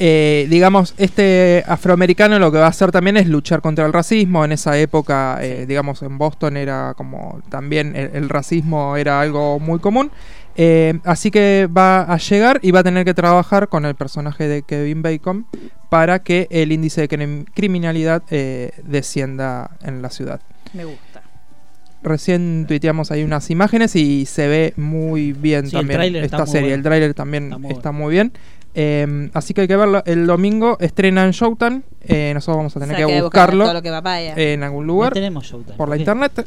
Speaker 6: Eh, digamos este afroamericano lo que va a hacer también es luchar contra el racismo en esa época eh, digamos en Boston era como también el, el racismo era algo muy común Eh, así que va a llegar y va a tener que trabajar con el personaje de Kevin Bacon para que el índice de crim- criminalidad eh, descienda en la ciudad.
Speaker 3: Me gusta.
Speaker 6: Recién tuiteamos ahí unas imágenes y se ve muy bien
Speaker 9: Sí, el
Speaker 6: también
Speaker 9: tráiler
Speaker 6: esta
Speaker 9: está muy
Speaker 6: serie.
Speaker 9: bueno.
Speaker 6: El tráiler también está
Speaker 9: Está
Speaker 6: muy,
Speaker 9: muy
Speaker 6: bien. Eh, así que hay que verlo. El domingo estrena en Showtime. Eh, nosotros vamos a tener
Speaker 3: O sea,
Speaker 6: que,
Speaker 3: hay buscar
Speaker 6: buscarlo Eh,
Speaker 3: Todo lo que papaya.
Speaker 6: en algún
Speaker 9: No
Speaker 6: lugar
Speaker 9: tenemos Showtime.
Speaker 6: por la
Speaker 9: ¿qué?
Speaker 6: internet.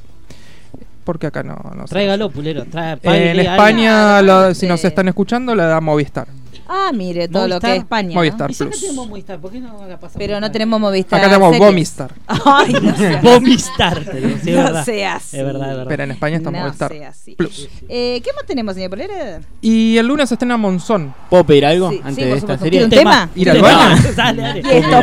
Speaker 6: Porque acá no, no se-
Speaker 9: Tráigalo, pulero. trae- páguele
Speaker 6: En
Speaker 9: a
Speaker 6: España,
Speaker 3: alguien.
Speaker 6: lo- si nos están escuchando, la da Movistar.
Speaker 3: Ah, mire, todo lo que
Speaker 9: Movistar.
Speaker 3: es España. ¿no?
Speaker 6: Movistar
Speaker 9: alguien. ¿Y ya que
Speaker 6: Plus.
Speaker 9: tenemos Movistar? ¿Por qué no la pasamos?
Speaker 3: Pero no
Speaker 9: acá?
Speaker 3: tenemos Movistar.
Speaker 6: Acá tenemos
Speaker 3: series.
Speaker 6: Bomistar.
Speaker 3: Ay, no seas-
Speaker 9: Vomistar. te digo, sí, es
Speaker 3: No
Speaker 9: verdad.
Speaker 3: sea así.
Speaker 9: Es verdad, es verdad.
Speaker 6: Pero en España está
Speaker 3: no
Speaker 6: Movistar
Speaker 3: sea así.
Speaker 6: Plus.
Speaker 3: Eh, ¿Qué más tenemos, señor Polera?
Speaker 6: Y el lunes estrena Monzón.
Speaker 11: ¿Puedo pedir algo
Speaker 3: Sí, sí,
Speaker 11: antes
Speaker 3: por
Speaker 11: de esta
Speaker 3: supuesto.
Speaker 11: serie?
Speaker 3: ¿Un tema?
Speaker 6: Ir al
Speaker 9: Tema.
Speaker 6: baño.
Speaker 9: Dale, dale.
Speaker 3: Y esto.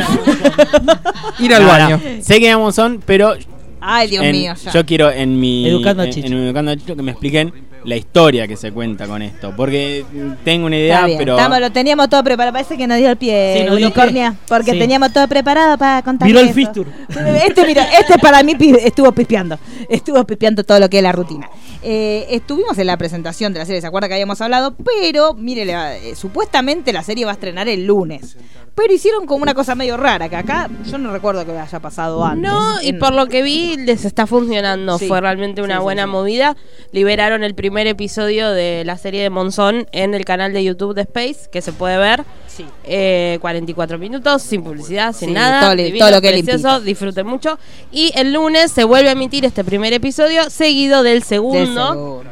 Speaker 6: Ir al
Speaker 11: No, no,
Speaker 6: baño.
Speaker 11: Sé que Amazon, pero
Speaker 3: Ay, Dios
Speaker 11: en-
Speaker 3: mío, ya.
Speaker 11: yo quiero en mi
Speaker 9: Educando a
Speaker 11: en-
Speaker 9: Chicho.
Speaker 11: en mi educando a Chicho que me expliquen la historia que se cuenta con esto, porque tengo una idea,
Speaker 3: Está bien,
Speaker 11: pero
Speaker 3: estamos- lo teníamos todo preparado. Parece que nos dio el pie,
Speaker 9: Sí, nos dio el
Speaker 3: unicornia. Porque
Speaker 9: Sí.
Speaker 3: teníamos todo preparado para contar.
Speaker 9: Miró el
Speaker 3: eso.
Speaker 9: fixture.
Speaker 3: Este, miró, este para mí pi- estuvo pispeando. Estuvo pispeando todo lo que es la rutina. Eh, estuvimos en la presentación de la serie, ¿se acuerda que habíamos hablado? Pero, mire, la- eh, supuestamente la serie va a estrenar el lunes. Pero hicieron como una cosa medio rara, que acá yo no recuerdo que haya pasado antes.
Speaker 5: No, y
Speaker 3: En-
Speaker 5: por lo que vi les está funcionando.
Speaker 3: Sí.
Speaker 5: Fue realmente una
Speaker 3: Sí, sí,
Speaker 5: buena
Speaker 3: sí.
Speaker 5: movida. Liberaron el primer episodio de la serie de Monzón en el canal de YouTube de Space, que se puede ver.
Speaker 3: Sí.
Speaker 5: Eh, 44 minutos, sin publicidad, sin
Speaker 3: Sí,
Speaker 5: nada.
Speaker 3: todo li-
Speaker 5: divino,
Speaker 3: todo lo que limpito.
Speaker 5: precioso, disfruten mucho. Y el lunes se vuelve a emitir este primer episodio, seguido del segundo.
Speaker 3: Del segundo.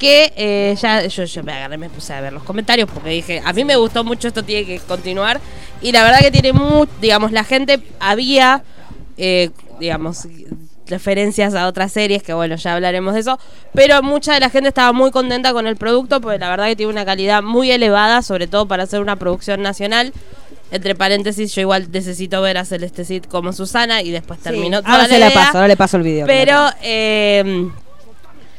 Speaker 5: Que eh, ya yo, yo me agarré, me puse a ver los comentarios porque dije, a mí me gustó mucho, esto tiene que continuar. Y la verdad que tiene mucho, digamos, la gente había, eh, digamos, referencias a otras series, que bueno, ya hablaremos de eso. Pero mucha de la gente estaba muy contenta con el producto porque la verdad que tiene una calidad muy elevada, sobre todo para hacer una producción nacional. Entre paréntesis, yo igual necesito ver a Celeste Cid como Susana y después terminó. toda
Speaker 3: Ahora se la
Speaker 5: idea.
Speaker 3: paso, ahora le paso el video.
Speaker 5: Pero eh,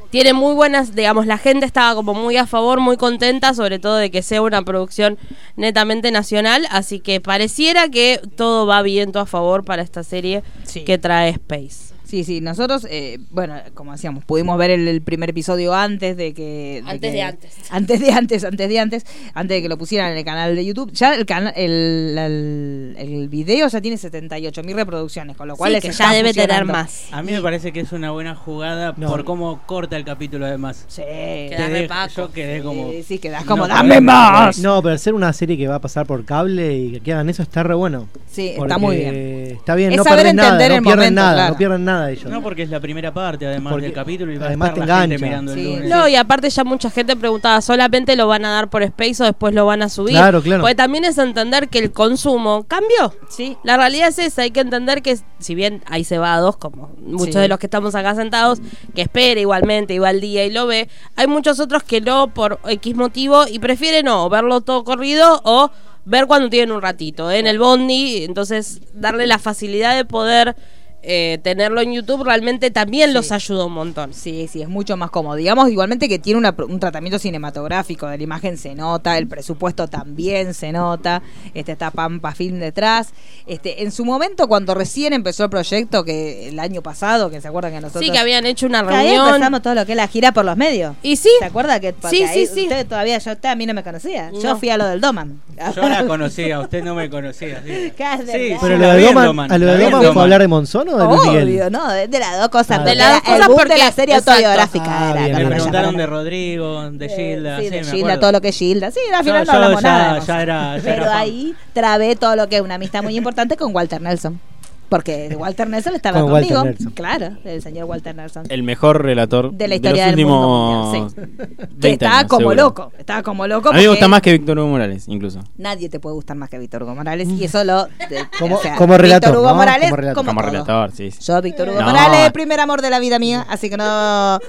Speaker 5: tiene muy buenas, digamos, la gente estaba como muy a favor, muy contenta, sobre todo de que sea una producción netamente nacional, así que pareciera que todo va viento a favor para esta serie
Speaker 3: Sí.
Speaker 5: que trae Space.
Speaker 3: Sí, sí, nosotros, eh, bueno, como decíamos, pudimos ver el, el primer episodio antes de que...
Speaker 5: Antes
Speaker 3: que-
Speaker 5: de antes.
Speaker 3: Antes de antes, antes de antes, antes de que lo pusieran en el canal de YouTube. Ya el cana- el, el, el video ya tiene 78 mil reproducciones, con lo cual
Speaker 5: Sí,
Speaker 3: les
Speaker 5: que
Speaker 3: está
Speaker 5: ya debe tener
Speaker 3: funcionando.
Speaker 5: más.
Speaker 9: A mí me parece que es una buena jugada por cómo corta el capítulo además.
Speaker 3: Sí.
Speaker 5: Quedás
Speaker 9: Te de-
Speaker 5: repaco.
Speaker 9: Yo quedé como...
Speaker 3: Sí, sí, quedás como,
Speaker 9: No,
Speaker 3: ¡dame más!
Speaker 10: No, pero hacer una serie que va a pasar por cable y que hagan eso está re bueno.
Speaker 3: Sí, está
Speaker 10: Porque
Speaker 3: muy bien.
Speaker 10: Está bien,
Speaker 3: Es
Speaker 10: no
Speaker 3: saber
Speaker 10: pierden nada,
Speaker 3: entender
Speaker 10: no
Speaker 3: el
Speaker 10: pierden
Speaker 3: momento,
Speaker 10: nada,
Speaker 3: claro.
Speaker 10: no pierden nada, nada ellos.
Speaker 9: No, porque es la primera parte, además
Speaker 10: Porque-
Speaker 9: del capítulo, y va
Speaker 10: además
Speaker 9: a
Speaker 10: te
Speaker 9: estar la gente
Speaker 10: engancha.
Speaker 9: mirando el lunes.
Speaker 5: No, y aparte ya mucha gente preguntaba, ¿solamente lo van a dar por Space o después lo van a subir?
Speaker 10: Claro, claro.
Speaker 5: Porque también es entender que el consumo cambió. Sí. La realidad es esa, hay que entender que si bien hay cebados, como muchos
Speaker 2: Sí.
Speaker 5: de los que estamos acá sentados, que espera igualmente, iba al día y lo ve, hay muchos otros que no por X motivo y prefieren o verlo todo corrido o ver cuando tienen un ratito ¿eh? en el bondi, entonces darle la facilidad de poder... eh, tenerlo en YouTube realmente también los ayuda un montón.
Speaker 3: Sí, sí, es mucho más cómodo. Digamos igualmente que tiene una pr- un tratamiento cinematográfico, de la imagen se nota, el presupuesto también se nota, este está Pampa Film detrás. Este, en su momento, cuando recién empezó el proyecto, que el año pasado, que se acuerdan que nosotros...
Speaker 5: Sí, que habían hecho una
Speaker 3: Que ahí
Speaker 5: reunión.
Speaker 3: empezamos todo lo que es la gira por los medios.
Speaker 5: ¿Y sí?
Speaker 3: ¿Se acuerda que porque
Speaker 5: Sí,
Speaker 3: ahí
Speaker 5: sí, sí.
Speaker 3: usted todavía yo a mí no me conocía? Yo
Speaker 5: No.
Speaker 3: fui a lo del Doman.
Speaker 9: Yo la conocía, usted no me conocía. Sí,
Speaker 3: Claro,
Speaker 9: Sí, sí,
Speaker 10: Pero lo
Speaker 9: la
Speaker 10: de
Speaker 9: vi en
Speaker 10: Doman,
Speaker 9: Doman,
Speaker 10: ¿a lo
Speaker 9: la
Speaker 10: de
Speaker 9: vi en
Speaker 10: Doman fue a
Speaker 9: Doman.
Speaker 10: hablar de Monzón o de Luis Miguel?
Speaker 3: Obvio, no, de, de las dos cosas.
Speaker 5: Ah,
Speaker 3: porque
Speaker 5: de las
Speaker 3: era
Speaker 5: dos cosas
Speaker 3: el boom
Speaker 5: porque-
Speaker 3: de la serie
Speaker 5: exacto.
Speaker 3: autobiográfica
Speaker 10: Ah,
Speaker 3: era.
Speaker 10: bien,
Speaker 9: Me
Speaker 10: bien.
Speaker 9: preguntaron de Rodrigo, de Gilda.
Speaker 3: Eh, Sí,
Speaker 9: sí,
Speaker 3: de
Speaker 9: me
Speaker 3: Gilda,
Speaker 9: acuerdo.
Speaker 3: todo lo que es Gilda. Sí, al
Speaker 9: Yo-
Speaker 3: final no
Speaker 9: yo
Speaker 3: hablamos
Speaker 9: ya-
Speaker 3: nada. de
Speaker 9: ya era- ya
Speaker 3: Pero
Speaker 9: era fan.
Speaker 3: ahí trabé todo lo que es una amistad muy importante con Walter Nelson. Porque Walter Nelson estaba
Speaker 11: Con Walter
Speaker 3: conmigo.
Speaker 11: Nelson.
Speaker 3: Claro, el señor Walter Nelson.
Speaker 11: El mejor relator
Speaker 3: De la historia
Speaker 11: de los
Speaker 3: del mundo
Speaker 11: últimos
Speaker 3: mundial, sí.
Speaker 11: 20
Speaker 3: Que estaba
Speaker 11: años,
Speaker 3: como
Speaker 11: seguro.
Speaker 3: loco. Estaba como loco.
Speaker 11: A mí me gusta
Speaker 3: porque
Speaker 11: más que Víctor Hugo Morales, incluso.
Speaker 3: Nadie te puede gustar más que Víctor Hugo Morales. Y eso lo. de-
Speaker 11: Como-
Speaker 3: o sea,
Speaker 11: como relator,
Speaker 3: Víctor Hugo
Speaker 11: ¿no?
Speaker 3: Morales,
Speaker 11: Como relator.
Speaker 3: como
Speaker 11: Como
Speaker 3: todo.
Speaker 11: relator, sí, sí.
Speaker 3: Yo, Víctor Hugo
Speaker 11: No.
Speaker 3: Morales, primer amor de la vida mía. Así que no.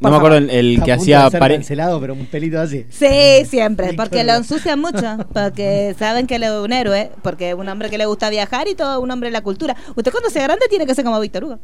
Speaker 11: No me acuerdo el, el
Speaker 10: Está
Speaker 11: que
Speaker 10: a punto de
Speaker 11: hacía
Speaker 10: ser
Speaker 11: pare-
Speaker 10: cancelado, pero un pelito así.
Speaker 3: Sí, siempre, porque lo ensucian mucho, porque saben que él es un héroe, porque es un hombre que le gusta viajar y todo un hombre de la cultura. Usted cuando sea grande tiene que ser como Víctor Hugo.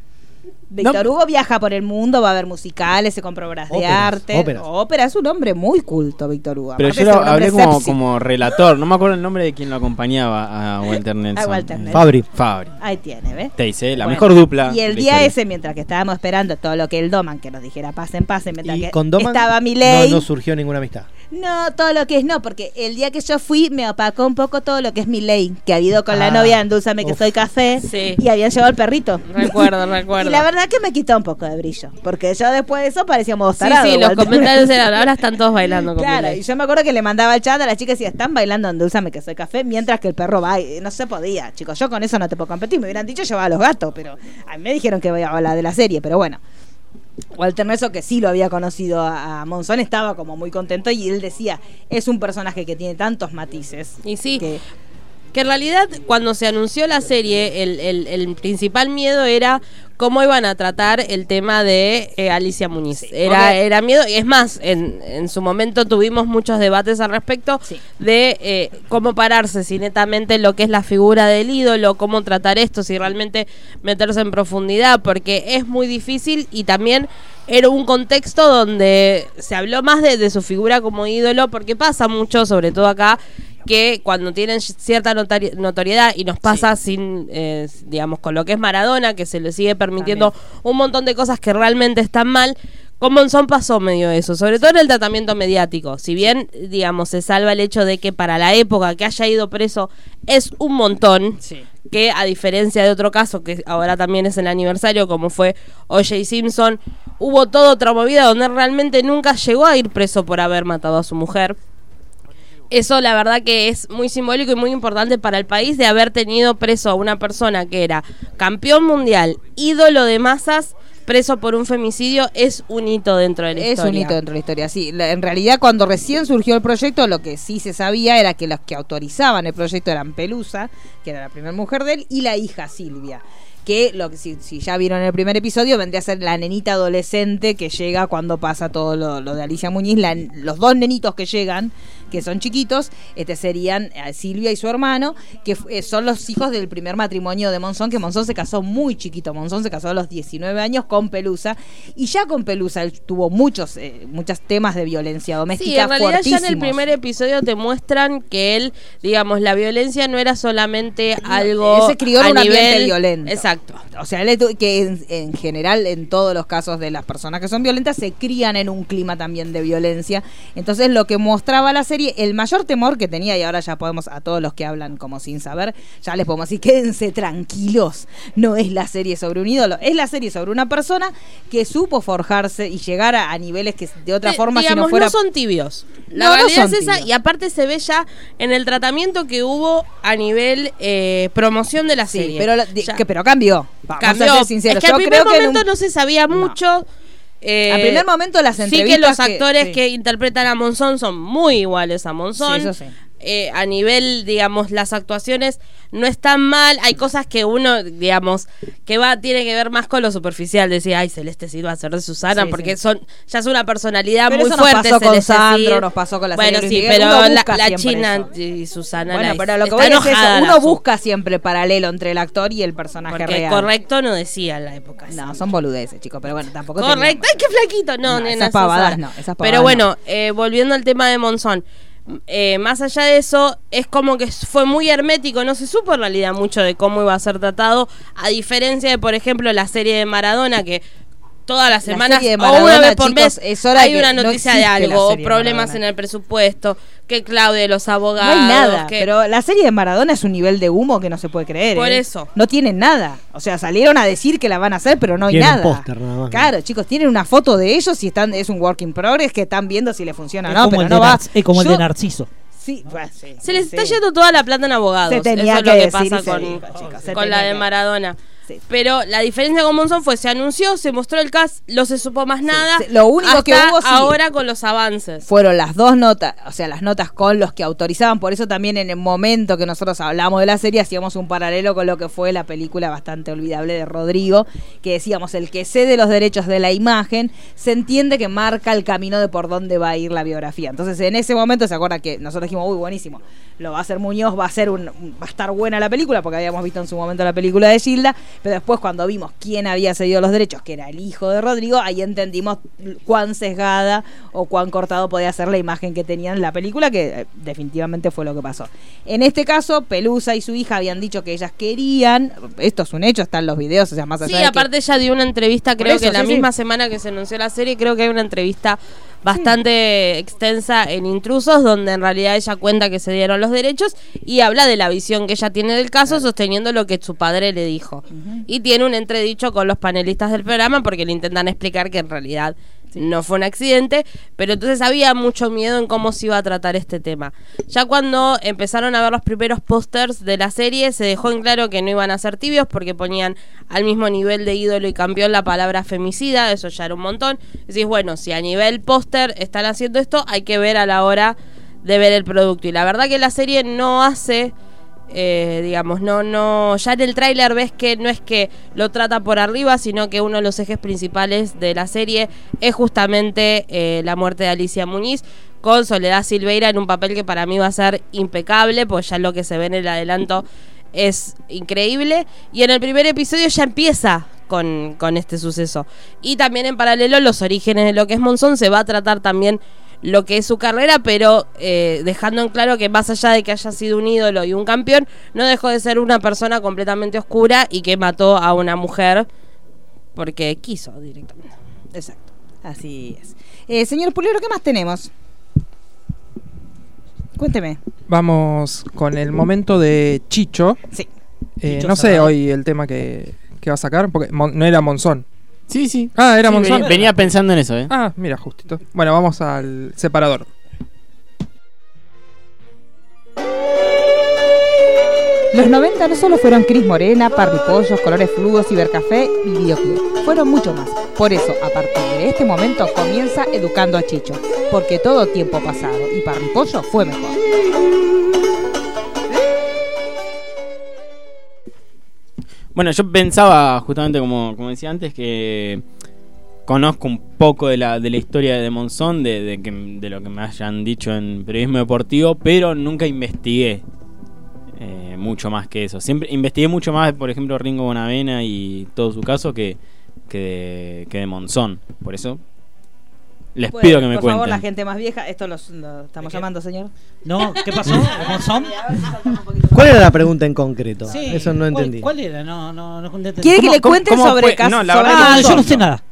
Speaker 3: Víctor Hugo viaja por el mundo, va a ver musicales, se compra obras de
Speaker 11: Óperas,
Speaker 3: arte.
Speaker 11: óperas.
Speaker 3: Ópera es un hombre muy culto, Víctor Hugo.
Speaker 11: Pero
Speaker 3: Aparte
Speaker 11: yo
Speaker 3: es
Speaker 11: lo-
Speaker 3: un hombre
Speaker 11: hablé como,
Speaker 3: sexy.
Speaker 11: como relator, no me acuerdo el nombre de quien lo acompañaba a Walter Nelson.
Speaker 3: Walter Nelson.
Speaker 11: Fabri. Fabri.
Speaker 3: Ahí tiene, ¿ves?
Speaker 11: Te dice, la
Speaker 3: Bueno,
Speaker 11: mejor dupla.
Speaker 3: Y
Speaker 11: de
Speaker 3: el
Speaker 11: la
Speaker 3: día
Speaker 11: historia.
Speaker 3: ese, mientras que estábamos esperando todo lo que el Doman que nos dijera pasen, pasen, mientras que
Speaker 10: Con Doman
Speaker 3: estaba mi
Speaker 10: no,
Speaker 3: ley.
Speaker 10: no surgió ninguna amistad.
Speaker 3: No, todo lo que es no, porque el día que yo fui me opacó un poco todo lo que es mi ley, que ha habido con la
Speaker 5: Ah,
Speaker 3: novia en Dulzame que
Speaker 5: uf.
Speaker 3: soy café
Speaker 5: Sí.
Speaker 3: y habían llevado el perrito.
Speaker 5: Recuerdo, recuerdo.
Speaker 3: Y la verdad que me quitó un poco de brillo, porque yo después de eso parecíamos dos
Speaker 5: Sí,
Speaker 3: tarados,
Speaker 5: sí, los
Speaker 3: Walter.
Speaker 5: comentarios eran, ahora están todos bailando con
Speaker 3: Claro,
Speaker 5: Milei.
Speaker 3: y yo me acuerdo que le mandaba al chat a las chicas y están bailando en Dulzame que soy café, mientras que el perro va, y no se podía, chicos, yo con eso no te puedo competir, me hubieran dicho llevaba a los gatos, pero a mí me dijeron que voy a hablar de la serie, pero bueno. Walter Nelson, que sí lo había conocido a, a Monzón, estaba como muy contento y él decía, es un personaje que tiene tantos matices.
Speaker 5: Y sí, Que en realidad, cuando se anunció la serie, el, el- el principal miedo era cómo iban a tratar el tema de eh, Alicia Muñiz. era,
Speaker 2: porque-
Speaker 5: era miedo, y es más, en, en su momento tuvimos muchos debates al respecto de eh, cómo pararse, si netamente lo que es la figura del ídolo, cómo tratar esto, si realmente meterse en profundidad, porque es muy difícil y también era un contexto donde se habló más de, de su figura como ídolo, porque pasa mucho, sobre todo acá, que cuando tienen cierta notari- notoriedad y nos pasa sin, eh, digamos, con lo que es Maradona, que se le sigue permitiendo un montón de cosas que realmente están mal. Con Monzón pasó medio eso, sobre todo en el tratamiento mediático. Si bien, digamos, se salva el hecho de que para la época que haya ido preso es un montón, que a diferencia de otro caso que ahora también es el aniversario, como fue O.J. Simpson, hubo toda otra movida donde realmente nunca llegó a ir preso por haber matado a su mujer. Eso la verdad que es muy simbólico y muy importante para el país de haber tenido preso a una persona que era campeón mundial, ídolo de masas, preso por un femicidio, es un hito dentro de la
Speaker 3: Es
Speaker 5: historia.
Speaker 3: un hito dentro de la historia, sí. La- En realidad, cuando recién surgió el proyecto, lo que sí se sabía era que los que autorizaban el proyecto eran Pelusa, que era la primera mujer de él, y la hija Silvia. Que, lo que si, si ya vieron en el primer episodio, vendría a ser la nenita adolescente que llega cuando pasa todo lo, lo de Alicia Muñiz. La- los dos nenitos que llegan, que son chiquitos, este serían eh, Silvia y su hermano, que f- eh, son los hijos del primer matrimonio de Monzón, que Monzón se casó muy chiquito. Monzón se casó a los 19 años con Pelusa. Y ya con Pelusa él tuvo muchos, eh, muchos temas de violencia doméstica.
Speaker 5: Sí, en realidad ya en el
Speaker 3: fuertísimos.
Speaker 5: primer episodio te muestran que él, digamos, la violencia no era solamente algo.
Speaker 3: Él se crió en
Speaker 5: a
Speaker 3: un ambiente
Speaker 5: nivel-
Speaker 3: violento.
Speaker 5: Exacto.
Speaker 3: O sea, él estu- que en, en general, en todos los casos de las personas que son violentas, se crían en un clima también de violencia. Entonces, lo que mostraba la serie, el mayor temor que tenía, y ahora ya podemos, a todos los que hablan como sin saber, ya les podemos decir, quédense tranquilos. No es la serie sobre un ídolo, es la serie sobre una persona que supo forjarse y llegar a, a niveles que de otra
Speaker 5: Eh,
Speaker 3: forma, si
Speaker 5: digamos,
Speaker 3: no fuera.
Speaker 5: no son tibios. La
Speaker 3: No, no
Speaker 5: realidad
Speaker 3: son
Speaker 5: es esa,
Speaker 3: tibios.
Speaker 5: y aparte se ve ya en el tratamiento que hubo a nivel eh, promoción de la
Speaker 3: Sí,
Speaker 5: serie.
Speaker 3: pero, la- di-
Speaker 5: Ya-
Speaker 3: que- pero cambia cambió. Vamos a ser sinceros.
Speaker 5: Es que
Speaker 3: Yo
Speaker 5: al primer
Speaker 3: creo que en
Speaker 5: momento
Speaker 3: un-
Speaker 5: no se sabía mucho. eh,
Speaker 3: Al primer momento las
Speaker 5: Sí que los
Speaker 3: entrevistas que-
Speaker 5: actores
Speaker 3: sí.
Speaker 5: que, interpretan a Monzón son muy iguales a Monzón.
Speaker 3: Sí, eso sí.
Speaker 5: Eh, a nivel, digamos, las actuaciones no están mal. Hay cosas que uno, digamos, que va tiene que ver más con lo superficial. Decir, ay, Celeste Silva va a ser de Susana,
Speaker 3: Sí,
Speaker 5: porque
Speaker 3: sí.
Speaker 5: son ya es una personalidad
Speaker 3: Pero
Speaker 5: muy
Speaker 3: eso nos
Speaker 5: fuerte.
Speaker 3: pasó con
Speaker 5: Celeste
Speaker 3: Sandro,
Speaker 5: Sil.
Speaker 3: nos pasó con la
Speaker 5: Bueno,
Speaker 3: señora
Speaker 5: sí,
Speaker 3: Luis Miguel.
Speaker 5: pero
Speaker 3: Uno
Speaker 5: la,
Speaker 3: busca
Speaker 5: la
Speaker 3: siempre
Speaker 5: china y Susana
Speaker 3: Bueno,
Speaker 5: la-
Speaker 3: pero lo que
Speaker 5: está
Speaker 3: voy es eso.
Speaker 5: enojada la
Speaker 3: Uno
Speaker 5: Su.
Speaker 3: busca siempre paralelo entre el actor y el personaje
Speaker 5: Porque
Speaker 3: real.
Speaker 5: correcto no decía en la época.
Speaker 3: No, son boludeces, chicos, pero bueno, tampoco teníamos.
Speaker 5: Correcto, ay, qué flaquito.
Speaker 3: No,
Speaker 5: No, nena,
Speaker 3: esas
Speaker 5: sos
Speaker 3: pavadas
Speaker 5: sana.
Speaker 3: no, esas pavadas
Speaker 5: Pero bueno, eh, volviendo al tema de Monzón. m- eh, más allá de eso, es como que fue muy hermético, no se supo en realidad mucho de cómo iba a ser tratado, a diferencia de, por ejemplo, la serie de Maradona, que todas las
Speaker 3: La
Speaker 5: semanas
Speaker 3: serie de
Speaker 5: o una
Speaker 3: Maradona,
Speaker 5: vez por
Speaker 3: chicos,
Speaker 5: mes
Speaker 3: es hora
Speaker 5: hay
Speaker 3: que
Speaker 5: una
Speaker 3: no
Speaker 5: noticia de
Speaker 3: existe la
Speaker 5: algo, o
Speaker 3: serie de
Speaker 5: problemas en
Speaker 3: Maradona.
Speaker 5: el presupuesto, que Claudia de los
Speaker 3: No
Speaker 5: abogados,
Speaker 3: hay nada,
Speaker 5: que
Speaker 3: pero la serie de Maradona es un nivel de humo que no se puede creer.
Speaker 5: Por
Speaker 3: ¿eh?
Speaker 5: eso.
Speaker 3: No tienen nada. O sea, salieron a decir que la van a hacer, pero no hay
Speaker 10: Tiene un
Speaker 3: nada.
Speaker 10: póster nada más.
Speaker 3: Claro, chicos, tienen una foto de ellos y están, es un work in progress que están viendo si les funciona o
Speaker 13: es
Speaker 3: no,
Speaker 13: como,
Speaker 3: pero
Speaker 13: el, de
Speaker 3: no va.
Speaker 13: Narc- es como el
Speaker 3: Yo-
Speaker 13: de Narciso.
Speaker 3: Sí, bueno, sí.
Speaker 5: se les está yendo toda la plata en abogados.
Speaker 3: Se tenía
Speaker 5: eso es lo
Speaker 3: que
Speaker 5: que
Speaker 3: decir y
Speaker 5: pasa
Speaker 3: se
Speaker 5: con,
Speaker 3: dijo, chicos, se
Speaker 5: con
Speaker 3: tenía
Speaker 5: la de
Speaker 3: que-
Speaker 5: Maradona. Pero la diferencia con Monzón fue, se anunció, se mostró el cast, no se supo más nada.
Speaker 3: se- lo único que
Speaker 5: hasta
Speaker 3: hubo, sí.
Speaker 5: ahora con los avances.
Speaker 3: fueron las dos notas, o sea, las notas con los que autorizaban. Por eso también en el momento que nosotros hablamos de la serie hacíamos un paralelo con lo que fue la película bastante olvidable de Rodrigo, que decíamos, el que cede los derechos de la imagen, se entiende que marca el camino de por dónde va a ir la biografía. Entonces, en ese momento, ¿se acuerda que nosotros dijimos, uy, buenísimo, lo va a hacer Muñoz, va a, ser un, un- va a estar buena la película, porque habíamos visto en su momento la película de Gilda, pero después cuando vimos quién había cedido los derechos, que era el hijo de Rodrigo, ahí entendimos cuán sesgada o cuán cortado podía ser la imagen que tenían en la película, que eh, definitivamente fue lo que pasó. En este caso, Pelusa y su hija habían dicho que ellas querían, esto es un hecho, están los videos, o sea, más allá
Speaker 5: Sí,
Speaker 3: de que-
Speaker 5: aparte ella dio una entrevista,
Speaker 3: Por
Speaker 5: creo
Speaker 3: eso,
Speaker 5: que la
Speaker 3: sí,
Speaker 5: misma
Speaker 3: sí.
Speaker 5: semana que se anunció la serie, creo que hay una entrevista bastante extensa en Intrusos, donde en realidad ella cuenta que se dieron los derechos y habla de la visión que ella tiene del caso, sosteniendo lo que su padre le dijo. Y tiene un entredicho con los panelistas del programa porque le intentan explicar que en realidad no fue un accidente, pero entonces había mucho miedo en cómo se iba a tratar este tema. Ya cuando empezaron a ver los primeros pósters de la serie, se dejó en claro que no iban a ser tibios porque ponían al mismo nivel de ídolo y campeón la palabra femicida, eso ya era un montón. Decís, bueno, si a nivel póster están haciendo esto, hay que ver a la hora de ver el producto. Y la verdad que la serie no hace eh, digamos, no, no, ya en el tráiler ves que no es que lo trata por arriba, sino que uno de los ejes principales de la serie es justamente eh, la muerte de Alicia Muñiz con Soledad Silveira en un papel que para mí va a ser impecable, pues ya lo que se ve en el adelanto es increíble. Y en el primer episodio ya empieza con, con este suceso. Y también en paralelo los orígenes de lo que es Monzón se va a tratar también lo que es su carrera, pero eh, dejando en claro que más allá de que haya sido un ídolo y un campeón, no dejó de ser una persona completamente oscura y que mató a una mujer porque quiso directamente.
Speaker 3: Exacto. Así es. Eh, señor Pulero, ¿qué más tenemos? Cuénteme.
Speaker 6: Vamos con el momento de Chicho.
Speaker 3: Sí.
Speaker 6: Eh,
Speaker 3: Chicho
Speaker 6: no sé
Speaker 3: Serrano.
Speaker 6: hoy el tema que, que va a sacar, porque Mon- no era Monzón.
Speaker 11: Sí, sí.
Speaker 6: Ah, era
Speaker 11: Sí,
Speaker 6: Monzón.
Speaker 11: venía- venía pensando en eso, ¿eh?
Speaker 6: Ah, mira, justito. Bueno, vamos al separador.
Speaker 3: Los 90 no solo fueron Cris Morena, Parripollos, Colores Fluos, Cibercafé y Videoclub, fueron mucho más. Por eso, a partir de este momento comienza Educando a Chicho, porque todo tiempo pasado y Parripollo fue mejor.
Speaker 11: Bueno, yo pensaba, justamente como, como decía antes, que conozco un poco de la, de la historia de Monzón, de, de que- de lo que me hayan dicho en periodismo deportivo, pero nunca investigué eh, mucho más que eso. Siempre investigué mucho más, por ejemplo, Ringo Bonavena y todo su caso que, que, de, que de Monzón. Por eso les pido que me
Speaker 3: por
Speaker 11: cuenten.
Speaker 3: favor, la gente más vieja, esto los- lo estamos llamando, señor.
Speaker 13: No, ¿qué pasó? ¿Monzón?
Speaker 10: ¿Cuál era la pregunta en concreto?
Speaker 13: Sí,
Speaker 10: Eso no
Speaker 13: ¿cuál-
Speaker 10: entendí.
Speaker 13: ¿Cuál era? No, no, no entendí.
Speaker 3: ¿Quiere que
Speaker 13: ¿Cómo-
Speaker 3: le
Speaker 13: cómo-
Speaker 3: cuenten
Speaker 13: cómo
Speaker 3: sobre
Speaker 13: fue?
Speaker 3: cas- Ah,
Speaker 13: No, la
Speaker 3: sobre
Speaker 13: verdad,
Speaker 3: Monzón?
Speaker 13: yo no sé nada.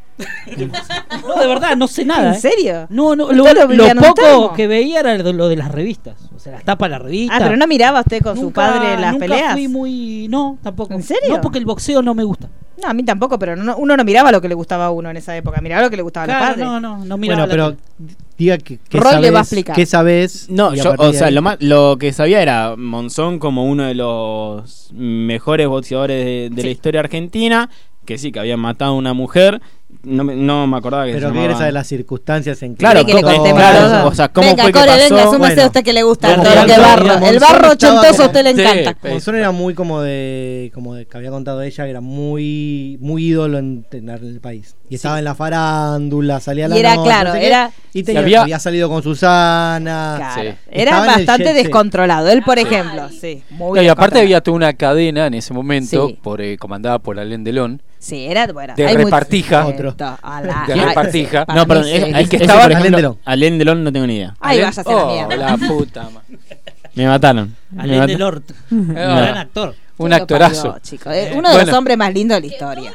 Speaker 13: No, de verdad, no sé nada.
Speaker 3: ¿En
Speaker 13: eh.
Speaker 3: serio?
Speaker 13: No, no,
Speaker 3: Esto
Speaker 13: lo,
Speaker 3: lo
Speaker 13: lo poco
Speaker 3: villanuntamos.
Speaker 13: que veía era lo lo de las revistas. O sea, las tapas de las revistas.
Speaker 3: Ah, pero no miraba usted con su
Speaker 13: Nunca-
Speaker 3: padre las
Speaker 13: nunca
Speaker 3: peleas.
Speaker 13: fui muy. No, tampoco.
Speaker 3: ¿En serio?
Speaker 13: No, porque el boxeo no me gusta.
Speaker 3: No, a mí tampoco, pero no- uno no miraba lo que le gustaba a uno en esa época, miraba lo que le gustaba a los
Speaker 13: Claro,
Speaker 3: padres.
Speaker 13: no, no, no miraba
Speaker 10: Bueno,
Speaker 13: la
Speaker 10: pero diga que, que
Speaker 3: Roy le
Speaker 10: sabes,
Speaker 3: va a explicar.
Speaker 10: ¿Qué sabes?
Speaker 11: No,
Speaker 10: y a
Speaker 11: yo,
Speaker 10: partir
Speaker 11: o
Speaker 10: de
Speaker 11: sea,
Speaker 10: ahí-
Speaker 11: lo, más, lo que sabía era Monzón como uno de los mejores boxeadores de, de la historia argentina, que sí, que había matado a una mujer. No me, no me acordaba que
Speaker 10: Pero
Speaker 11: se
Speaker 10: qué
Speaker 11: llamaba-
Speaker 10: era de las circunstancias en que.
Speaker 11: Claro,
Speaker 10: que
Speaker 11: ¿cómo- claro, o sea, ¿cómo
Speaker 3: venga,
Speaker 11: fue que
Speaker 3: Core,
Speaker 11: pasó?
Speaker 3: venga, súmese
Speaker 10: Bueno.
Speaker 3: a usted que le gusta
Speaker 10: Como
Speaker 3: todo lo que
Speaker 10: Monzón-
Speaker 3: barro. El
Speaker 10: Monzón
Speaker 3: barro
Speaker 10: estaba
Speaker 3: ochentoso a
Speaker 10: como-
Speaker 3: usted le
Speaker 10: Sí,
Speaker 3: encanta.
Speaker 10: Monzón era muy como de, como de que había contado ella, que era muy, muy ídolo en, en el país. Y estaba en la farándula, salía a la
Speaker 3: Y era,
Speaker 10: noche,
Speaker 3: claro,
Speaker 10: no sé qué,
Speaker 3: era-
Speaker 10: y tenía-
Speaker 3: Y había-
Speaker 10: había... salido con Susana.
Speaker 3: Claro,
Speaker 10: Ah, Sí.
Speaker 3: Era
Speaker 10: Estaba en el
Speaker 3: bastante
Speaker 10: jet set.
Speaker 3: descontrolado, él por ejemplo, sí. Muy
Speaker 4: No, y aparte
Speaker 3: descontrolado.
Speaker 4: había toda una cadena en ese momento,
Speaker 3: Sí.
Speaker 4: por, eh, comandada por Alain Delon,
Speaker 3: Sí, era bueno.
Speaker 4: de
Speaker 3: hay mucho-
Speaker 4: repartija.
Speaker 3: Otro. A la-
Speaker 4: De
Speaker 3: ay,
Speaker 4: repartija.
Speaker 3: para
Speaker 11: No,
Speaker 3: mí
Speaker 11: perdón,
Speaker 3: sí.
Speaker 11: es, es que
Speaker 3: Ese,
Speaker 11: estaba
Speaker 3: por
Speaker 11: por ejemplo,
Speaker 3: ejemplo,
Speaker 11: Alain Delon no tengo ni idea.
Speaker 3: Ahí
Speaker 4: Alain-
Speaker 3: vas a hacer la
Speaker 4: Oh,
Speaker 3: mierda.
Speaker 4: la puta, ma- Oh,
Speaker 11: Me mataron. Me
Speaker 13: Alain
Speaker 11: mata-
Speaker 13: Delord,
Speaker 11: No.
Speaker 13: gran actor.
Speaker 4: Un
Speaker 3: Lo
Speaker 4: actorazo.
Speaker 3: parió, chico. Eh, Uno de los
Speaker 4: Bueno.
Speaker 3: hombres más lindos de la historia.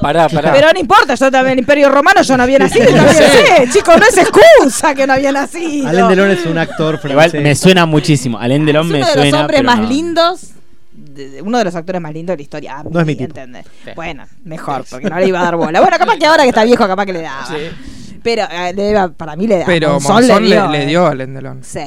Speaker 4: Pará, pará.
Speaker 3: Pero no importa, yo también, Imperio Romano, yo no había nacido y también sé. Chicos, no es excusa que no había nacido.
Speaker 10: Alain Delon es un actor
Speaker 11: Igual
Speaker 10: francés.
Speaker 11: me suena muchísimo. Alain Delon
Speaker 3: Es
Speaker 11: me
Speaker 3: uno de
Speaker 11: suena.
Speaker 3: los hombres
Speaker 11: pero
Speaker 3: más
Speaker 11: no.
Speaker 3: lindos, de- de- uno de los actores más lindos de la historia. A
Speaker 10: No es mi
Speaker 3: mí,
Speaker 10: tipo.
Speaker 3: ¿entendés? Bueno, mejor, porque no le iba a dar bola. Bueno, capaz que ahora que está viejo, capaz que le daba. Pero eh, le daba- para mí le daba.
Speaker 6: Pero
Speaker 3: Monzón
Speaker 6: Monzón le,
Speaker 3: dio,
Speaker 6: le
Speaker 3: eh.
Speaker 6: dio a Alain Delon.
Speaker 3: Sí,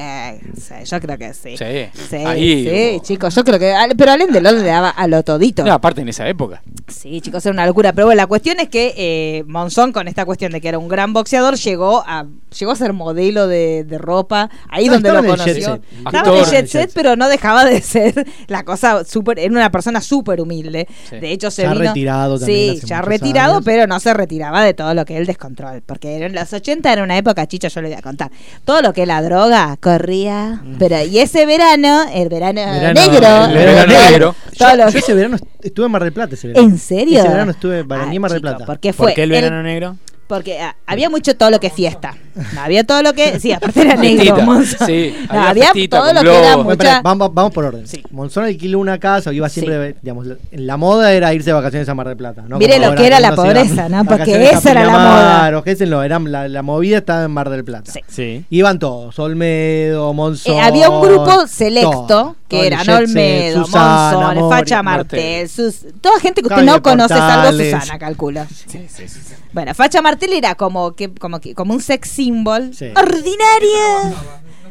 Speaker 3: sí, yo creo que sí.
Speaker 4: Sí.
Speaker 3: Sí,
Speaker 4: Ahí
Speaker 3: sí,
Speaker 4: hubo-
Speaker 3: chicos, yo creo que. al- Pero Alain Delon le daba a lo todito.
Speaker 4: No, aparte en esa época.
Speaker 3: Sí, chicos, era una locura. Pero bueno, la cuestión es que eh, Monzón, con esta cuestión de que era un gran boxeador, llegó a llegó a ser modelo de, de ropa. Ahí
Speaker 10: No,
Speaker 3: donde lo
Speaker 10: estaba en el jet
Speaker 3: conoció.
Speaker 10: set.
Speaker 3: Estaba en el
Speaker 4: Actor.
Speaker 3: jet set, pero no dejaba de ser la cosa súper. Era una persona súper humilde.
Speaker 4: Sí.
Speaker 3: De hecho, se
Speaker 10: Ya
Speaker 3: vino.
Speaker 10: retirado también
Speaker 3: Sí,
Speaker 10: hace
Speaker 3: ya
Speaker 10: muchos
Speaker 3: retirado,
Speaker 10: años.
Speaker 3: pero no se retiraba de todo lo que es el descontrol. Porque en los 80 era una época, chicha, yo le voy a contar. Todo lo que es la droga corría. Pero, y ese verano, el verano,
Speaker 10: Mm. Verano-
Speaker 3: negro.
Speaker 10: el
Speaker 4: verano
Speaker 3: todo-
Speaker 4: negro.
Speaker 3: todo
Speaker 10: Yo,
Speaker 3: lo
Speaker 10: yo
Speaker 3: que-
Speaker 10: ese verano est- estuve en Mar del Plata. Ese verano.
Speaker 3: ¿En serio?
Speaker 10: Ese verano estuve para
Speaker 3: Ah,
Speaker 10: mí en Mar del
Speaker 3: chico,
Speaker 10: Plata.
Speaker 3: Porque fue
Speaker 11: ¿Por qué el
Speaker 3: el-
Speaker 11: verano negro?
Speaker 3: porque ah, había mucho todo lo que es fiesta. No, había todo lo que. Sí, aparte era negro.
Speaker 4: Festita,
Speaker 3: Monza.
Speaker 4: sí,
Speaker 3: No,
Speaker 4: había
Speaker 3: había
Speaker 4: festita
Speaker 3: todo
Speaker 4: con
Speaker 3: lo que era
Speaker 4: globos.
Speaker 10: Bueno,
Speaker 3: mucha.
Speaker 10: pará, vamos, vamos por orden. Monzón alquiló una casa, iba siempre, digamos, la- la moda era irse de vacaciones a Mar del Plata. ¿no?
Speaker 3: Mire
Speaker 10: Como
Speaker 3: lo
Speaker 10: ahora
Speaker 3: que era la
Speaker 10: uno se va
Speaker 3: pobreza,
Speaker 10: de
Speaker 3: ¿no? Porque
Speaker 10: vacaciones a
Speaker 3: esa era la
Speaker 10: Pinamar,
Speaker 3: moda.
Speaker 10: o qué sé, no, era la, la movida estaba en Mar del Plata.
Speaker 3: Sí.
Speaker 11: Sí.
Speaker 10: Iban todos, Olmedo, Monzón.
Speaker 3: Eh, había un grupo selecto
Speaker 10: todo, todo
Speaker 3: que
Speaker 10: el
Speaker 3: eran
Speaker 10: jet set,
Speaker 3: Olmedo,
Speaker 10: Susana,
Speaker 3: Monzón,
Speaker 10: Mori,
Speaker 3: Facha Martel, Sus- toda gente que usted
Speaker 10: Claudia
Speaker 3: no conoce, salvo
Speaker 10: Portales.
Speaker 3: Susana, calculo. Bueno, Facha Martel era como que como que como un sex symbol
Speaker 10: Sí.
Speaker 3: ordinaria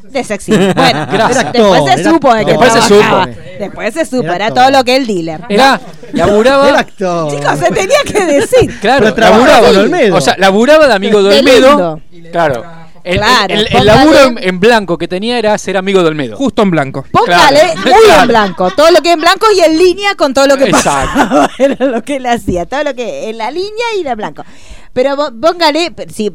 Speaker 3: de sex symbol. Bueno,
Speaker 4: Gracias.
Speaker 10: Era
Speaker 3: después
Speaker 10: actor,
Speaker 3: se
Speaker 10: era
Speaker 3: supo de que
Speaker 4: Después se supo.
Speaker 3: trabajaba. Después se supo,
Speaker 10: Era
Speaker 3: era
Speaker 10: actor. Eh,
Speaker 3: todo lo que el dealer.
Speaker 4: Era,
Speaker 10: Era
Speaker 4: laburaba.
Speaker 10: actor.
Speaker 3: Chicos, se tenía que decir.
Speaker 4: Claro,
Speaker 10: Pero trabajaba
Speaker 4: laburaba.
Speaker 10: con Olmedo.
Speaker 4: O sea, laburaba de amigo de
Speaker 3: De
Speaker 4: Olmedo. Claro. El,
Speaker 3: Claro,
Speaker 4: el- el- el
Speaker 3: póngale-
Speaker 4: laburo en, en blanco que tenía era ser amigo de Olmedo.
Speaker 6: Justo en blanco.
Speaker 3: Póngale
Speaker 4: Claro.
Speaker 3: muy en
Speaker 4: Claro.
Speaker 3: blanco, todo lo que en blanco y en línea con todo lo que
Speaker 4: Exacto.
Speaker 3: pasaba. Era lo que él hacía, todo lo que en la línea y en blanco. Pero bo- póngale, sí,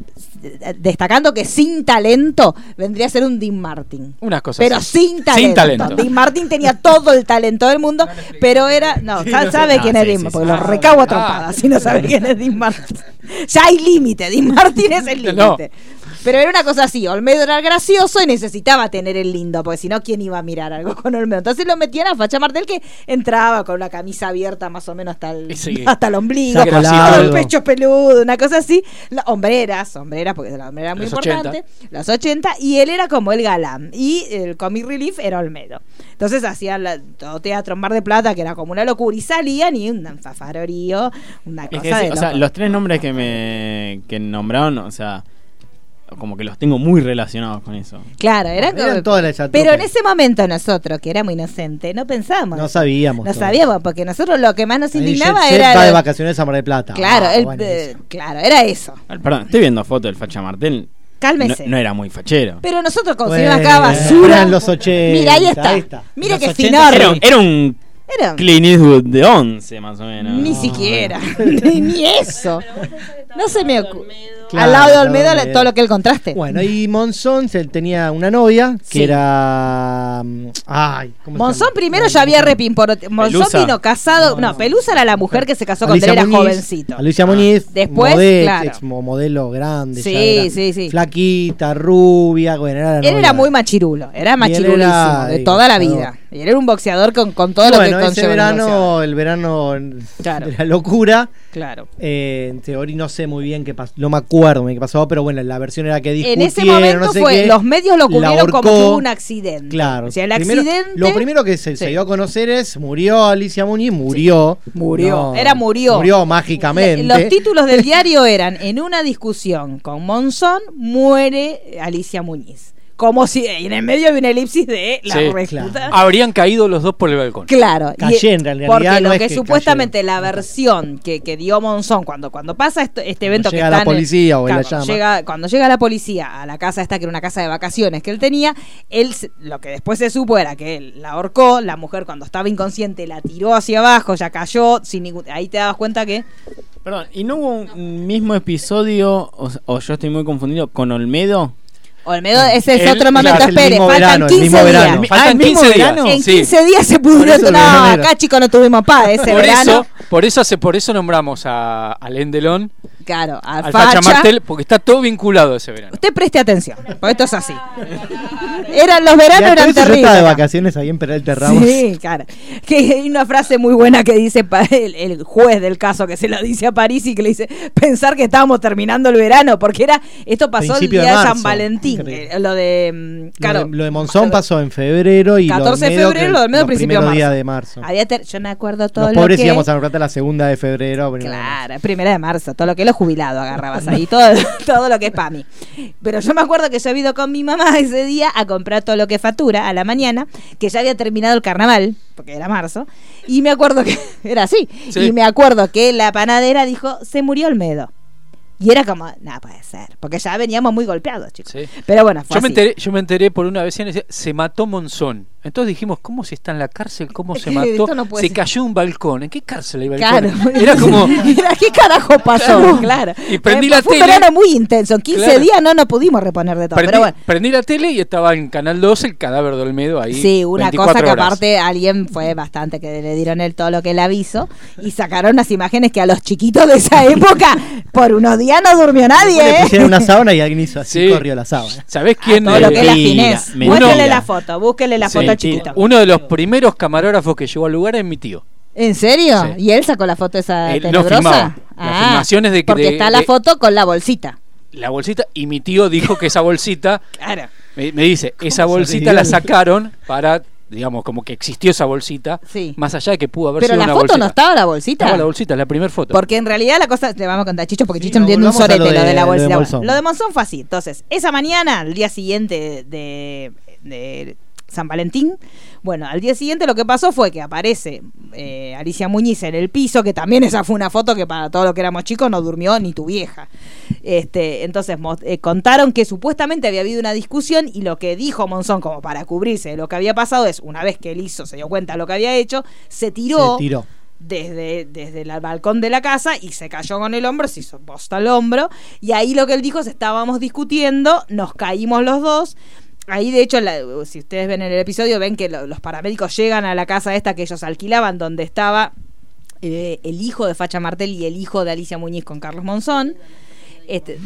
Speaker 3: destacando que sin talento vendría a ser un Dean Martin.
Speaker 4: Unas cosas
Speaker 3: Pero
Speaker 4: así.
Speaker 3: sin talento.
Speaker 4: Sin talento.
Speaker 3: Dean Martin tenía todo el talento del mundo, pero era. No, ya sabe
Speaker 11: no,
Speaker 3: quién
Speaker 11: sí,
Speaker 3: es Dean
Speaker 11: sí, sí.
Speaker 3: porque lo
Speaker 4: Ah,
Speaker 3: recago a
Speaker 4: ah.
Speaker 3: trompadas si no sabe quién es Dean Martin. Ya hay límite, Dean Martin es el límite.
Speaker 4: No.
Speaker 3: Pero era una cosa así, Olmedo era gracioso y necesitaba tener el lindo, porque si no, ¿quién iba a mirar algo con Olmedo? Entonces lo metían a Facha Martel que entraba con la camisa abierta más o menos hasta el,
Speaker 4: Sí.
Speaker 3: hasta el ombligo,
Speaker 10: Saco
Speaker 3: con
Speaker 10: largo.
Speaker 3: el pecho peludo, una cosa así. La- hombreras, hombreras, porque la hombrera era muy
Speaker 4: Los
Speaker 3: importante. Los 80, y él era como el galán. Y el comic relief era Olmedo. Entonces hacían la- todo teatro en Mar de Plata, que era como una locura, y salían y un fafarorío, una
Speaker 11: Es
Speaker 3: cosa
Speaker 11: que sí,
Speaker 3: de
Speaker 11: o sea,
Speaker 3: loco.
Speaker 11: los tres nombres que me que nombraron, o sea, como que los tengo muy relacionados con eso.
Speaker 3: Claro, era
Speaker 10: Eran
Speaker 3: como-
Speaker 10: todas las chatupas.
Speaker 3: Pero en ese momento nosotros, que éramos inocentes, no pensábamos.
Speaker 10: No sabíamos.
Speaker 3: No
Speaker 10: todo.
Speaker 3: sabíamos, porque nosotros lo que más nos
Speaker 10: Ahí el jet
Speaker 3: indignaba
Speaker 10: set
Speaker 3: era.
Speaker 10: va de
Speaker 3: el-
Speaker 10: vacaciones a Mar del Plata.
Speaker 3: Claro,
Speaker 10: Ah,
Speaker 3: el-
Speaker 10: bueno,
Speaker 3: eh,
Speaker 10: eso.
Speaker 3: claro, era eso.
Speaker 11: Ah, Perdón, estoy viendo fotos del facha Martel. No,
Speaker 3: Cálmese.
Speaker 11: no era muy fachero.
Speaker 3: Pero nosotros
Speaker 10: Bueno,
Speaker 3: conseguimos acá basura.
Speaker 10: eran los 80.
Speaker 3: Mira, ahí está.
Speaker 10: ahí está.
Speaker 3: Mira
Speaker 13: Los
Speaker 3: que
Speaker 13: 80
Speaker 3: finor.
Speaker 11: Era, era un
Speaker 3: Era-
Speaker 11: Clint Eastwood de 11, más o menos.
Speaker 3: Ni
Speaker 11: No.
Speaker 3: siquiera. ni, ni eso. No se me ocurre.
Speaker 10: Claro,
Speaker 3: al lado de
Speaker 10: al lado de
Speaker 3: Olmedo,
Speaker 10: Olmedo.
Speaker 3: todo lo que él contraste.
Speaker 10: Bueno, y Monzón se- tenía una novia que
Speaker 3: Sí.
Speaker 10: era. mm, Ay, ¿cómo se
Speaker 3: Monzón
Speaker 10: llama?
Speaker 3: primero ya había repimporote. Monzón
Speaker 11: Pelusa.
Speaker 3: vino casado. No, Pelusa era la mujer que se casó cuando
Speaker 10: Alicia
Speaker 3: él era
Speaker 10: Muniz,
Speaker 3: jovencito. Ah.
Speaker 10: Alicia Muniz,
Speaker 3: Después,
Speaker 10: model-
Speaker 3: claro.
Speaker 10: ex- mo- modelo grande. ya
Speaker 3: Sí,
Speaker 10: era.
Speaker 3: sí, sí.
Speaker 10: Flaquita, rubia, bueno, era la
Speaker 3: Él
Speaker 10: novia.
Speaker 3: era muy machirulo, era
Speaker 10: Y él
Speaker 3: machirulísimo
Speaker 10: era,
Speaker 3: de
Speaker 10: eh,
Speaker 3: toda la
Speaker 10: claro,
Speaker 3: vida. Y él era un boxeador con, con todo
Speaker 10: bueno,
Speaker 3: lo que
Speaker 10: ese
Speaker 3: conlleva el boxeo.
Speaker 10: verano, el verano
Speaker 3: Claro.
Speaker 10: de la locura.
Speaker 3: Claro.
Speaker 10: Eh, en teoría no sé muy bien qué pasó, no me acuerdo bien qué pasó, pero bueno, la versión era que
Speaker 3: En
Speaker 10: discutieron,
Speaker 3: ese momento
Speaker 10: no sé
Speaker 3: fue,
Speaker 10: qué,
Speaker 3: los medios lo
Speaker 10: la
Speaker 3: cubrieron como
Speaker 10: ahorcó.
Speaker 3: que hubo un accidente.
Speaker 10: Claro.
Speaker 3: O sea, el
Speaker 10: Primero-
Speaker 3: accidente
Speaker 10: Lo primero que se, se
Speaker 3: Sí.
Speaker 10: dio a conocer es murió Alicia Muñiz, murió.
Speaker 3: murió.
Speaker 10: No,
Speaker 3: Era murió.
Speaker 10: Murió mágicamente.
Speaker 3: Los títulos del diario eran En una discusión con Monzón muere Alicia Muñiz. Como si y en el medio había una elipsis de la
Speaker 4: Sí.
Speaker 3: respuesta.
Speaker 4: Habrían caído los dos por el balcón.
Speaker 3: Claro, y-
Speaker 10: Cayeron, Ah, en realidad,
Speaker 3: porque
Speaker 10: no
Speaker 3: lo
Speaker 10: es
Speaker 3: que,
Speaker 10: que
Speaker 3: supuestamente la versión que, que dio Monzón cuando, cuando pasa esto- este evento
Speaker 10: llega
Speaker 3: que
Speaker 10: la
Speaker 3: están en-
Speaker 10: policía o la
Speaker 3: cuando
Speaker 10: llama.
Speaker 3: llega- cuando llega la policía a la casa esta que era una casa de vacaciones que él tenía, él se- lo que después se supo era que él la ahorcó, la mujer cuando estaba inconsciente la tiró hacia abajo, ya cayó, sin ningún- ahí te dabas cuenta que
Speaker 11: Perdón, ¿y no hubo un mismo episodio, o, o yo estoy muy confundido, con Olmedo?
Speaker 3: Olmedo, ese es
Speaker 11: El-
Speaker 3: otro momento,
Speaker 11: claro, el
Speaker 3: espere,
Speaker 11: mismo
Speaker 3: faltan
Speaker 11: verano, el
Speaker 3: 15
Speaker 11: mismo
Speaker 3: días.
Speaker 11: verano. Faltan
Speaker 3: Ah, ¿el mismo
Speaker 11: 15
Speaker 3: verano?
Speaker 11: días.
Speaker 3: En
Speaker 11: Sí.
Speaker 3: 15 días se pudrió
Speaker 11: eso
Speaker 3: todo.
Speaker 11: el
Speaker 3: No,
Speaker 11: verano.
Speaker 3: acá chicos no tuvimos paz, ese
Speaker 4: Por
Speaker 3: verano.
Speaker 4: eso, por eso hace, por eso nombramos a, a Lendelón,
Speaker 3: Claro, al
Speaker 4: al Facha
Speaker 3: facha.
Speaker 4: Martel, porque está todo vinculado a ese verano.
Speaker 3: Usted preste atención, porque esto es así. Eran los veranos
Speaker 10: Y
Speaker 3: eran
Speaker 10: entonces yo estaba de
Speaker 3: terribles.
Speaker 10: vacaciones ahí en Peralta Ramos.
Speaker 3: Sí, claro. Que hay una frase muy buena que dice pa- el, el juez del caso que se la dice a París y que le dice pensar que estábamos terminando el verano porque era esto pasó
Speaker 10: Principio
Speaker 3: el
Speaker 10: de
Speaker 3: día de, San
Speaker 10: marzo.
Speaker 3: Valentín,
Speaker 10: Increíble.
Speaker 3: eh, lo de mm, claro,
Speaker 10: lo, de, lo de Monzón pasó en febrero y
Speaker 3: 14 de
Speaker 10: Olmedo,
Speaker 3: febrero,
Speaker 10: que
Speaker 3: lo de Olmedo
Speaker 10: los
Speaker 3: principio de
Speaker 10: primeros días
Speaker 3: marzo.
Speaker 10: de marzo.
Speaker 3: había ter- yo me acuerdo todo
Speaker 10: Los
Speaker 3: lo
Speaker 10: pobres
Speaker 3: que
Speaker 10: íbamos a San Plata la segunda de febrero. primero de marzo.
Speaker 3: Claro, primera de marzo, todo lo que los jubilados agarrabas ahí, todo, todo lo que es para mí. Pero yo me acuerdo que yo he ido con mi mamá ese día a comprar todo lo que factura a la mañana, que ya había terminado el carnaval, porque era marzo, y me acuerdo que era así.
Speaker 2: Sí.
Speaker 3: Y me acuerdo que la panadera dijo, se murió Olmedo. Y era como, no puede ser, porque ya veníamos muy golpeados, chicos.
Speaker 4: Sí.
Speaker 3: Pero bueno, fue
Speaker 4: Yo me,
Speaker 3: así.
Speaker 4: enteré, yo me enteré por una vecina y decía, se mató Monzón. Entonces dijimos, ¿cómo se está en la cárcel? ¿Cómo se mató?
Speaker 3: Esto no puede
Speaker 4: se
Speaker 3: ser.
Speaker 4: cayó de un balcón. ¿En qué cárcel hay
Speaker 3: Claro.
Speaker 4: balcón? Era como...
Speaker 3: Mira, ¿qué carajo pasó?
Speaker 4: Claro.
Speaker 3: Claro.
Speaker 4: Y prendí
Speaker 3: Eh,
Speaker 4: la
Speaker 3: fue un
Speaker 4: tele.
Speaker 3: verano muy intenso. En 15
Speaker 4: Claro.
Speaker 3: días no nos pudimos reponer de todo.
Speaker 4: Prendí,
Speaker 3: pero bueno.
Speaker 4: prendí la tele y estaba en Canal 2 el cadáver de Olmedo ahí.
Speaker 3: Sí, una
Speaker 4: 24
Speaker 3: cosa que
Speaker 4: horas.
Speaker 3: aparte alguien fue bastante que le dieron el todo lo que el aviso y sacaron unas imágenes que a los chiquitos de esa época por unos días no durmió
Speaker 10: Después
Speaker 3: nadie.
Speaker 10: Le pusieron
Speaker 3: ¿eh?
Speaker 10: una sábana y alguien hizo así,
Speaker 4: Sí.
Speaker 10: corrió la sábana.
Speaker 4: ¿Sabés quién?
Speaker 3: Todo lo que es la
Speaker 4: Mentira,
Speaker 3: finés.
Speaker 4: mentira.
Speaker 3: Búsquenle la foto, búsquenle la foto al
Speaker 4: Sí.
Speaker 3: chiquito.
Speaker 4: Uno de los primeros camarógrafos que llegó al lugar es mi tío.
Speaker 3: ¿En serio? ¿Y él sacó la foto esa
Speaker 4: Él lo
Speaker 3: tenebrosa? Ah,
Speaker 4: filmaba. Las filmaciones de que.
Speaker 3: porque
Speaker 4: de-
Speaker 3: está la
Speaker 4: de
Speaker 3: foto con la bolsita.
Speaker 4: La bolsita. Y mi tío dijo que esa bolsita.
Speaker 3: Claro.
Speaker 4: Me, me dice, esa bolsita
Speaker 10: ríe?
Speaker 4: la sacaron para. Digamos, como que existió esa bolsita.
Speaker 3: Sí.
Speaker 4: Más allá de que pudo haber
Speaker 3: Pero
Speaker 4: sido
Speaker 3: la
Speaker 4: una
Speaker 3: foto no
Speaker 4: bolsita.
Speaker 3: estaba la bolsita.
Speaker 4: Estaba la bolsita, la primera foto.
Speaker 3: Porque en realidad la cosa, le vamos a contar a Chicho, porque Chicho no
Speaker 10: no,
Speaker 3: entiende un
Speaker 10: volvamos a
Speaker 3: sorete
Speaker 10: lo
Speaker 3: lo de,
Speaker 10: de-
Speaker 3: la
Speaker 10: lo de
Speaker 3: bolsa.
Speaker 10: Monzón.
Speaker 3: Lo de Monzón fue así. Entonces, esa mañana, al día siguiente de, de San Valentín, bueno, al día siguiente lo que pasó fue que aparece eh, Alicia Muñiz en el piso, que también esa fue una foto que para todos los que éramos chicos no durmió ni tu vieja. Este, entonces mo- eh, contaron que supuestamente había habido una discusión y lo que dijo Monzón como para cubrirse de lo que había pasado es, una vez que él hizo, se dio cuenta de lo que había hecho,
Speaker 10: Se tiró.
Speaker 3: desde, desde el balcón de la casa y se cayó con el hombro, se hizo posta al hombro. Y ahí lo que él dijo es: estábamos discutiendo, nos caímos los dos. Ahí, de hecho, la- si ustedes ven en el episodio, ven que lo- los paramédicos llegan a la casa esta que ellos alquilaban, donde estaba eh, el hijo de Facha Martel y el hijo de Alicia Muñiz con Carlos Monzón. Este,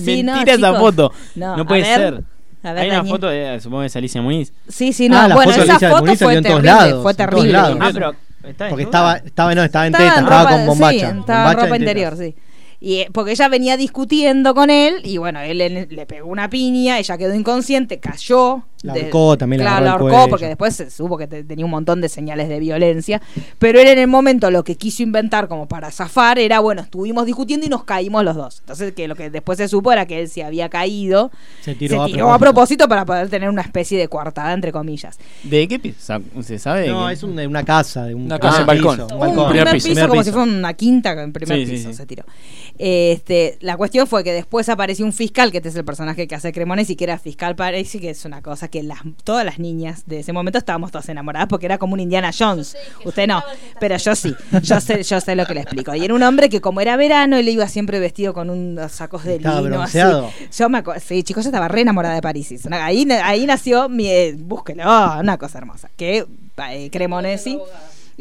Speaker 3: Sí, no,
Speaker 11: Mentira esa
Speaker 3: chicos.
Speaker 11: foto.
Speaker 3: No,
Speaker 11: No,
Speaker 3: a
Speaker 11: puede
Speaker 3: ver,
Speaker 11: ser.
Speaker 3: a ver,
Speaker 11: Hay una
Speaker 3: Daniel.
Speaker 11: foto de, supongo que es Alicia Muñiz.
Speaker 3: Sí, sí, no.
Speaker 10: Ah, la
Speaker 3: bueno,
Speaker 10: foto de
Speaker 3: esa
Speaker 10: Alicia
Speaker 3: foto
Speaker 10: Muniz salió
Speaker 3: fue
Speaker 10: en todos
Speaker 3: terrible.
Speaker 10: lados,
Speaker 3: fue
Speaker 10: en todos
Speaker 3: terrible.
Speaker 10: lados.
Speaker 11: Ah, pero está
Speaker 10: Porque
Speaker 11: desnuda.
Speaker 10: estaba, estaba, no, estaba en
Speaker 3: Estaba
Speaker 10: teta,
Speaker 3: en
Speaker 10: estaba
Speaker 3: ropa-
Speaker 10: Ah, con bombacha.
Speaker 3: Sí, estaba en
Speaker 10: bombacha
Speaker 3: ropa
Speaker 10: en teta.
Speaker 3: interior, sí. Y, eh, porque ella venía discutiendo con él y bueno, él le, le pegó una piña, ella quedó inconsciente, cayó.
Speaker 10: La
Speaker 3: de-
Speaker 10: ahorcó también, la
Speaker 3: Claro, la
Speaker 10: agarró el
Speaker 3: ahorcó
Speaker 10: cuello.
Speaker 3: porque después se supo que te- tenía un montón de señales de violencia. Pero él en el momento lo que quiso inventar como para zafar era, bueno, estuvimos discutiendo y nos caímos los dos. Entonces que lo que después se supo era que él se había caído,
Speaker 10: Se tiró,
Speaker 3: se tiró a propósito para poder tener una especie de coartada, entre comillas.
Speaker 11: ¿De qué pi- sa- ¿Se sabe? de
Speaker 10: No,
Speaker 11: qué?
Speaker 10: es un- de una casa, de un
Speaker 4: Una casa,
Speaker 10: ah,
Speaker 4: un balcón.
Speaker 10: piso,
Speaker 4: Un
Speaker 3: un primer piso,
Speaker 10: Primer
Speaker 3: como si
Speaker 10: piso.
Speaker 3: fuera una quinta en primer
Speaker 11: Sí, sí,
Speaker 3: piso
Speaker 11: sí.
Speaker 3: se tiró. Este, la cuestión fue que después apareció un fiscal, que este es el personaje que hace Cremonesi, que era fiscal Parisi, que es una cosa que las, todas las niñas de ese momento estábamos todas enamoradas porque era como un Indiana Jones. Usted no, pero yo sí, yo sé, yo sé lo que le explico. Y era un hombre que como era verano, él iba siempre vestido con unos sacos de
Speaker 10: Estaba
Speaker 3: lino así.
Speaker 10: bronceado.
Speaker 3: Yo me acuerdo, sí, chicos, yo estaba re enamorada de París. Es una- Ahí, ahí nació mi. eh, búsquelo, una cosa hermosa. Que eh, Cremonesi.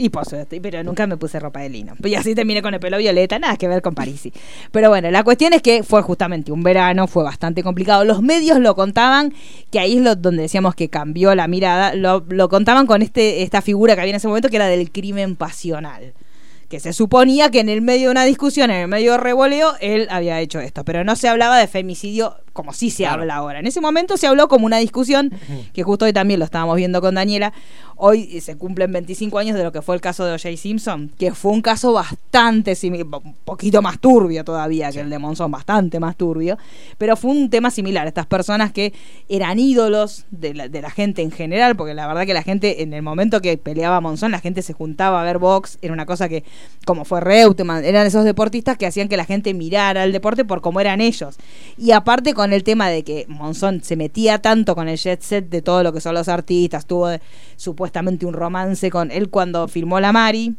Speaker 3: Y pozo, pero nunca me puse ropa de lino. Y así terminé con el pelo violeta, nada que ver con Parisi. Pero bueno, la cuestión es que fue justamente un verano, fue bastante complicado. Los medios lo contaban, que ahí es lo, donde decíamos que cambió la mirada, lo, lo contaban con este, esta figura que había en ese momento, que era del crimen pasional que se suponía que en el medio de una discusión, en el medio de revoleo, él había hecho esto. Pero no se hablaba de femicidio como sí se habla ahora. En ese momento se habló como una discusión, que justo hoy también lo estábamos viendo con Daniela. Hoy se cumplen 25 años de lo que fue el caso de O.J. Simpson, que fue un caso bastante similar, un poquito más turbio todavía que el de Monzón, bastante más turbio, pero fue un tema similar. Estas personas que eran ídolos de la, de la gente en general, porque la verdad que la gente, en el momento que peleaba Monzón, la gente se juntaba a ver box, era una cosa que como fue Reutemann, eran esos deportistas que hacían que la gente mirara el deporte por cómo eran ellos. Y aparte con el tema de que Monzón se metía tanto con el jet set de todo lo que son los artistas, tuvo eh, supuestamente un romance con él cuando filmó La Mari.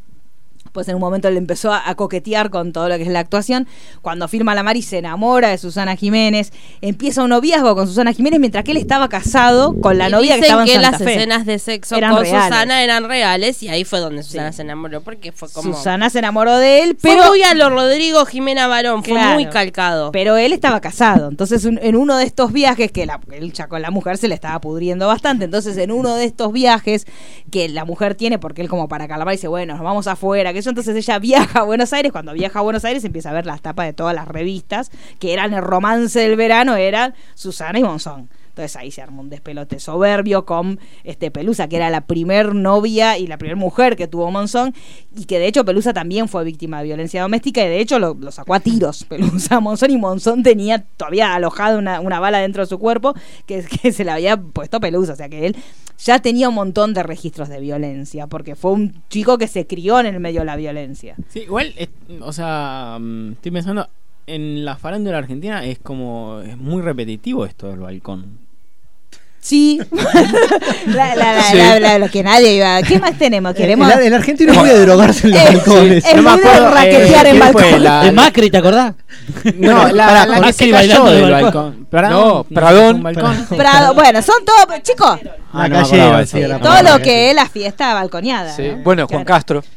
Speaker 3: Pues en un momento le empezó a, a coquetear con todo lo que es la actuación. Cuando firma La Mari se enamora de Susana Jiménez, empieza un noviazgo con Susana Jiménez mientras que él estaba casado con la
Speaker 5: Y
Speaker 3: novia que
Speaker 5: dicen
Speaker 3: estaba en Santa
Speaker 5: las
Speaker 3: Fe.
Speaker 5: escenas de sexo
Speaker 3: Eran
Speaker 5: con
Speaker 3: reales.
Speaker 5: Susana eran reales y ahí fue donde Susana se enamoró porque fue como
Speaker 3: Susana se enamoró de él,
Speaker 5: Fue
Speaker 3: pero
Speaker 5: muy a lo Rodrigo Jimena Barón, fue
Speaker 3: Claro.
Speaker 5: muy calcado.
Speaker 3: Pero él estaba casado. Entonces, un- en uno de estos viajes, que la, el chacón, la mujer se le estaba pudriendo bastante. Entonces, en uno de estos viajes que la mujer tiene, porque él, como para calamar, dice, bueno, nos vamos afuera, que eso. Entonces, ella viaja a Buenos Aires. Cuando viaja a Buenos Aires, empieza a ver las tapas de todas las revistas, que eran el romance del verano, eran Susana y Monzón. Entonces ahí se armó un despelote soberbio con este Pelusa, que era la primer novia y la primer mujer que tuvo Monzón, y que de hecho Pelusa también fue víctima de violencia doméstica, y de hecho lo, lo sacó a tiros Pelusa a Monzón, y Monzón tenía todavía alojada una, una bala dentro de su cuerpo que, que se la había puesto Pelusa, o sea que él ya tenía un montón de registros de violencia, porque fue un chico que se crió en el medio de la violencia.
Speaker 11: Sí, igual, es- o sea, mm, estoy pensando, en la farándula argentina es como, es muy repetitivo esto del balcón.
Speaker 3: Sí, la, la- la-
Speaker 11: Sí.
Speaker 3: la- la- lo que nadie iba. ¿Qué más tenemos? Queremos.
Speaker 10: Eh, El, el argentino puede drogarse en los
Speaker 3: Eh,
Speaker 10: balcones.
Speaker 3: es No me muy de acuerdo, raquetear eh, en ¿quién fue? balcones. La-
Speaker 13: De Macri, ¿te acordás?
Speaker 11: No, la- la que se cayó del balcón. Perdón,
Speaker 6: No,
Speaker 11: no,
Speaker 6: Pradón.
Speaker 11: un balcón.
Speaker 3: Prado, bueno, son todos, chicos,
Speaker 11: Ah, no me
Speaker 6: callera,
Speaker 11: acordaba
Speaker 6: sí,
Speaker 11: eso.
Speaker 6: la
Speaker 3: todo lo que es la fiesta balconeada.
Speaker 4: Sí. Bueno, Juan Castro.
Speaker 3: ¿no?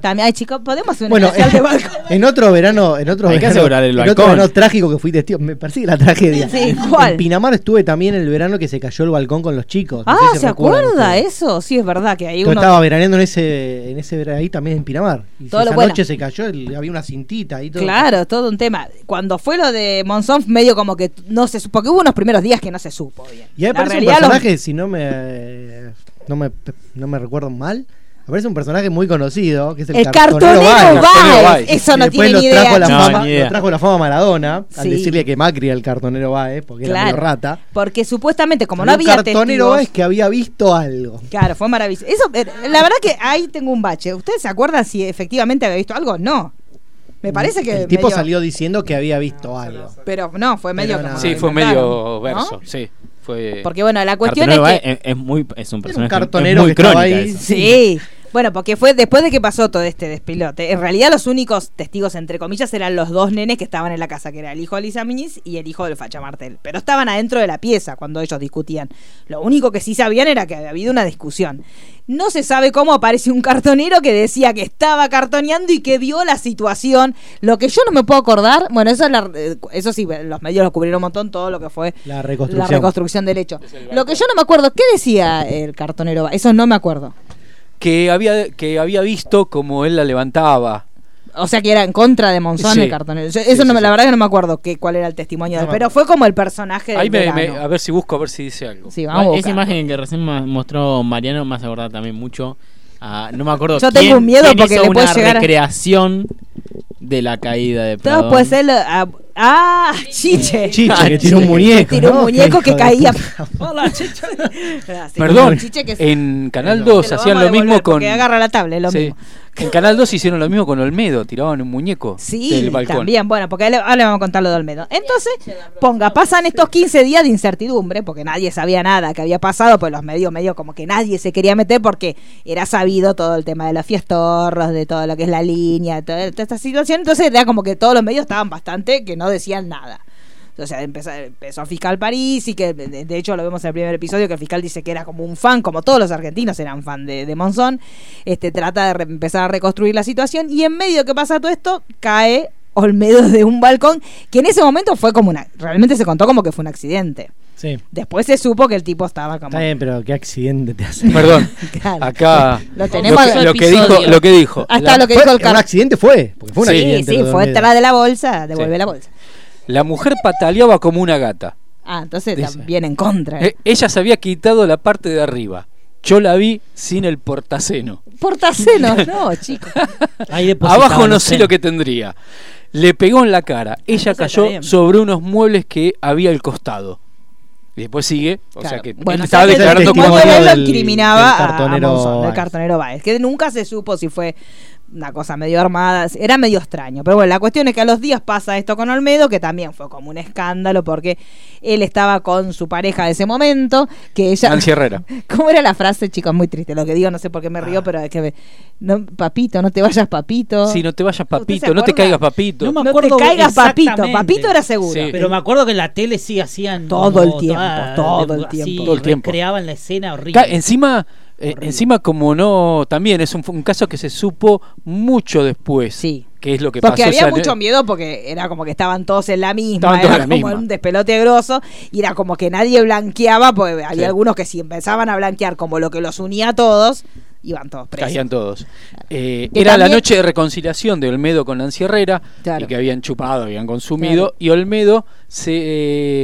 Speaker 3: También, ay, chicos, podemos hacer un
Speaker 10: Bueno, eh,
Speaker 3: especial de balcón.
Speaker 10: en otro verano, en otro
Speaker 11: Hay que
Speaker 10: verano,
Speaker 11: asegurar el
Speaker 10: en
Speaker 11: balcón.
Speaker 10: otro verano trágico que fui testigo, me persigue la tragedia.
Speaker 3: Sí,
Speaker 10: En-
Speaker 3: ¿cuál?
Speaker 10: En Pinamar estuve también el verano que se cayó el balcón con los chicos. no
Speaker 3: Ah,
Speaker 10: sé si
Speaker 3: ¿se
Speaker 10: recuerdan
Speaker 3: acuerda
Speaker 10: ustedes.
Speaker 3: eso? Sí, es verdad que hay
Speaker 10: Yo
Speaker 3: uno.
Speaker 10: estaba veraneando en ese, en ese verano ahí también en Pinamar. Y
Speaker 3: Todo lo
Speaker 10: esa
Speaker 3: bueno.
Speaker 10: noche se cayó, el- había una cintita ahí todo.
Speaker 3: Claro, todo un tema. Cuando fue lo de Monzón, medio como que no se supo, porque hubo unos primeros días que no se supo bien.
Speaker 10: Y
Speaker 3: La
Speaker 10: ahí aparece un
Speaker 3: realidad, los-
Speaker 10: personaje, si no me, no me no me recuerdo mal, aparece un personaje muy conocido, que es el,
Speaker 3: El cartonero
Speaker 10: Valls.
Speaker 3: Valls. Valls. Eso
Speaker 10: Que
Speaker 3: no
Speaker 10: después
Speaker 3: tiene
Speaker 10: lo
Speaker 3: ni
Speaker 10: trajo
Speaker 3: idea.
Speaker 10: a La
Speaker 3: No,
Speaker 10: fama,
Speaker 3: ni idea.
Speaker 10: Lo trajo a la fama Maradona al
Speaker 3: Sí.
Speaker 10: decirle que Macri era el cartonero Baez, porque era
Speaker 3: Claro.
Speaker 10: medio rata.
Speaker 3: Porque supuestamente, como no
Speaker 10: Había
Speaker 3: había
Speaker 10: un cartonero
Speaker 3: testigos-
Speaker 10: Baez que había visto algo.
Speaker 3: Claro, fue maravilloso. Eso, eh, la verdad que ahí tengo un bache. ¿Ustedes se acuerdan si efectivamente había visto algo? No. Me parece que.
Speaker 10: El tipo
Speaker 3: medio-
Speaker 10: salió diciendo que había visto algo.
Speaker 3: Pero no, fue medio. como
Speaker 4: Sí,
Speaker 3: que
Speaker 4: fue medio
Speaker 3: inventaron, ¿no?
Speaker 4: verso, ¿eh? sí. Fue...
Speaker 3: Porque bueno, la cuestión
Speaker 11: Cartonero
Speaker 3: es que.
Speaker 11: es, es muy, es un personaje,
Speaker 10: cartonero
Speaker 11: es muy
Speaker 10: que estaba
Speaker 11: crónica
Speaker 10: ahí.
Speaker 11: eso.
Speaker 3: Sí. Bueno, porque fue después de que pasó todo este despilote. En realidad, los únicos testigos, entre comillas, eran los dos nenes que estaban en la casa, que era el hijo de Lisa Minis y el hijo del Facha Martel. Pero estaban adentro de la pieza cuando ellos discutían. Lo único que sí sabían era que había habido una discusión. No se sabe cómo apareció un cartonero que decía que estaba cartoneando y que vio la situación. Lo que yo no me puedo acordar, bueno, eso, es la- eh, eso sí, los medios lo cubrieron un montón, todo lo que fue
Speaker 10: La reconstrucción.
Speaker 3: la reconstrucción del hecho. Lo que yo no me acuerdo, ¿qué decía el cartonero? Ba- Eso no me acuerdo.
Speaker 4: Que había, que había visto como él la levantaba.
Speaker 3: O sea que era en contra de Monzón
Speaker 4: Sí.
Speaker 3: el cartonero. Yo- eso no me- la verdad que no me acuerdo que, cuál era el testimonio de él,
Speaker 4: me
Speaker 3: pero fue como el personaje del
Speaker 4: Ahí me-
Speaker 3: verano.
Speaker 4: me- a ver si busco, a ver si dice algo.
Speaker 3: Sí,
Speaker 11: Igual,
Speaker 3: vamos a
Speaker 11: Esa
Speaker 3: buscar.
Speaker 11: imagen que recién ma- mostró Mariano me hace acordar también mucho. a- no me acuerdo
Speaker 3: Yo tengo
Speaker 11: quién-
Speaker 3: un miedo
Speaker 11: quién
Speaker 3: porque
Speaker 11: hizo
Speaker 3: le puede
Speaker 11: una
Speaker 3: llegar a-
Speaker 11: recreación de la caída de
Speaker 3: Todo
Speaker 11: Pradón.
Speaker 3: puede ser lo- ah, ah, chiche.
Speaker 10: Chiche, que
Speaker 11: Ah,
Speaker 10: tiró un
Speaker 11: Chiche.
Speaker 10: muñeco.
Speaker 3: Tiró un
Speaker 10: ¿no?
Speaker 3: muñeco
Speaker 10: Qué
Speaker 3: que
Speaker 10: hijo
Speaker 3: caía.
Speaker 10: de puta.
Speaker 3: Hola, chiche. Ah, sí,
Speaker 4: Perdón,
Speaker 3: chiche que se-
Speaker 4: en Canal
Speaker 3: Te lo
Speaker 4: 2
Speaker 3: vamos
Speaker 4: hacían
Speaker 3: a
Speaker 4: lo
Speaker 3: devolver
Speaker 4: mismo con...
Speaker 3: Porque agarra la tabla, es lo
Speaker 4: Sí.
Speaker 3: mismo.
Speaker 4: En Canal 2 hicieron lo mismo con Olmedo, tiraban un muñeco
Speaker 3: Sí,
Speaker 4: del balcón.
Speaker 3: también, bueno, porque ahí le- ahora le vamos a contar lo de Olmedo. Entonces, ponga, pasan estos 15 días de incertidumbre, porque nadie sabía nada que había pasado, pues los medios, medio como que nadie se quería meter, porque era sabido todo el tema de los fiestorros, de todo lo que es la línea, toda, toda esta situación. Entonces, era como que todos los medios estaban bastante que no decían nada. O sea, empezó, empezó a fiscal París y que de de hecho lo vemos en el primer episodio que el fiscal dice que era como un fan, como todos los argentinos eran fan de, de Monzón. Este, trata de re- empezar a reconstruir la situación y en medio que pasa todo esto, cae Olmedo de un balcón, que en ese momento fue como una. Realmente se contó como que fue un accidente.
Speaker 10: Sí.
Speaker 3: Después se supo que el tipo estaba como.
Speaker 10: Está bien, pero qué accidente te hace.
Speaker 4: Perdón,
Speaker 3: Claro.
Speaker 4: acá
Speaker 3: Lo tenemos
Speaker 4: lo que,
Speaker 3: al-
Speaker 4: lo que dijo, lo que dijo.
Speaker 3: Hasta lo que dijo el
Speaker 10: Un
Speaker 3: car-
Speaker 10: accidente fue. Porque fue un
Speaker 3: Sí,
Speaker 10: accidente.
Speaker 3: sí,
Speaker 10: lo de
Speaker 3: fue
Speaker 10: Olmedo.
Speaker 3: detrás de la bolsa, devolver
Speaker 4: Sí.
Speaker 3: la bolsa.
Speaker 4: La mujer pataleaba como una gata.
Speaker 3: Ah, entonces
Speaker 4: Dice.
Speaker 3: también en contra.
Speaker 4: Eh, ella se había quitado la parte de arriba. Yo la vi sin el portaceno.
Speaker 3: Portacenos, no, chicos.
Speaker 4: Abajo no sé lo que tendría. Le pegó en la cara. Ella
Speaker 3: Entonces está
Speaker 4: cayó
Speaker 3: bien.
Speaker 4: sobre unos muebles que había al costado. Y después sigue. O
Speaker 3: Claro.
Speaker 4: sea que
Speaker 3: Bueno, o
Speaker 4: él
Speaker 3: sea
Speaker 4: estaba
Speaker 3: que el
Speaker 4: declarando como.
Speaker 3: testimonio de él
Speaker 10: del-
Speaker 3: lo incriminaba
Speaker 10: del
Speaker 3: a-
Speaker 10: cartonero
Speaker 3: a Monzón, del
Speaker 10: Báez.
Speaker 3: cartonero Báez, que nunca se supo si fue una cosa medio armada, era medio extraño, pero bueno, la cuestión es que a los días pasa esto con Olmedo, que también fue como un escándalo porque él estaba con su pareja de ese momento, que ella...
Speaker 4: Nancy Herrera.
Speaker 3: ¿Cómo era la frase, chicos? Muy triste, lo que digo, no sé por qué me
Speaker 4: Ah.
Speaker 3: río, pero es que... me- no, papito, no te vayas, papito.
Speaker 4: Si no te vayas, papito.
Speaker 3: se
Speaker 4: No te
Speaker 3: acuerda?
Speaker 4: caigas, papito.
Speaker 3: No te caigas, papito.
Speaker 13: exactamente.
Speaker 3: Papito era seguro.
Speaker 4: Sí.
Speaker 13: Pero me acuerdo que en la tele sí hacían.
Speaker 3: Todo
Speaker 13: como
Speaker 3: el tiempo, todo el
Speaker 13: así,
Speaker 3: tiempo.
Speaker 4: Todo el tiempo.
Speaker 13: Creaban la escena horrible.
Speaker 4: Ca- encima, eh, encima como no, también es un, un caso que se supo mucho después.
Speaker 3: Sí.
Speaker 4: Que es lo que
Speaker 3: Porque
Speaker 4: pasó.
Speaker 3: había
Speaker 4: o sea,
Speaker 3: mucho
Speaker 4: no-
Speaker 3: miedo porque era como que estaban todos en la misma,
Speaker 4: Estaban todos
Speaker 3: era
Speaker 4: en la
Speaker 3: como
Speaker 4: misma.
Speaker 3: un despelote grosso y era como que nadie blanqueaba, porque había
Speaker 4: Sí.
Speaker 3: algunos que si empezaban a blanquear como lo que los unía a todos, iban todos presos.
Speaker 4: Caían todos. Eh,
Speaker 3: Que
Speaker 4: era la
Speaker 3: también-
Speaker 4: noche de reconciliación de Olmedo con Nancy Herrera,
Speaker 3: Claro.
Speaker 4: y que habían chupado, habían consumido,
Speaker 3: Claro.
Speaker 4: y Olmedo se,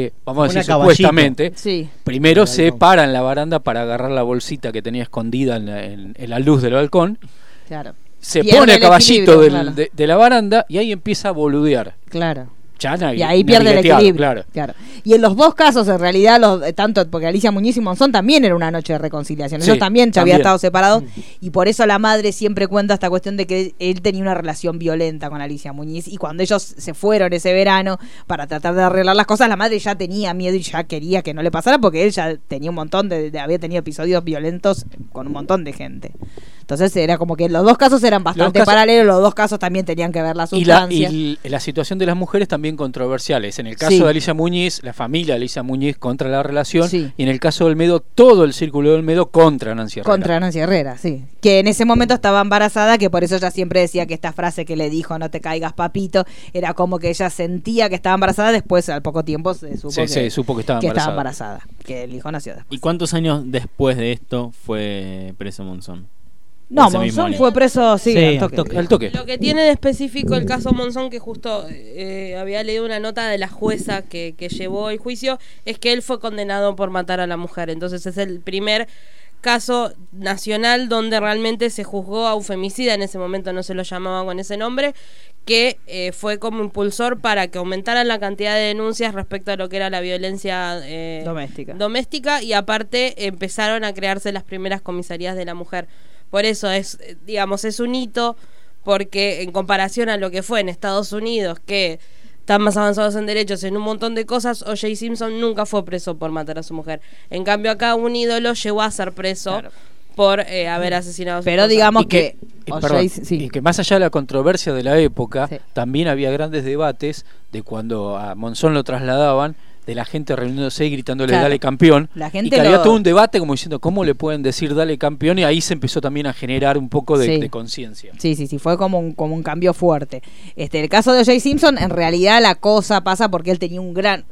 Speaker 4: eh, vamos a
Speaker 10: Pone
Speaker 4: decir,
Speaker 10: a caballito.
Speaker 4: supuestamente,
Speaker 3: Sí.
Speaker 4: primero
Speaker 10: El
Speaker 4: se
Speaker 10: balcón.
Speaker 4: para en la baranda para agarrar la bolsita que tenía escondida en la, en- en la luz del balcón,
Speaker 3: Claro.
Speaker 4: se
Speaker 3: Pierde
Speaker 4: pone a
Speaker 3: el
Speaker 4: caballito
Speaker 3: equilibrio,
Speaker 4: del-
Speaker 3: claro.
Speaker 4: de, de la baranda y ahí empieza a boludear.
Speaker 3: Claro.
Speaker 4: Ya nav-
Speaker 3: Y ahí pierde el
Speaker 4: navigueteado,
Speaker 3: equilibrio.
Speaker 4: Claro.
Speaker 3: Claro. Y en los dos casos, en realidad, los, eh, tanto porque Alicia Muñiz y Monzón también era una noche de reconciliación. Ellos
Speaker 4: Sí,
Speaker 3: también ya habían
Speaker 4: también. Mm.
Speaker 3: estado separados. Y por eso la madre siempre cuenta esta cuestión de que él tenía una relación violenta con Alicia Muñiz. Y cuando ellos se fueron ese verano para tratar de arreglar las cosas, la madre ya tenía miedo y ya quería que no le pasara porque él ya tenía un montón de, de- había tenido episodios violentos con un montón de gente. Entonces era como que los dos casos eran bastante
Speaker 4: casos-
Speaker 3: paralelos, los dos casos también tenían que ver la
Speaker 4: Y la,
Speaker 3: sustancia.
Speaker 4: y l- la situación de las mujeres también controversiales. En el caso
Speaker 3: Sí.
Speaker 4: de Alicia Muñiz, la familia de Alicia Muñiz contra la relación.
Speaker 3: Sí.
Speaker 4: Y en el caso de Olmedo, todo el círculo de Olmedo contra Nancy Herrera.
Speaker 3: Contra Nancy Herrera, sí. Que en ese momento estaba embarazada, que por eso ella siempre decía que esta frase que le dijo, no te caigas papito, era como que ella sentía que estaba embarazada, después al poco tiempo se supo,
Speaker 4: Se,
Speaker 3: que,
Speaker 4: se supo que estaba
Speaker 3: que
Speaker 4: embarazada.
Speaker 3: estaba embarazada, que el hijo nació después.
Speaker 11: ¿Y cuántos años después de esto fue preso Monzón?
Speaker 3: No,
Speaker 11: Ese mismo
Speaker 3: Monzón
Speaker 11: año.
Speaker 3: fue preso, sí,
Speaker 13: Sí,
Speaker 3: al
Speaker 13: al
Speaker 3: toque.
Speaker 13: toque.
Speaker 4: Al toque.
Speaker 5: Lo que tiene de específico el caso Monzón, que justo eh, había leído una nota de la jueza que, que llevó el juicio, es que él fue condenado por matar a la mujer. Entonces es el primer caso nacional donde realmente se juzgó a un femicida, en ese momento no se lo llamaba con ese nombre, que eh, fue como impulsor para que aumentaran la cantidad de denuncias respecto a lo que era la violencia eh,
Speaker 3: Doméstica.
Speaker 5: doméstica y aparte empezaron a crearse las primeras comisarías de la mujer. Por eso es, eh, digamos, es un hito porque en comparación a lo que fue en Estados Unidos, que están más avanzados en derechos en un montón de cosas, O.J. Simpson nunca fue preso por matar a su mujer. En cambio acá un ídolo llegó a ser preso por eh, haber asesinado a su
Speaker 3: Pero
Speaker 5: esposa.
Speaker 3: digamos
Speaker 4: Y
Speaker 3: que...
Speaker 4: que, y
Speaker 3: o
Speaker 4: perdón,
Speaker 3: seis- sí.
Speaker 4: y que más allá de la controversia de la época,
Speaker 3: Sí.
Speaker 4: también había grandes debates de cuando a Monzón lo trasladaban, de la gente reuniéndose y gritándole
Speaker 3: Claro.
Speaker 4: dale campeón.
Speaker 3: La
Speaker 4: y
Speaker 3: gente
Speaker 4: que había
Speaker 3: lo-
Speaker 4: todo un debate como diciendo cómo le pueden decir dale campeón y ahí se empezó también a generar un poco de,
Speaker 3: Sí.
Speaker 4: de conciencia.
Speaker 3: Sí, sí, sí, fue como un, como un cambio fuerte. Este, el caso de O.J. Simpson, en realidad la cosa pasa porque él tenía un gran,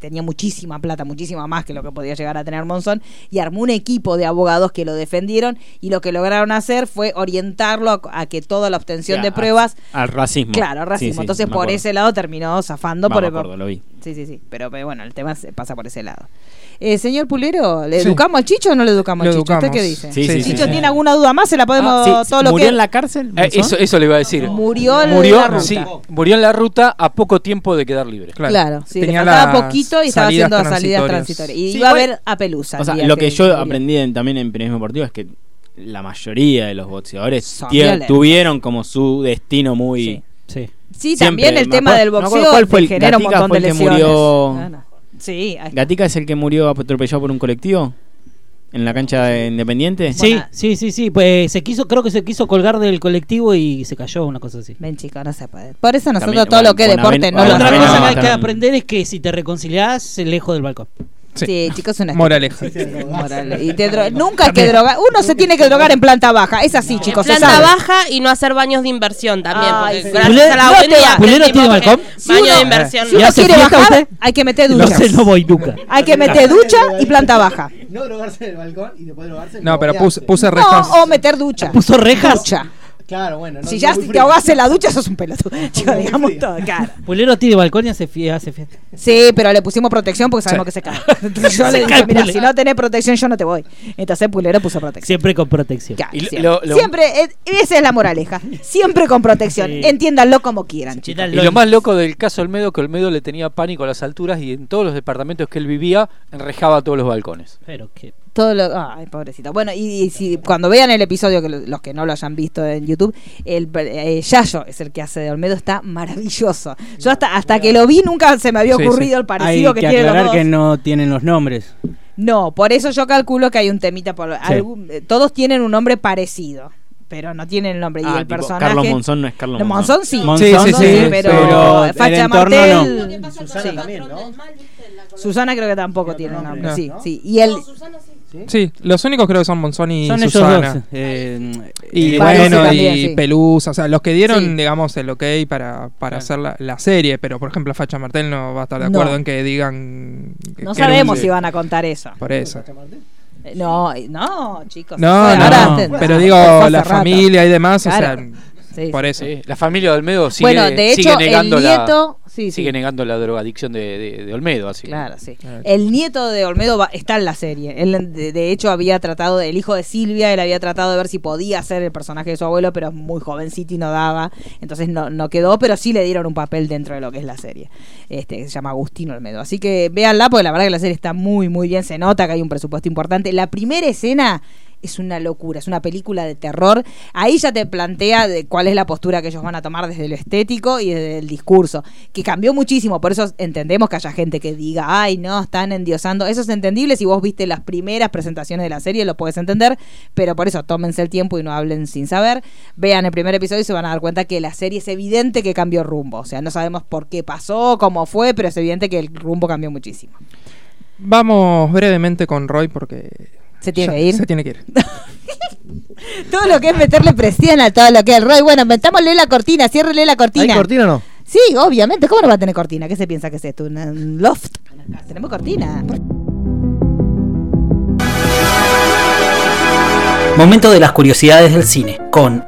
Speaker 3: tenía muchísima plata, muchísima más que lo que podía llegar a tener Monzón, y armó un equipo de abogados que lo defendieron y lo que lograron hacer fue orientarlo a, a que toda la obtención
Speaker 11: Ya,
Speaker 3: de
Speaker 11: a-
Speaker 3: pruebas...
Speaker 11: Al racismo.
Speaker 3: Claro, racismo.
Speaker 11: Sí, sí,
Speaker 3: Entonces
Speaker 11: me
Speaker 3: por
Speaker 11: acuerdo.
Speaker 3: ese lado terminó zafando.
Speaker 11: Va,
Speaker 3: por
Speaker 11: me
Speaker 3: el-
Speaker 11: acuerdo, lo vi.
Speaker 3: Sí, sí, sí. Pero, pero bueno, el tema se pasa por ese lado. Eh, señor Pulero, ¿le educamos al Chicho o no le educamos
Speaker 6: Lo
Speaker 3: al Chicho? ¿Usted
Speaker 6: educamos.
Speaker 3: qué dice?
Speaker 11: Sí, sí, sí,
Speaker 3: Chicho
Speaker 11: sí.
Speaker 3: tiene alguna duda más, se la podemos
Speaker 11: Ah, sí,
Speaker 3: todo lo
Speaker 11: ¿Murió
Speaker 3: que
Speaker 11: en la cárcel?
Speaker 4: Eh,
Speaker 11: Monzón?
Speaker 4: eso, eso le iba a decir.
Speaker 3: murió en
Speaker 4: Murió,
Speaker 3: la ruta.
Speaker 4: sí, murió en la ruta a poco tiempo de quedar libre.
Speaker 6: Claro.
Speaker 3: Claro, sí,
Speaker 6: Tenía
Speaker 3: le faltaba
Speaker 6: las
Speaker 3: poquito y estaba
Speaker 6: salidas
Speaker 3: haciendo salidas transitorias.
Speaker 6: transitorias.
Speaker 3: Y
Speaker 11: Sí,
Speaker 3: iba a
Speaker 11: igual-
Speaker 3: ver a Pelusa. el
Speaker 11: O sea,
Speaker 3: día
Speaker 11: lo que, yo
Speaker 3: murió.
Speaker 11: aprendí en- también en periodismo deportivo es que la mayoría de los boxeadores
Speaker 3: Son
Speaker 11: tie-
Speaker 3: violentos.
Speaker 11: tuvieron como su destino muy...
Speaker 3: Sí.
Speaker 13: Sí.
Speaker 3: Sí,
Speaker 11: Siempre,
Speaker 3: también el
Speaker 11: me
Speaker 3: tema
Speaker 11: acuerdo-
Speaker 3: del
Speaker 11: me acuerdo
Speaker 3: boxeo
Speaker 11: cuál fue el-
Speaker 3: te genera un
Speaker 11: Gatica
Speaker 3: montón
Speaker 11: fue
Speaker 3: de
Speaker 11: el que
Speaker 3: lesiones.
Speaker 11: murió-
Speaker 3: Ah, no. Sí, ahí está.
Speaker 11: ¿Gatica es el que murió atropellado por un colectivo? en la cancha de Independiente?
Speaker 13: Sí, sí, sí, sí. Pues se quiso, creo que se quiso colgar del colectivo y se cayó, una cosa así.
Speaker 3: Ven, chicos, no se puede. Por eso nosotros todo lo que es deporte no lo
Speaker 13: Otra
Speaker 3: hacemos.
Speaker 13: cosa que hay que aprender es que si te reconciliás, lejos del balcón.
Speaker 3: Sí, chicos, una
Speaker 6: Moraleja.
Speaker 3: Moral. Y te dro- Nunca hay que drogar. Uno se tiene que drogar en planta baja. Es así, chicos. se
Speaker 5: planta
Speaker 3: sabe.
Speaker 5: baja y no hacer baños de inversión también.
Speaker 3: Ay,
Speaker 5: Porque
Speaker 3: sí.
Speaker 5: gracias a la
Speaker 3: No te
Speaker 5: buena
Speaker 3: va.
Speaker 13: ¿Pulero tiene
Speaker 5: aprendimos que
Speaker 13: balcón?
Speaker 3: Si
Speaker 5: Baño
Speaker 3: uno-
Speaker 5: de inversión.
Speaker 3: Si uno
Speaker 13: hace
Speaker 3: quiere
Speaker 13: fiesta
Speaker 3: bajar,
Speaker 13: usted?
Speaker 3: hay que meter
Speaker 13: No
Speaker 3: ducha.
Speaker 13: sé, no voy nunca.
Speaker 3: Hay que meter ducha y planta baja.
Speaker 10: No drogarse del balcón y después drogarse.
Speaker 6: No, pero
Speaker 10: como
Speaker 6: puse, puse
Speaker 3: No,
Speaker 6: rejas.
Speaker 3: o meter ducha.
Speaker 13: ¿Puso rejas?
Speaker 3: Ducha.
Speaker 10: ya. Claro, bueno. no-
Speaker 3: Si ya
Speaker 10: muy
Speaker 3: si te
Speaker 10: frío.
Speaker 3: ahogas en la ducha, sos un pelotudo. Chicos, digamos todo, claro.
Speaker 13: Pulero tiene balcón y hace fie- hace fiesta.
Speaker 3: Sí, pero le pusimos protección porque sabemos que se cae. Entonces yo
Speaker 13: Se
Speaker 3: le dije,
Speaker 13: cae
Speaker 3: mira,
Speaker 13: Pulero".
Speaker 3: si no tenés protección, yo no te voy. Entonces Pulero puso protección.
Speaker 13: Siempre con protección.
Speaker 3: Claro,
Speaker 4: Y lo-
Speaker 3: siempre.
Speaker 4: lo- lo-
Speaker 3: Siempre, eh, esa es la moraleja. Siempre con protección.
Speaker 13: Sí.
Speaker 3: Entiéndanlo como quieran. chicos.
Speaker 4: Y lo más loco del caso Olmedo, que Olmedo le tenía pánico a las alturas y en todos los departamentos que él vivía, enrejaba todos los balcones.
Speaker 13: Pero que.
Speaker 3: Todo lo- ay, pobrecito. Bueno, y, y si cuando vean el episodio, que lo- los que no lo hayan visto en YouTube, el eh, Yayo es el que hace de Olmedo, está maravilloso. Yo hasta hasta que lo vi nunca se me había
Speaker 9: Sí, sí.
Speaker 3: ocurrido el parecido
Speaker 9: Hay
Speaker 3: que,
Speaker 9: que
Speaker 3: tienen los
Speaker 9: aclarar
Speaker 3: dos.
Speaker 9: que no tienen los nombres.
Speaker 3: No, por eso yo calculo que hay un temita por algún- eh, todos tienen un nombre parecido, pero no tienen el nombre y
Speaker 11: Ah,
Speaker 3: el
Speaker 11: tipo,
Speaker 3: personaje.
Speaker 11: Carlos Monzón no es Carlos
Speaker 3: No,
Speaker 11: Monzón.
Speaker 3: Monzón sí.
Speaker 9: Monzón Sí, sí,
Speaker 3: Monzón
Speaker 9: sí,
Speaker 3: pero,
Speaker 9: pero el
Speaker 3: Facha
Speaker 9: entorno no.
Speaker 3: Martel.
Speaker 10: Susana también, ¿no?
Speaker 3: Susana creo que tampoco tiene nombre,
Speaker 6: nombre,
Speaker 3: sí,
Speaker 10: ¿no?
Speaker 3: sí. Y el
Speaker 6: Sí, los únicos creo que son Monzón y
Speaker 9: Son
Speaker 6: Susana.
Speaker 9: ellos dos. eh,
Speaker 6: Y
Speaker 9: eh,
Speaker 3: Parece
Speaker 6: bueno,
Speaker 3: también,
Speaker 6: y
Speaker 3: sí.
Speaker 6: Pelusa, o sea, los que dieron,
Speaker 3: Sí.
Speaker 6: digamos, el ok para, para hacer la, la serie, pero por ejemplo, Facha Martel no va a estar de
Speaker 3: No.
Speaker 6: acuerdo en que digan. que-
Speaker 3: no
Speaker 6: que era un-
Speaker 3: sabemos si van a contar eso.
Speaker 6: Por eso.
Speaker 3: Eh, No, eh, no, chicos.
Speaker 6: No,
Speaker 3: Ahora
Speaker 6: no,
Speaker 3: te-
Speaker 6: pero
Speaker 3: fue
Speaker 6: digo,
Speaker 3: hace
Speaker 6: la
Speaker 3: rato.
Speaker 6: familia y demás,
Speaker 3: Claro.
Speaker 6: o
Speaker 3: Sí,
Speaker 6: sea, por eso.
Speaker 4: Sí, la familia de Olmedo sigue,
Speaker 3: Bueno, de hecho,
Speaker 4: sigue
Speaker 3: el
Speaker 4: negando
Speaker 3: nieto-
Speaker 4: la,
Speaker 3: sí, sí.
Speaker 4: sigue negando la drogadicción de, de- de Olmedo, así.
Speaker 3: Claro, sí.
Speaker 6: Claro.
Speaker 3: El nieto de Olmedo va- está en la serie. Él, de, de hecho, había tratado, el hijo de Silvia, él había tratado de ver si podía ser el personaje de su abuelo, pero es muy jovencito y no daba. Entonces no, no quedó, pero sí le dieron un papel dentro de lo que es la serie. Este, que se llama Agustín Olmedo. Así que véanla, porque la verdad que la serie está muy, muy bien. Se nota que hay un presupuesto importante. La primera escena. Es una locura, es una película de terror. Ahí ya te plantea de cuál es la postura que ellos van a tomar desde lo estético y desde el discurso, que cambió muchísimo. Por eso entendemos que haya gente que diga, ay, no, están endiosando. Eso es entendible. Si vos viste las primeras presentaciones de la serie, lo podés entender. Pero por eso tómense el tiempo y no hablen sin saber. Vean el primer episodio y se van a dar cuenta que la serie es evidente que cambió rumbo. O sea, no sabemos por qué pasó, cómo fue, pero es evidente que el rumbo cambió muchísimo.
Speaker 6: Vamos brevemente con Roy porque.
Speaker 3: Se tiene
Speaker 6: ya-
Speaker 3: que ir.
Speaker 6: Se tiene que ir.
Speaker 3: Todo lo que es meterle presión a todo lo que es Roy. Bueno, metámosle la cortina, ciérrele la
Speaker 10: ¿Hay cortina o no?
Speaker 3: Sí, obviamente. ¿Cómo no va a tener cortina? ¿Qué se piensa que es esto? ¿Un un loft? Tenemos cortina.
Speaker 13: Momento de las curiosidades del cine con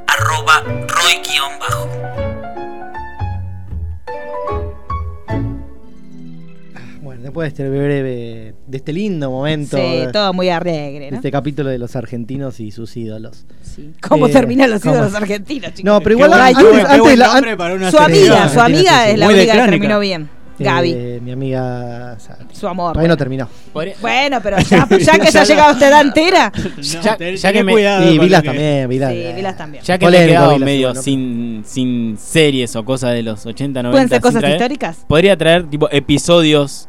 Speaker 10: Bueno, después de este breve, de este lindo momento,
Speaker 3: Sí,
Speaker 10: de,
Speaker 3: todo muy alegre,
Speaker 10: de
Speaker 3: ¿no?
Speaker 10: este capítulo de los argentinos y sus ídolos.
Speaker 3: Sí. ¿Cómo
Speaker 10: Eh,
Speaker 3: terminan los
Speaker 10: ¿cómo?
Speaker 3: ídolos argentinos, chicos?
Speaker 10: No, pero igual
Speaker 3: Qué
Speaker 10: antes,
Speaker 3: buen-
Speaker 10: antes,
Speaker 3: qué buen
Speaker 10: la-
Speaker 3: nombre
Speaker 10: an-
Speaker 3: para una Su serie. amiga, su amiga es la
Speaker 9: Muy de
Speaker 3: única que
Speaker 9: crónica.
Speaker 3: terminó bien. Gaby,
Speaker 10: Eh, mi amiga. o sea,
Speaker 3: su amor.
Speaker 10: todavía
Speaker 3: bueno.
Speaker 10: no terminó.
Speaker 11: Podría-
Speaker 3: Bueno, pero ya, ya que se ha llegado a usted entera.
Speaker 11: Ya-
Speaker 9: ten-
Speaker 11: ya que
Speaker 9: tené
Speaker 11: me-
Speaker 9: cuidado
Speaker 10: Y
Speaker 9: con
Speaker 10: Vilas
Speaker 9: lo que-
Speaker 10: también, Vilas.
Speaker 3: Sí, Vilas también.
Speaker 11: Ya que me he
Speaker 10: Polémico,
Speaker 11: quedado
Speaker 10: Vilas,
Speaker 11: medio
Speaker 10: igual, ¿no?
Speaker 11: sin, sin series o cosas de los 80, 90.
Speaker 3: ¿Pueden ser
Speaker 11: sin
Speaker 3: cosas
Speaker 11: traer,
Speaker 3: históricas?
Speaker 11: Podría traer tipo episodios.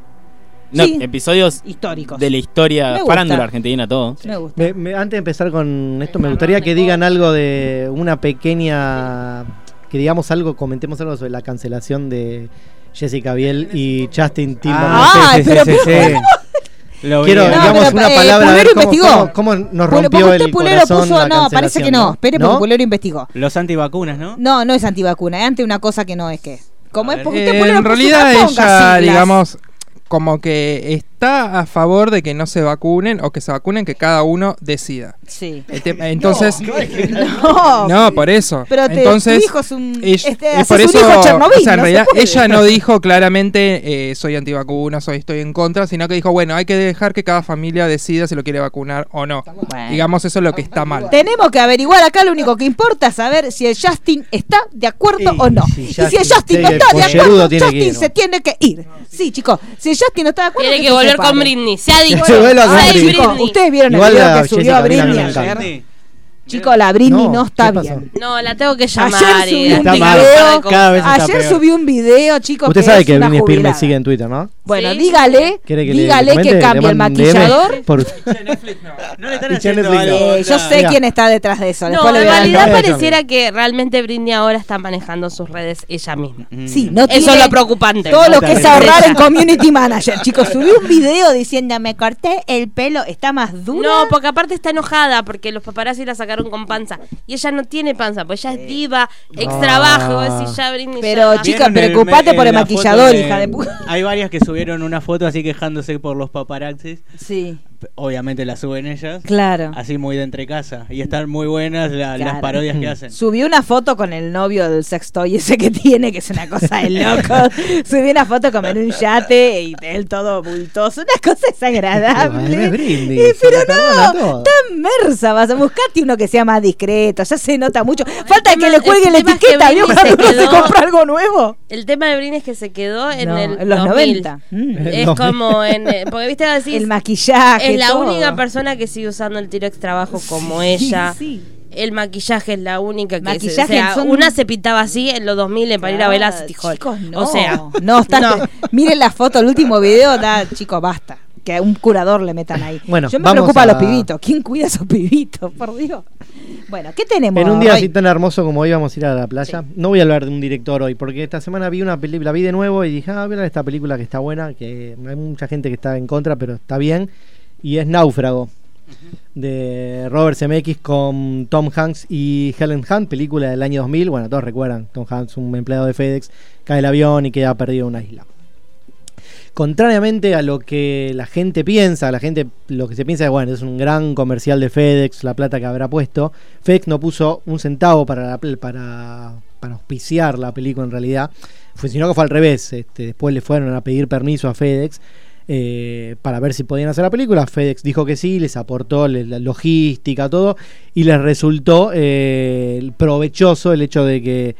Speaker 11: No,
Speaker 3: Sí.
Speaker 11: episodios
Speaker 3: Históricos.
Speaker 11: de la
Speaker 3: Me
Speaker 11: historia
Speaker 3: gusta.
Speaker 11: farándula argentina,
Speaker 12: eh,
Speaker 11: todo.
Speaker 3: Me gusta.
Speaker 10: Me- me- antes de empezar con esto, me gustaría que digan algo de una pequeña. Que digamos algo, comentemos algo sobre la cancelación de Jessica Biel y Justin Timberlake.
Speaker 3: Ah, sí, sí, pero- sí, sí,
Speaker 9: Lo
Speaker 10: Quiero,
Speaker 9: vi.
Speaker 3: No,
Speaker 10: digamos,
Speaker 3: pero,
Speaker 10: una
Speaker 3: eh,
Speaker 10: palabra. a ver
Speaker 3: Pulero
Speaker 10: cómo-
Speaker 3: investigó.
Speaker 10: cómo, cómo nos
Speaker 3: Bueno,
Speaker 10: rompió
Speaker 3: porque usted
Speaker 10: el
Speaker 3: Pulero
Speaker 10: corazón la
Speaker 3: puso. No, parece que no.
Speaker 10: cancelación,
Speaker 3: Espere,
Speaker 10: ¿no?
Speaker 3: porque Pulero investigó.
Speaker 9: Los antivacunas, ¿no?
Speaker 3: No, no es antivacuna, es ante una cosa que no es que. ¿Cómo
Speaker 9: A
Speaker 3: es?
Speaker 9: ver.
Speaker 3: Porque usted
Speaker 6: Eh,
Speaker 3: Pulero
Speaker 6: en
Speaker 3: puso
Speaker 6: realidad
Speaker 3: una
Speaker 6: ella,
Speaker 3: ponga siglas.
Speaker 6: digamos, como que está a favor de que no se vacunen o que se vacunen, que cada uno decida.
Speaker 3: Sí.
Speaker 6: El tema- Entonces,
Speaker 3: No.
Speaker 6: eh, No, por eso.
Speaker 3: Pero te-
Speaker 6: Entonces,
Speaker 3: tu hijo es un-
Speaker 6: ella-
Speaker 3: este,
Speaker 6: es
Speaker 3: haces
Speaker 6: por
Speaker 3: un
Speaker 6: eso,
Speaker 3: hijo Chernobyl,
Speaker 6: o sea, en
Speaker 3: no se
Speaker 6: realidad,
Speaker 3: puede.
Speaker 6: ella no dijo claramente eh, soy antivacuna, soy estoy en contra, sino que dijo, bueno, hay que dejar que cada familia decida si lo quiere vacunar o no.
Speaker 3: Bueno.
Speaker 6: Digamos, eso es lo que está mal.
Speaker 3: Tenemos que averiguar acá, lo único que importa es saber si el Justin está de acuerdo
Speaker 10: Y
Speaker 3: o no.
Speaker 10: si
Speaker 3: y si
Speaker 10: Justin
Speaker 3: el Justin no
Speaker 10: sigue
Speaker 3: está de
Speaker 10: pollerudo,
Speaker 3: acuerdo,
Speaker 10: tiene que
Speaker 3: Justin
Speaker 10: ir, ¿no?
Speaker 3: se tiene que ir. Sí, chicos, si el Justin no está de acuerdo,
Speaker 5: Tiene que
Speaker 3: se
Speaker 5: volver
Speaker 3: separe.
Speaker 5: con Britney. Se ha dicho.
Speaker 10: Se vuelve a
Speaker 5: Se ha
Speaker 10: con
Speaker 5: dicho
Speaker 10: Britney.
Speaker 3: Chicos, ustedes vieron
Speaker 10: Igual
Speaker 3: el video
Speaker 10: la
Speaker 3: que subió
Speaker 10: Jessica
Speaker 3: a
Speaker 10: Biel
Speaker 3: Britney
Speaker 10: me encanta.
Speaker 3: ayer. Chicos, la Britney no,
Speaker 10: No,
Speaker 3: está
Speaker 10: ¿qué pasó?
Speaker 3: bien.
Speaker 5: No, la tengo que llamar.
Speaker 3: Ayer subí
Speaker 5: y la
Speaker 3: un
Speaker 5: tengo que
Speaker 10: video,
Speaker 5: llamar de
Speaker 10: cada vez
Speaker 5: cosas.
Speaker 10: está
Speaker 3: Ayer
Speaker 10: peor.
Speaker 3: subí un video, chicos.
Speaker 10: Usted sabe que
Speaker 3: es una
Speaker 10: Britney Spears me
Speaker 3: jubilada.
Speaker 10: sigue en Twitter, ¿no?
Speaker 3: Bueno, dígale,
Speaker 10: ¿Quiere que le
Speaker 3: dígale que
Speaker 10: comente?
Speaker 3: cambie
Speaker 10: Le
Speaker 3: el
Speaker 10: mande
Speaker 3: maquillador.
Speaker 10: DM por-
Speaker 12: No le están
Speaker 10: Piché
Speaker 12: haciendo
Speaker 10: Netflix,
Speaker 12: algo.
Speaker 10: no.
Speaker 3: Eh, yo sé
Speaker 10: Mirá.
Speaker 3: quién está detrás de eso.
Speaker 5: No,
Speaker 3: después le
Speaker 5: en
Speaker 3: voy a dar
Speaker 5: realidad
Speaker 3: nombre.
Speaker 5: pareciera que realmente Britney ahora está manejando sus redes ella misma.
Speaker 9: Mm.
Speaker 10: Mm.
Speaker 3: Sí, no
Speaker 5: Eso es
Speaker 3: tiene
Speaker 5: lo preocupante.
Speaker 3: Todo lo que es ahorrar en community manager, chicos. Subí un video diciendo me corté el pelo, está más duro.
Speaker 5: No, porque aparte está enojada porque los paparazzi la sacaron con panza. Y ella no tiene panza, pues ella es diva, ex trabajo.
Speaker 9: Ah.
Speaker 5: decís, ya Britney
Speaker 3: Pero,
Speaker 5: ya-
Speaker 3: chica,
Speaker 9: ¿Vieron el
Speaker 3: preocupate
Speaker 9: me-
Speaker 3: por el
Speaker 9: la foto
Speaker 3: maquillador, hija de puta.
Speaker 9: Hay varias que subieron una foto así quejándose por los paparazzis.
Speaker 3: Sí.
Speaker 9: Obviamente la suben ellas.
Speaker 3: Claro.
Speaker 5: Ah,
Speaker 9: Así muy de entre casa. Y están muy buenas la- las
Speaker 3: Claro.
Speaker 9: parodias
Speaker 10: Mm.
Speaker 9: que hacen.
Speaker 3: Subí una foto con el novio del sextoy ese que tiene, que es una cosa de loco. Subí una foto como en un yate y él todo bultoso. Una cosa
Speaker 10: Bueno, es
Speaker 3: desagradable.
Speaker 10: brindis,
Speaker 3: Eh, pero
Speaker 10: se le perdona
Speaker 3: no,
Speaker 10: todo.
Speaker 3: tan mersa vas a buscate uno que sea más discreto, ya se nota mucho. Falta que le cuelgue la
Speaker 5: tema es que
Speaker 3: etiqueta, ¿vio?
Speaker 5: Britney
Speaker 3: Cuando
Speaker 5: se
Speaker 3: uno se
Speaker 5: quedó-
Speaker 3: compra algo nuevo.
Speaker 5: El tema de Britney es que se quedó en,
Speaker 3: No,
Speaker 5: el
Speaker 3: en los
Speaker 5: 2000.
Speaker 3: 90. Mm.
Speaker 5: Es
Speaker 3: No.
Speaker 5: como en. eh, Porque viste así.
Speaker 3: El maquillaje,
Speaker 5: Es la
Speaker 3: todo.
Speaker 5: única persona que sigue usando el T-Rex trabajo como ella. El maquillaje es la única que se-
Speaker 3: Maquillaje,
Speaker 5: o sea,
Speaker 3: son-
Speaker 5: una se pintaba así en los 2000 en para ir a bailar a City Hall.
Speaker 3: no.
Speaker 5: O sea,
Speaker 3: No, está- miren la foto, el último video, da, chico, basta. Que a un curador le metan ahí.
Speaker 10: Bueno,
Speaker 3: Yo me
Speaker 10: vamos
Speaker 3: preocupa a... los
Speaker 10: a-
Speaker 3: pibitos. ¿Quién cuida a esos pibitos? Por Dios. Bueno, ¿qué tenemos?
Speaker 10: En un día
Speaker 3: Ray?
Speaker 10: así tan hermoso como hoy vamos a ir a la playa. No voy a hablar de un director hoy, porque esta semana vi una película, la vi de nuevo y dije, ah, voy a hablar de esta película que está buena, que hay mucha gente que está en contra, pero está bien. Y es Náufrago, de Robert Zemeckis con Tom Hanks y Helen Hunt, película del año 2000. Bueno, todos recuerdan, Tom Hanks, un empleado de FedEx, cae el avión y queda perdido en una isla. Contrariamente a lo que la gente piensa, la gente lo que se piensa es, bueno, es un gran comercial de FedEx, la plata que habrá puesto. FedEx no puso un centavo para, la pel- para, para auspiciar la película en realidad, fue, sino que fue al revés. Este, después le fueron a pedir permiso a FedEx eh, para ver si podían hacer la película. FedEx dijo que sí, les aportó le- la logística, todo, y les resultó eh, el provechoso el hecho de que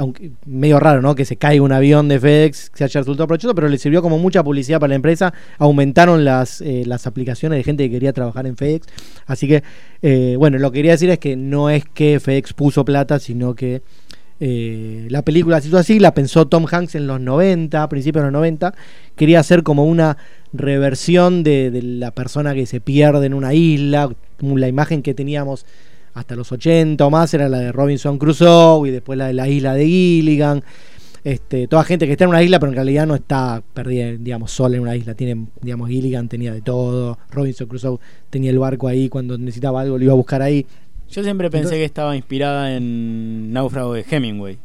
Speaker 10: aunque medio raro, ¿no? Que se caiga un avión de FedEx, que se haya resultado provechoso, pero le sirvió como mucha publicidad para la empresa. Aumentaron las, eh, las aplicaciones de gente que quería trabajar en FedEx. Así que, eh, bueno, lo que quería decir es que no es que FedEx puso plata, sino que eh, la película se hizo así, la pensó Tom Hanks en los 90, a principios de los 90. Quería hacer como una reversión de, de la persona que se pierde en una isla, la imagen que teníamos hasta los 80 o más era la de Robinson Crusoe y después la de la isla de Gilligan. Este, toda gente que está en una isla, pero en realidad no está perdida, digamos, sola en una isla. Tiene, digamos, Gilligan tenía de todo. Robinson Crusoe tenía el barco ahí cuando necesitaba algo, lo iba a buscar ahí.
Speaker 11: Yo siempre pensé que estaba inspirada en Náufrago de Hemingway.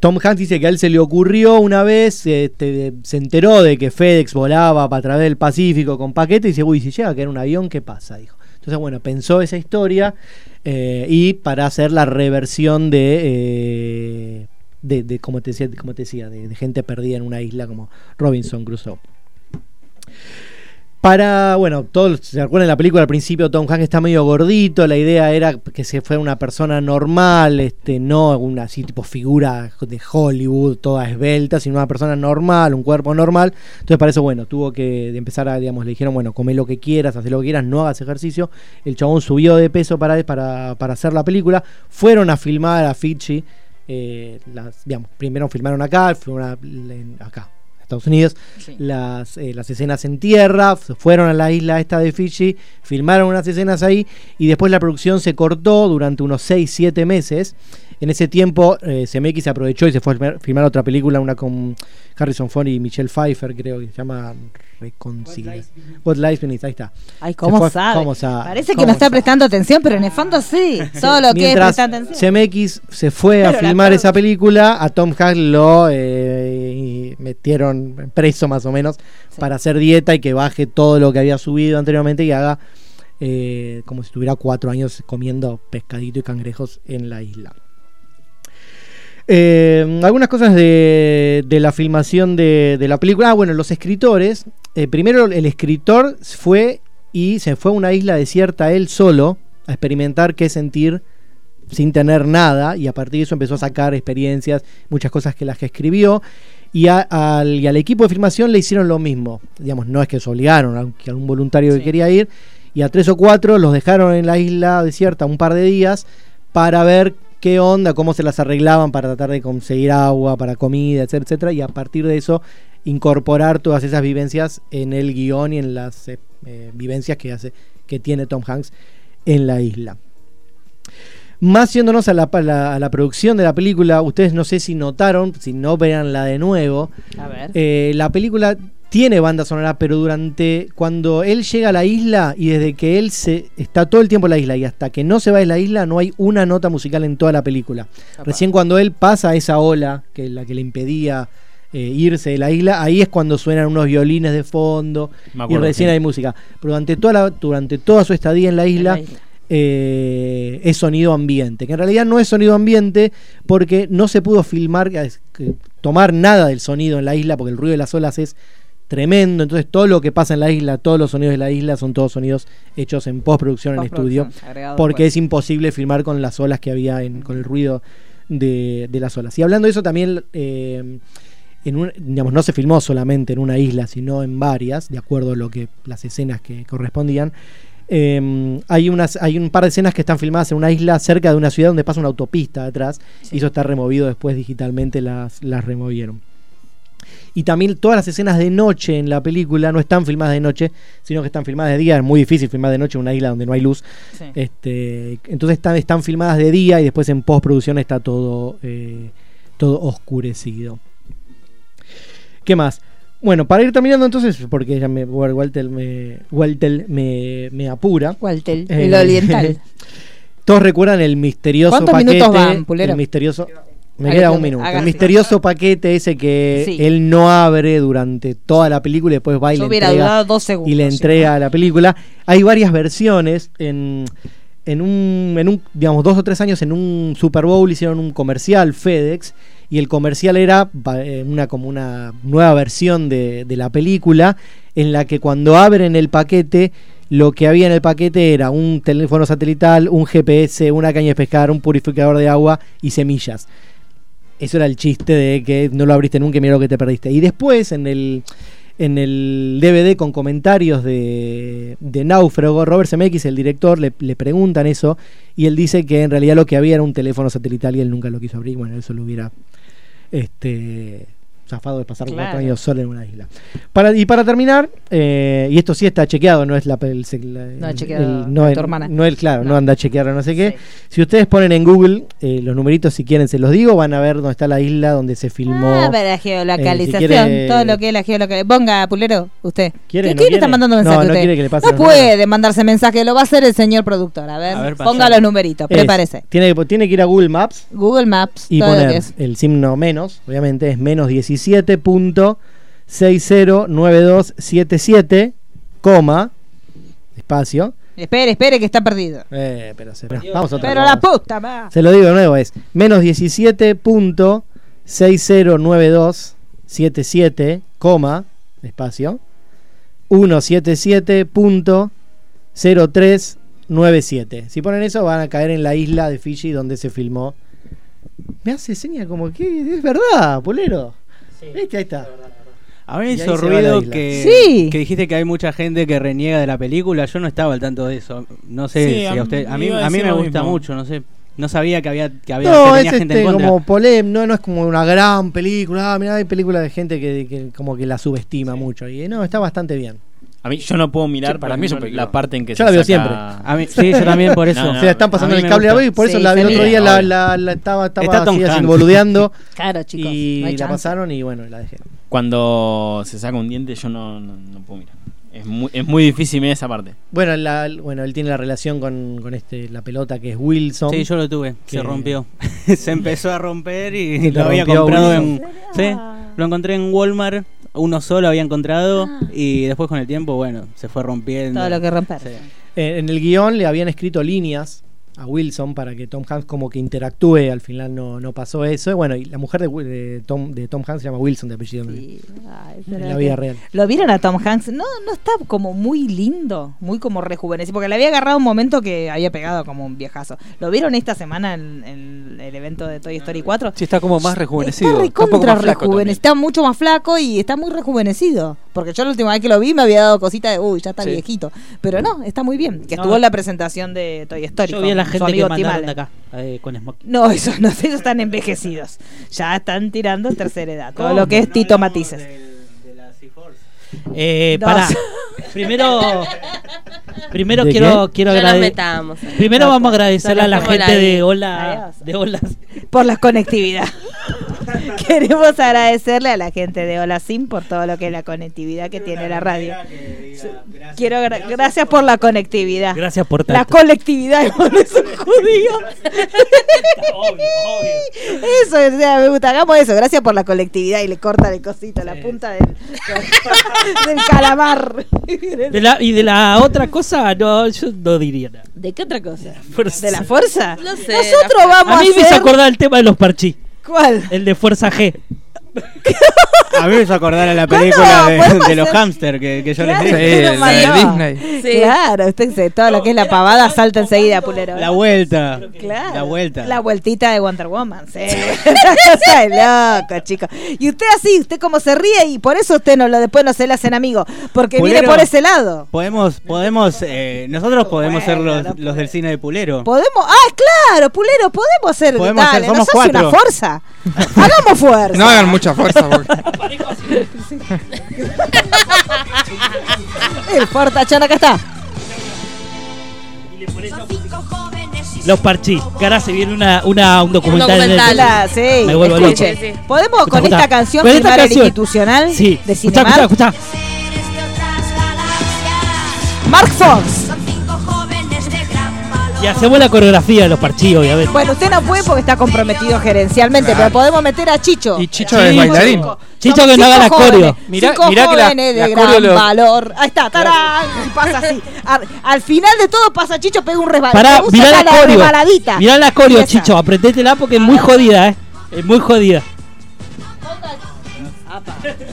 Speaker 10: Tom Hanks dice que a él se le ocurrió una vez, este, se enteró de que FedEx volaba para través del Pacífico con paquete y dice, uy, si llega a caer un avión, ¿qué pasa? Dijo. Entonces, bueno, pensó esa historia eh, y para hacer la reversión de, eh, de, de, como te decía, como te decía de, de gente perdida en una isla como Robinson Crusoe. Para, bueno, todos se acuerdan de la película al principio, Tom Hanks está medio gordito, la idea era que se fuera una persona normal, este, no una así tipo figura de Hollywood, toda esbelta, sino una persona normal, un cuerpo normal. Entonces para eso, bueno, tuvo que empezar a, digamos, le dijeron, bueno, come lo que quieras, haz lo que quieras, no hagas ejercicio. El chabón subió de peso para, para, para hacer la película, fueron a filmar a Fiji, eh, las, digamos, primero filmaron acá, filmaron en- acá, Estados Unidos, las, eh, las escenas en tierra, se fueron a la isla esta de Fiji, filmaron unas escenas ahí y después la producción se cortó durante unos 6-7 meses. En ese tiempo, eh, CMX se aprovechó y se fue a filmar, filmar otra película, una con Harrison Ford y Michelle Pfeiffer, creo que se llama Reconcilia. What Lies Beneath, ahí está.
Speaker 3: Ay,
Speaker 10: Se
Speaker 3: ¿cómo
Speaker 10: fue-
Speaker 3: sabe?
Speaker 10: cómo sabe?
Speaker 3: Parece que
Speaker 10: ¿Cómo
Speaker 3: no está
Speaker 10: sabe?
Speaker 3: prestando atención, pero en el fondo sí. Todo lo que es
Speaker 10: Mientras
Speaker 3: prestar atención.
Speaker 10: CMX se fue a
Speaker 3: Pero la
Speaker 10: filmar esa película, a Tom Hanks lo eh, y metieron preso más o menos para hacer dieta y que baje todo lo que había subido anteriormente y haga eh, como si estuviera cuatro años comiendo pescadito y cangrejos en la isla. Eh, algunas cosas de, de la filmación de, de la película. Ah, bueno, los escritores. Eh, primero, el escritor fue y se fue a una isla desierta él solo a experimentar qué sentir sin tener nada. Y a partir de eso empezó a sacar experiencias, muchas cosas que las que escribió. Y, a- al, y al equipo de filmación le hicieron lo mismo. Digamos, no es que se obligaron, aunque algún voluntario que quería ir. Y a tres o cuatro los dejaron en la isla desierta un par de días para ver qué onda, cómo se las arreglaban para tratar de conseguir agua, para comida, etcétera, etcétera. Y a partir de eso incorporar todas esas vivencias en el guión y en las eh, eh, vivencias que hace, que tiene Tom Hanks en la isla. Más yéndonos a la, a la- a la producción de la película, ustedes no sé si notaron, si no veanla de nuevo,
Speaker 5: A ver.
Speaker 10: eh, la película tiene banda sonora, pero durante cuando él llega a la isla y desde que él se está todo el tiempo en la isla y hasta que no se va de la isla no hay una nota musical en toda la película. Recién cuando él pasa esa ola que la que le impedía eh, irse de la isla, ahí es cuando suenan unos violines de fondo
Speaker 11: Me
Speaker 10: y
Speaker 11: acuerdo,
Speaker 10: recién
Speaker 11: sí.
Speaker 10: hay música. Pero durante toda la- durante toda su estadía en la isla,
Speaker 11: isla.
Speaker 10: eh, es sonido ambiente, que en realidad no es sonido ambiente porque no se pudo filmar, eh, que- tomar nada del sonido en la isla porque el ruido de las olas es tremendo, entonces todo lo que pasa en la isla, todos los sonidos de la isla son todos sonidos hechos en postproducción, en
Speaker 14: Postproducción,
Speaker 10: estudio,
Speaker 14: agregado
Speaker 10: porque
Speaker 14: después.
Speaker 10: es imposible filmar con las olas que había, en, con el ruido de, de las olas. Y hablando de eso también... eh, en un- digamos, no se filmó solamente en una isla, sino en varias, de acuerdo a lo que las escenas que correspondían. Eh, hay, unas, hay un par de escenas que están filmadas en una isla cerca de una ciudad donde pasa una autopista atrás, y eso está removido después digitalmente, las, las removieron. Y también todas las escenas de noche en la película no están filmadas de noche, sino que están filmadas de día. Es muy difícil filmar de noche en una isla donde no hay luz.
Speaker 14: Sí.
Speaker 10: Este, entonces están, están filmadas de día y después en postproducción está todo, eh, todo oscurecido. ¿Qué más? Bueno, para ir terminando entonces, porque ya me, Walter, me, Walter me, me apura.
Speaker 3: Walter, el oriental.
Speaker 10: Todos recuerdan el misterioso
Speaker 3: ¿Cuántos
Speaker 10: paquete.
Speaker 3: minutos van, Pulero?
Speaker 10: el misterioso. Me
Speaker 3: Hágale
Speaker 10: queda un
Speaker 3: con-
Speaker 10: minuto. El
Speaker 3: hágase.
Speaker 10: misterioso paquete ese que
Speaker 3: Sí.
Speaker 10: él no abre durante toda la película y después va y
Speaker 3: Yo
Speaker 10: le
Speaker 3: hubiera
Speaker 10: entrega
Speaker 3: durado dos segundos,
Speaker 10: y le
Speaker 3: sí.
Speaker 10: entrega a la película. Hay varias versiones. En, en, un, en un, digamos, dos o tres años en un Super Bowl hicieron un comercial FedEx y el comercial era ba- eh, una, como una nueva versión de, de la película en la que cuando abren el paquete lo que había en el paquete era un teléfono satelital, un GPS, una caña de pescar, un purificador de agua y semillas. Eso era el chiste de que no lo abriste nunca y mira lo que te perdiste. Y después en el, en el DVD con comentarios de, de Náufrago, Robert Zemeckis, el director, le, le preguntan eso y él dice que en realidad lo que había era un teléfono satelital y él nunca lo quiso abrir. Bueno, eso lo hubiera este, zafado de pasar
Speaker 14: Claro.
Speaker 10: cuatro años solo en una isla. Para, y para terminar, eh, y esto sí está chequeado, no es la... el- el-
Speaker 3: No, chequeado
Speaker 10: no
Speaker 3: por
Speaker 10: es-
Speaker 3: tu hermana.
Speaker 10: no el- claro, no. anda a chequear no sé qué. Si ustedes ponen en Google eh, los numeritos, si quieren, se los digo, van a ver dónde está la isla donde se filmó.
Speaker 3: Ah, para la geolocalización,
Speaker 10: Eh, si quiere-
Speaker 3: todo lo que es la geolocalización. Ponga, Pulero, usted.
Speaker 10: ¿Quiere,
Speaker 3: ¿Qué- ¿Quién
Speaker 10: no quiere?
Speaker 3: está mandando
Speaker 10: No,
Speaker 3: mensaje
Speaker 10: no
Speaker 3: usted?
Speaker 10: quiere que le pase
Speaker 3: No
Speaker 10: los
Speaker 3: puede mandarse mensaje, lo va a hacer el señor productor. A ver,
Speaker 10: A ver,
Speaker 3: ponga
Speaker 10: pasa.
Speaker 3: los numeritos,
Speaker 10: Es,
Speaker 3: prepárese.
Speaker 10: tiene, que- tiene que ir a Google Maps
Speaker 3: Google Maps,
Speaker 10: y
Speaker 3: todo lo que
Speaker 10: poner
Speaker 3: es.
Speaker 10: el signo menos, obviamente es menos 17.609277, coma, espacio.
Speaker 3: Espere, espere, que está perdido.
Speaker 10: Eh, pero se vamos otra
Speaker 3: Pero
Speaker 10: vez.
Speaker 3: la puta, va.
Speaker 10: Se lo digo de nuevo, es menos 17.609277, coma, espacio, 177.0397. Si ponen eso van a caer en la isla de Fiji donde se filmó. Me hace seña como que es verdad, pulero. ¿Viste? Ahí está.
Speaker 12: A mí
Speaker 10: Y
Speaker 12: me
Speaker 10: ahí
Speaker 12: hizo
Speaker 10: se va la
Speaker 12: ruido
Speaker 10: isla.
Speaker 12: que,
Speaker 10: Sí.
Speaker 12: que dijiste que hay mucha gente que reniega de la película. Yo no estaba al tanto de eso. No sé
Speaker 11: Sí,
Speaker 12: si
Speaker 11: a mí-
Speaker 12: a usted. A mí,
Speaker 11: iba a
Speaker 12: a mí
Speaker 11: decir
Speaker 12: me
Speaker 11: lo
Speaker 12: gusta
Speaker 11: mismo.
Speaker 12: mucho, no sé. No sabía que había, que había
Speaker 10: No,
Speaker 12: que
Speaker 10: es
Speaker 12: tenía gente
Speaker 10: este,
Speaker 12: en contra.
Speaker 10: como polem, no, no es como una gran película. Ah, mirá, hay películas de gente que, que como que la subestima mucho. Y no, está bastante bien.
Speaker 11: A mí, yo no puedo mirar
Speaker 10: Sí,
Speaker 11: para mí la parte en que se
Speaker 10: Yo la veo
Speaker 11: saca-
Speaker 10: siempre.
Speaker 12: A mí- sí, yo también por eso.
Speaker 11: No, no,
Speaker 10: se la están pasando
Speaker 11: a
Speaker 10: en
Speaker 11: mí
Speaker 10: el
Speaker 11: me
Speaker 10: cable a
Speaker 11: gusta.
Speaker 10: ver y por eso
Speaker 11: Sí,
Speaker 10: la vi el
Speaker 11: sí,
Speaker 10: otro
Speaker 11: sí,
Speaker 10: día, la,
Speaker 11: obvio.
Speaker 10: la- la estaba, estaba
Speaker 11: Está Tom
Speaker 10: así, así,
Speaker 11: Hanks.
Speaker 10: boludeando.
Speaker 3: Claro, chicos.
Speaker 10: Y
Speaker 3: no hay
Speaker 10: la
Speaker 3: chance.
Speaker 10: pasaron y bueno, la dejé.
Speaker 11: Cuando se saca un diente, yo no, no, no puedo mirar. Es muy, es muy difícil mirar esa parte.
Speaker 10: Bueno, la- bueno él tiene la relación con, con este, la pelota que es Wilson.
Speaker 12: Sí, yo lo tuve.
Speaker 10: que-
Speaker 12: Se rompió. se empezó a romper y
Speaker 10: Lo
Speaker 12: lo había
Speaker 10: rompió
Speaker 12: comprado en.
Speaker 10: Wilson.
Speaker 12: Sí, lo encontré en Walmart. Uno solo había encontrado. Y después con el tiempo, bueno, se fue rompiendo.
Speaker 3: Ah. Todo lo que romper.
Speaker 10: Eh, en el guión le habían escrito líneas a Wilson para que Tom Hanks como que interactúe, al final no, no pasó eso. Y bueno, y la mujer de, Wi- de Tom, de Tom Hanks se llama Wilson de apellido.
Speaker 3: Ay,
Speaker 10: en
Speaker 3: pero
Speaker 10: la
Speaker 3: que-
Speaker 10: vida real.
Speaker 3: Lo vieron a Tom Hanks. No, no está como muy lindo, muy como rejuvenecido. Porque le había agarrado un momento que había pegado como un viejazo. ¿Lo vieron esta semana en, en el evento de Toy Story 4?
Speaker 4: Sí, está como más rejuvenecido.
Speaker 3: Está
Speaker 4: está un poco
Speaker 3: recontra
Speaker 4: más flaco
Speaker 3: rejuvene-
Speaker 4: también.
Speaker 3: Está mucho más flaco y está muy rejuvenecido. Porque yo la última vez que lo vi me había dado cosita de, uy, ya está
Speaker 13: Sí.
Speaker 3: viejito. Pero no, está muy bien. Que
Speaker 13: No.
Speaker 3: estuvo en la presentación de Toy Story.
Speaker 13: Yo vi a
Speaker 3: con
Speaker 13: la
Speaker 3: su
Speaker 13: gente que
Speaker 3: amigo Tim
Speaker 13: mandaron
Speaker 3: Allen.
Speaker 13: de acá eh, con Smoking.
Speaker 3: No, esos no, esos están envejecidos. Ya están tirando tercera edad. Todo
Speaker 13: ¿Cómo?
Speaker 3: lo que es Tito Matices.
Speaker 13: Eh,
Speaker 5: Dos.
Speaker 13: pará. Primero, primero
Speaker 5: ¿De
Speaker 13: quiero,
Speaker 5: qué?
Speaker 13: quiero
Speaker 5: No nos
Speaker 13: agradecer.
Speaker 5: metamos.
Speaker 13: Primero
Speaker 5: No,
Speaker 13: vamos a
Speaker 5: no
Speaker 13: agradecerle a la
Speaker 5: dejemos la
Speaker 13: gente
Speaker 5: ahí.
Speaker 13: de Hola, de Hola
Speaker 3: por la conectividad. Queremos agradecerle a la gente de Hola Sim por todo lo que es la conectividad que tiene la radio. Quiero agra- gracias, por la conectividad.
Speaker 13: Gracias por
Speaker 3: La
Speaker 13: tanto.
Speaker 3: colectividad es un judío. Eso, o sea, me gusta. Hagamos eso. Gracias por la colectividad y le corta el cosito, la punta del, del calamar.
Speaker 13: De la- y de la otra cosa, no, yo no diría nada.
Speaker 3: ¿De qué otra cosa?
Speaker 13: Fuerza.
Speaker 3: ¿De la fuerza?
Speaker 5: No sé,
Speaker 3: Nosotros
Speaker 5: la-
Speaker 3: vamos a,
Speaker 13: a mí me hizo
Speaker 3: hacer-
Speaker 13: acordar el tema de los parchís.
Speaker 3: ¿Cuál?
Speaker 13: El de Fuerza G.
Speaker 12: A mí me hizo acordar a la
Speaker 13: ¿Cuándo
Speaker 12: película de,
Speaker 13: podemos
Speaker 12: de los
Speaker 13: hacer-
Speaker 12: hamsters que, que yo
Speaker 13: Claro,
Speaker 12: les
Speaker 13: Sí,
Speaker 12: dije.
Speaker 13: nos la de mandó.
Speaker 3: Sí. Claro, usted se, todo lo que es la pavada salta enseguida, pulero.
Speaker 12: La vuelta.
Speaker 3: Claro.
Speaker 12: La vuelta.
Speaker 3: La vueltita de Wonder Woman, sí. Una cosa de loco, chico. Y usted así, usted como se ríe y por eso usted no lo después no se le hacen amigo, porque viene
Speaker 12: Pulero.
Speaker 3: por ese lado.
Speaker 12: Podemos, podemos, eh, nosotros podemos ser los, los del cine de Pulero.
Speaker 3: Podemos, ah, claro, pulero, podemos ser,
Speaker 12: Podemos
Speaker 3: dale,
Speaker 12: ser, somos
Speaker 3: nos hace
Speaker 12: cuatro.
Speaker 3: una fuerza. Hagamos fuerza.
Speaker 6: No hagan mucha fuerza. porque-
Speaker 3: El fortachón acá está.
Speaker 13: Los parchís. Que ahora se viene una, una, un documental. de-
Speaker 3: La- sí,
Speaker 13: Me vuelvo loco.
Speaker 3: escuche. Podemos
Speaker 13: Escucha,
Speaker 3: con esta
Speaker 13: escucha.
Speaker 3: canción
Speaker 13: Con esta
Speaker 3: firmar
Speaker 13: canción.
Speaker 3: el institucional
Speaker 13: Sí.
Speaker 3: de
Speaker 13: Escuchá,
Speaker 3: Cinemark.
Speaker 13: escuchá, escuchá.
Speaker 3: Mark Fox.
Speaker 13: Y hacemos la coreografía de los parchís, obviamente.
Speaker 3: Bueno, usted no puede porque está comprometido gerencialmente,
Speaker 13: Claro.
Speaker 3: pero podemos meter a Chicho. Y
Speaker 6: Chicho es bailarín.
Speaker 13: Chicho que no haga la coreo.
Speaker 3: Mirá,
Speaker 13: Mirá-
Speaker 3: cinco
Speaker 13: mirá que la-
Speaker 3: jóvenes
Speaker 13: la
Speaker 3: de
Speaker 13: coreo
Speaker 3: gran
Speaker 13: lo-
Speaker 3: valor. Ahí está, tarán, y pasa así. Al, al final de todo pasa Chicho, pega un resbalón.
Speaker 13: Pará, mirá la coreo.
Speaker 3: resbaladita.
Speaker 13: Mirá la coreo,
Speaker 3: Esa.
Speaker 13: Chicho. Aprendétela porque es muy jodida, eh. Es muy jodida.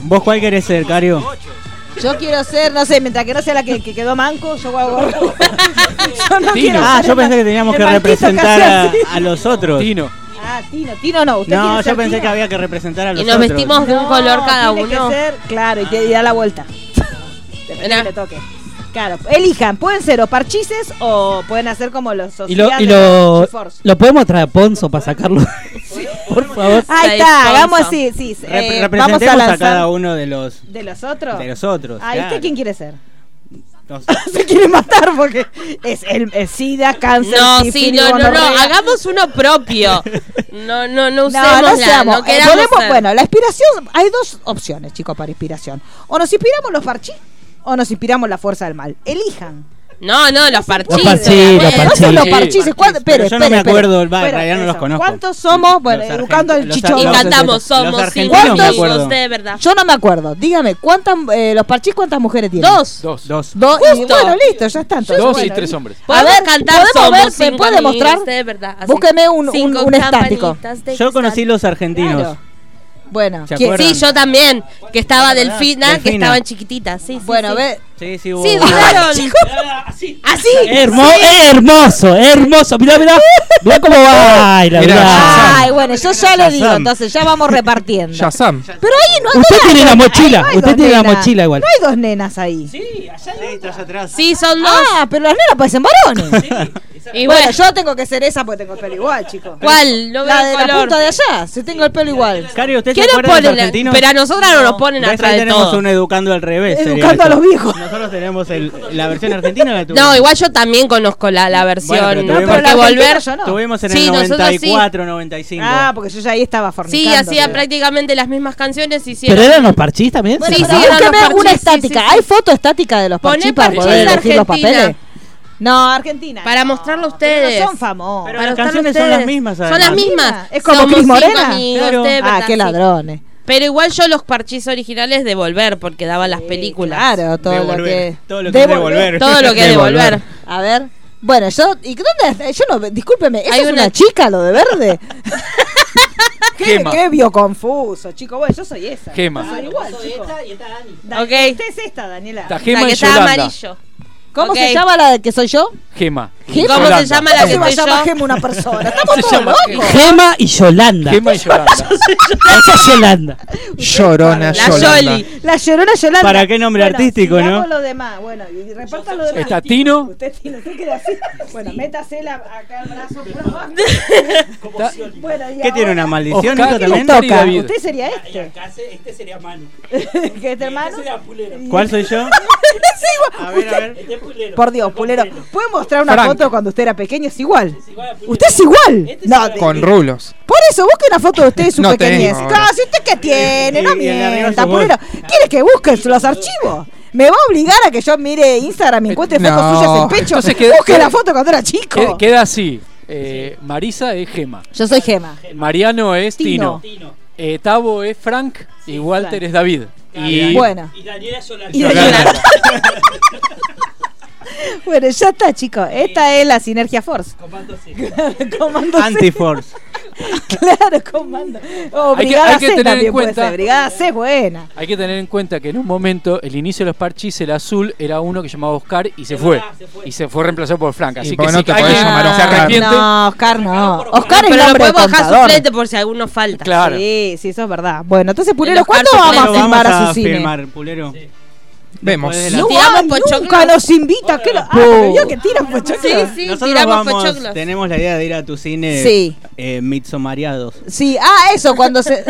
Speaker 12: ¿Vos cuál querés ser, Cario?
Speaker 3: Yo quiero ser, no sé, mientras que no sea la que, que quedó manco, yo hago. yo no quiero
Speaker 12: Ah,
Speaker 3: ser
Speaker 12: yo
Speaker 3: el
Speaker 12: pensé
Speaker 3: man-
Speaker 12: que teníamos
Speaker 3: el
Speaker 12: que
Speaker 3: manquito hace
Speaker 12: representar a,
Speaker 3: así.
Speaker 12: a los otros.
Speaker 3: Ah, Tino, Tino no. ¿Usted
Speaker 12: No,
Speaker 3: quiere ser
Speaker 12: yo pensé
Speaker 3: Tino?
Speaker 12: que había que representar a los
Speaker 5: Y nos
Speaker 12: otros.
Speaker 3: eh,
Speaker 5: vestimos de un color cada
Speaker 3: tiene que
Speaker 5: uno.
Speaker 3: ser, claro, y, te- y da la vuelta. Depende de que le toque. Claro, elijan, pueden ser o parchices o pueden hacer como los
Speaker 13: Y lo,
Speaker 3: sociales
Speaker 13: y lo, lo podemos traer a Ponzo para sacarlo. Por favor.
Speaker 3: Ahí está, hagamos así, sí.
Speaker 12: Rep-
Speaker 3: eh, vamos a
Speaker 12: representemos a,
Speaker 3: lanzar
Speaker 12: cada uno de los
Speaker 3: de los otros.
Speaker 12: de los otros.
Speaker 3: Ah, ¿y
Speaker 12: claro.
Speaker 3: usted quién quiere ser?
Speaker 12: No
Speaker 3: Se quiere matar porque es el, el SIDA, cáncer,
Speaker 5: No, sí,
Speaker 3: sífilis,
Speaker 5: no, no, no,
Speaker 3: gonorrea.
Speaker 5: hagamos uno propio. No, no, no usemos
Speaker 3: No, no
Speaker 5: la,
Speaker 3: seamos. eh,
Speaker 5: no queramos
Speaker 3: podemos-
Speaker 5: ser.
Speaker 3: bueno, la inspiración, hay dos opciones, chicos, para inspiración. O nos inspiramos los parchís o nos inspiramos la fuerza del mal. Elijan.
Speaker 5: No, no, los parchís.
Speaker 13: Los parchís, los
Speaker 3: No
Speaker 13: parchís.
Speaker 3: son los parchices. ¿cuánto-
Speaker 12: Pero
Speaker 3: espere,
Speaker 12: yo no
Speaker 3: espere,
Speaker 12: me
Speaker 3: espere.
Speaker 12: acuerdo, va, en
Speaker 3: Espere,
Speaker 12: realidad no los conozco.
Speaker 3: ¿Cuántos somos? Bueno,
Speaker 12: Los
Speaker 3: educando al
Speaker 12: argent- los
Speaker 3: chichón.
Speaker 12: ar-
Speaker 5: Y
Speaker 12: los-
Speaker 5: cantamos,
Speaker 12: los
Speaker 5: somos
Speaker 12: argentinos me
Speaker 5: amigos
Speaker 12: acuerdo.
Speaker 5: de verdad.
Speaker 3: Yo no me acuerdo. Dígame, ¿cuántas, eh, los parchís cuántas mujeres tienen?
Speaker 5: Dos.
Speaker 4: Dos.
Speaker 12: Dos.
Speaker 3: Dos. Y
Speaker 5: Justo.
Speaker 3: bueno, listo, ya están.
Speaker 4: Dos
Speaker 3: Entonces,
Speaker 4: y
Speaker 3: bueno,
Speaker 4: tres
Speaker 3: listo.
Speaker 4: hombres.
Speaker 3: A ver,
Speaker 5: cantar
Speaker 3: ¿podemos ver?
Speaker 5: Somos
Speaker 3: ¿Me
Speaker 5: cinco
Speaker 3: puede
Speaker 5: amigos
Speaker 3: mostrar?
Speaker 5: de verdad. Así.
Speaker 3: Búsqueme un, un-
Speaker 5: Cinco
Speaker 3: un estático.
Speaker 5: campanitas de
Speaker 12: Yo conocí los argentinos.
Speaker 3: Claro. Bueno,
Speaker 12: ¿Se
Speaker 3: ¿quién-
Speaker 12: acuerdan?
Speaker 5: Sí, yo también. Que estaba Delfina, que
Speaker 12: Delfina.
Speaker 5: estaban chiquititas. Sí, sí,
Speaker 3: Bueno,
Speaker 5: sí. Ah,
Speaker 3: ve. Uh.
Speaker 12: Sí, Ah, sí, hubo
Speaker 5: Sí,
Speaker 12: una-
Speaker 5: duraron.
Speaker 3: Así.
Speaker 13: Hermo- Hermoso, hermoso. Mirá, mirá. Mirá cómo baila.
Speaker 6: Mirá,
Speaker 13: mirá.
Speaker 3: Ay, bueno, yo ya le digo,
Speaker 6: Shazam.
Speaker 3: entonces ya vamos repartiendo.
Speaker 6: Shazam.
Speaker 3: Pero oye, no hay
Speaker 13: Usted
Speaker 3: dos-
Speaker 13: tiene la
Speaker 3: ahí no
Speaker 13: mochila,
Speaker 3: hay
Speaker 13: usted
Speaker 3: dos
Speaker 13: tiene la
Speaker 3: nenas.
Speaker 13: mochila igual.
Speaker 3: No hay dos nenas ahí.
Speaker 5: Sí, son dos.
Speaker 3: Ah, pero las nenas parecen varones.
Speaker 5: y
Speaker 3: bueno,
Speaker 5: bueno,
Speaker 3: yo tengo que ser esa porque tengo el pelo igual, chicos.
Speaker 5: ¿Cuál? No
Speaker 3: la
Speaker 5: veo
Speaker 3: de
Speaker 5: el
Speaker 3: la
Speaker 5: color.
Speaker 3: punta de allá, si tengo el pelo igual.
Speaker 12: Cario, ¿usted se
Speaker 5: ¿Qué nos
Speaker 12: acuerda de los
Speaker 5: ponen?
Speaker 12: argentinos?
Speaker 5: Pero a nosotras no nos ponen
Speaker 12: ¿Ves?
Speaker 5: atrás
Speaker 12: Ahí
Speaker 5: de
Speaker 12: tenemos
Speaker 5: todo.
Speaker 12: un educando al revés. sería
Speaker 3: Educando a
Speaker 12: eso.
Speaker 3: los viejos.
Speaker 12: Nosotros tenemos el- la versión argentina o la tuvimos.
Speaker 5: No, igual yo también conozco la, la versión.
Speaker 12: Bueno, pero tuvimos-
Speaker 5: porque
Speaker 12: No, pero la
Speaker 5: volver.
Speaker 3: argentina yo no.
Speaker 12: Tuvimos en
Speaker 5: Sí,
Speaker 12: el
Speaker 5: nosotros sí.
Speaker 12: 94, 95.
Speaker 3: Ah, porque yo ya ahí estaba
Speaker 5: Sí,
Speaker 3: fornicando.
Speaker 5: hacía
Speaker 3: pero-
Speaker 5: prácticamente las mismas canciones. Hicieron.
Speaker 13: Pero eran los parchís también.
Speaker 5: Bueno,
Speaker 13: ¿se
Speaker 5: sí,
Speaker 13: acuerdan?
Speaker 5: eran
Speaker 3: Búsqueme
Speaker 5: los parchís,
Speaker 3: una
Speaker 5: sí,
Speaker 3: estática.
Speaker 5: sí,
Speaker 3: ¿Hay
Speaker 5: sí.
Speaker 3: foto estática de los
Speaker 5: Poné
Speaker 3: parchís para
Speaker 5: parchís
Speaker 3: poder elegir los
Speaker 5: Argentina.
Speaker 3: papeles? No, Argentina.
Speaker 5: Para
Speaker 3: no.
Speaker 5: mostrarlo a
Speaker 3: Pero
Speaker 5: ustedes.
Speaker 3: No son famosos.
Speaker 12: Pero
Speaker 5: Para
Speaker 12: las
Speaker 5: mostrarlo a
Speaker 12: canciones son
Speaker 5: ustedes.
Speaker 12: las mismas,
Speaker 5: Son
Speaker 12: además.
Speaker 5: las mismas.
Speaker 3: Es como
Speaker 5: Somos
Speaker 3: Cris
Speaker 5: cinco
Speaker 3: Morena.
Speaker 5: amigos,
Speaker 12: Claro.
Speaker 5: de verdad,
Speaker 3: Ah, qué
Speaker 5: sí.
Speaker 3: ladrones.
Speaker 5: Pero igual yo los parchís originales de volver porque daban las películas.
Speaker 3: Claro, todo lo
Speaker 12: Devolver.
Speaker 3: que.
Speaker 12: Todo lo que es devolver.
Speaker 5: Todo lo que es devolver.
Speaker 3: A ver. Bueno, yo. ¿Y dónde está? Yo no. Discúlpeme, ¿esa
Speaker 5: Hay
Speaker 3: es una...
Speaker 5: una-
Speaker 3: chica lo de verde? qué,
Speaker 4: Gema.
Speaker 3: qué bioconfuso, chico. Bueno, yo soy esa.
Speaker 4: Gema.
Speaker 3: Yo soy igual, chico. Da-
Speaker 5: Ok.
Speaker 3: Usted es esta, Daniela.
Speaker 4: Está
Speaker 5: La
Speaker 4: Gema
Speaker 5: que
Speaker 4: y
Speaker 5: está
Speaker 4: Yolanda.
Speaker 5: amarillo.
Speaker 3: ¿Cómo
Speaker 5: Ok.
Speaker 3: se llama la que soy yo?
Speaker 4: Gema.
Speaker 5: ¿Cómo Yolanda. se llama la
Speaker 3: ¿Cómo
Speaker 5: que
Speaker 3: se va a
Speaker 5: estoy
Speaker 3: llamar
Speaker 5: yo?
Speaker 3: Gema una persona? Estamos
Speaker 5: Se
Speaker 3: todos
Speaker 5: llama
Speaker 3: locos.
Speaker 13: Gema y Yolanda.
Speaker 4: Gema y Yolanda.
Speaker 13: Esa es Yolanda. La
Speaker 6: Llorona, Yolanda.
Speaker 13: Yoli.
Speaker 3: La llorona Yolanda.
Speaker 13: ¿Para qué nombre artístico,
Speaker 3: sigamos
Speaker 13: no?
Speaker 3: lo demás. Bueno, y reparta lo demás.
Speaker 4: Está Tino.
Speaker 3: Usted Tino, usted quiere así. Bueno, métase la, acá el brazo por abajo. Bueno, y
Speaker 13: ¿Qué tiene una maldición?
Speaker 4: Oscar,
Speaker 13: esto
Speaker 4: ¿qué
Speaker 13: también?
Speaker 4: le toca? David.
Speaker 3: Usted sería este.
Speaker 13: Este sería Manu.
Speaker 3: ¿Qué es hermano?
Speaker 13: ¿Cuál soy yo?
Speaker 3: Es igual. Usted- Por Dios, Este pulero. ¿Puede mostrar una
Speaker 6: Frank.
Speaker 3: foto cuando usted era pequeño? Es igual. Usted es igual. No,
Speaker 6: Con rulos.
Speaker 3: Por eso, busque una foto de usted de su
Speaker 6: No
Speaker 3: pequeñez.
Speaker 6: tengo.
Speaker 3: Claro, si usted que tiene, no
Speaker 13: Y- y el de arriba
Speaker 3: mienta,
Speaker 13: sos vos.
Speaker 3: pulero. ¿Quiere que busque los archivos? ¿Me va a obligar a que yo mire Instagram y encuentre fotos
Speaker 4: Eh, No.
Speaker 3: suyas en pecho?
Speaker 4: Entonces queda-
Speaker 3: busque la foto cuando era chico.
Speaker 4: Que- Queda así. Eh, Marisa es Gema.
Speaker 3: Yo soy Gema.
Speaker 4: Mariano es
Speaker 3: Tino.
Speaker 4: Tino. Eh, Tavo es Frank. y Walter es David. Y
Speaker 3: Bueno.
Speaker 13: Y Daniela Yolanda.
Speaker 3: Y Daniela- Bueno, ya está, chicos. Esta es la Sinergia Force. Comando C. comando C.
Speaker 13: Antiforce.
Speaker 3: Claro, comando. O
Speaker 4: Hay que-
Speaker 3: Brigada
Speaker 4: hay que
Speaker 3: C
Speaker 4: tener en
Speaker 3: también puede
Speaker 4: cuenta-
Speaker 3: ser. Brigada C es buena.
Speaker 4: Hay que tener en cuenta que en un momento el inicio de los parchis, el azul, era uno que llamaba Oscar y se fue. Y se fue reemplazado por Frank. Así que
Speaker 6: porque
Speaker 4: si
Speaker 6: no te
Speaker 4: alguien
Speaker 6: podés llamar
Speaker 4: se
Speaker 6: Oscar.
Speaker 4: arrepiente,
Speaker 3: No, Oscar no. Oscar es
Speaker 5: Pero lo
Speaker 3: nombre de
Speaker 5: podemos dejar
Speaker 3: contador.
Speaker 5: suplente por si alguno falta.
Speaker 4: Claro.
Speaker 3: Sí, sí, eso es verdad. Bueno, entonces, Pulero,
Speaker 5: Los
Speaker 3: ¿cuándo
Speaker 5: Carlos
Speaker 3: vamos a
Speaker 5: Pulero,
Speaker 3: filmar a su cine?
Speaker 13: filmar, Pulero.
Speaker 6: Vemos.
Speaker 13: Después de la-
Speaker 3: No,
Speaker 5: Tiramos pochoclos.
Speaker 3: nunca nos invita. ¿Qué lo... Ah, pero vio que tiran pochoclos.
Speaker 5: Sí, sí,
Speaker 13: Nosotros
Speaker 5: tiramos
Speaker 13: vamos,
Speaker 5: pochoclos.
Speaker 13: tenemos la idea de ir a tu cine
Speaker 3: Sí.
Speaker 13: eh, midsomariados.
Speaker 3: Sí, ah, eso, cuando se...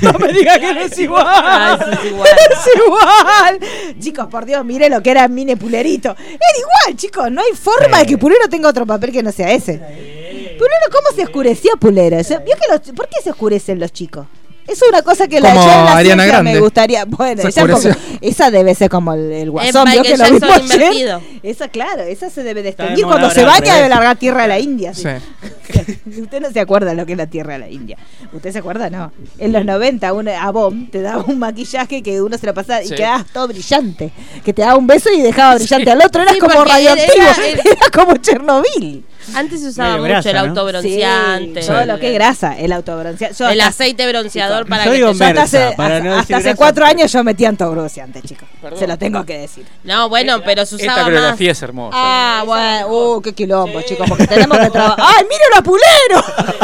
Speaker 3: no me diga que no es igual.
Speaker 5: Ah, eso es igual.
Speaker 3: es igual. Chicos, por Dios, mire lo que era Mine Pulerito. Era igual, chicos. No hay forma de que Pulero tenga otro papel que no sea ese. Pulero, ¿cómo se oscureció Pulero? O sea, ¿vio que los- ¿Por qué se oscurecen los chicos? Eso es una cosa que la,
Speaker 6: Como
Speaker 3: yo en la
Speaker 6: Ariana
Speaker 3: ciencia
Speaker 6: Grande.
Speaker 3: me gustaría. Bueno,
Speaker 6: Se
Speaker 3: ella como-
Speaker 6: oscureció.
Speaker 3: esa debe ser como el, el guasón.
Speaker 5: Es
Speaker 3: vio que
Speaker 5: Michael
Speaker 3: lo
Speaker 5: Jackson
Speaker 3: vimos ayer.
Speaker 5: invertido.
Speaker 3: Esa, claro, esa se debe
Speaker 13: Está
Speaker 3: desteñir.
Speaker 13: de moda
Speaker 3: Cuando se
Speaker 13: ahora al
Speaker 3: baña, debe
Speaker 13: revés.
Speaker 3: largar tierra a la India. sí.
Speaker 6: Sí.
Speaker 3: Usted no se acuerda lo que es la tierra de la India. ¿Usted se acuerda? No. En los 90, un Avon te daba un maquillaje que uno se la pasaba y
Speaker 4: Sí.
Speaker 3: quedabas todo brillante. Que te daba un beso y dejaba brillante al otro. Eras
Speaker 5: Sí,
Speaker 3: como
Speaker 5: porque era-
Speaker 3: radioactivo. Era,
Speaker 5: era-
Speaker 3: como Chernobyl.
Speaker 5: Antes se usaba
Speaker 13: Medio
Speaker 5: mucho
Speaker 13: grasa,
Speaker 5: el
Speaker 13: ¿no?
Speaker 5: autobronceante.
Speaker 3: Sí, todo lo que es grasa, el autobronceante. Yo
Speaker 5: El
Speaker 3: hasta-
Speaker 5: aceite bronceador para
Speaker 13: Yo
Speaker 5: que
Speaker 13: digo
Speaker 5: te-
Speaker 3: yo hasta hace,
Speaker 13: Versa, para no
Speaker 3: hasta
Speaker 13: decir
Speaker 3: hace
Speaker 13: grasa.
Speaker 3: cuatro años yo metía autobronceante, chicos.
Speaker 4: Perdón.
Speaker 3: Se lo tengo que decir.
Speaker 5: No, bueno, pero se
Speaker 4: esta
Speaker 5: usaba más.
Speaker 4: coreografía es hermosa.
Speaker 3: Ah, bueno. Uh, qué quilombo, chicos. Porque tenemos que trabajar. ¡Ay, miren a Pulero!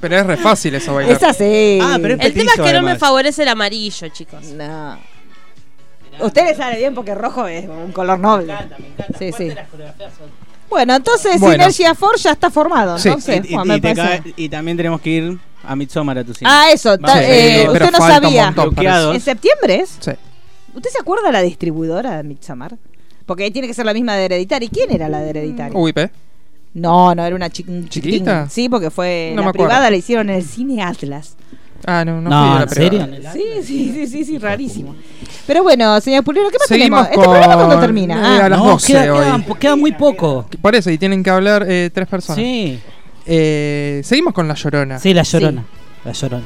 Speaker 6: Pero es re fácil esa bailar.
Speaker 3: Esa sí.
Speaker 13: Ah, pero es
Speaker 5: El tema es
Speaker 13: Petizo,
Speaker 5: que no me
Speaker 13: además.
Speaker 5: favorece el amarillo, chicos.
Speaker 3: No. Usted le sale bien porque rojo es un color noble. Sí, sí. Bueno, entonces
Speaker 6: Bueno.
Speaker 3: Sinergia Force ya está formado.
Speaker 6: Sí.
Speaker 3: Entonces,
Speaker 13: Y- y-
Speaker 3: Juan, me
Speaker 13: y te
Speaker 3: parece.
Speaker 13: cae- y también tenemos que ir a Midsommar a tu cine.
Speaker 3: Ah, eso. ta-
Speaker 13: Vamos.
Speaker 3: eh,
Speaker 13: Sí,
Speaker 6: pero
Speaker 3: usted no
Speaker 6: falta un
Speaker 3: sabía.
Speaker 6: montón.
Speaker 13: Bloqueados.
Speaker 3: ¿En septiembre es?
Speaker 6: Sí.
Speaker 3: ¿Usted se acuerda la distribuidora de Midsommar? Porque tiene que ser la misma de Hereditary. ¿Quién era la de Hereditary?
Speaker 6: Uy, pe.
Speaker 3: No, no, era una chi- un chiquitín.
Speaker 6: ¿Chiquitita?
Speaker 3: Sí, porque fue.
Speaker 6: No me
Speaker 3: la
Speaker 6: acuerdo.
Speaker 3: privada la hicieron en el cine Atlas.
Speaker 6: Ah, no, no. fui a
Speaker 13: No,
Speaker 6: la
Speaker 13: ¿en serio?
Speaker 6: privada.
Speaker 3: Sí, sí, sí, sí, sí, rarísimo. Pero bueno, señor Pulero, ¿qué más
Speaker 6: Seguimos
Speaker 3: tenemos? ¿Este programa cuándo
Speaker 6: con-
Speaker 3: termina?
Speaker 6: eh,
Speaker 3: Ah.
Speaker 6: a las
Speaker 13: no,
Speaker 6: 12
Speaker 13: queda,
Speaker 6: hoy.
Speaker 13: quedan- queda muy poco.
Speaker 6: Por eso, y tienen que hablar eh, tres personas.
Speaker 13: Sí,
Speaker 6: Eh, seguimos con La Llorona.
Speaker 13: sí, la llorona. La llorona.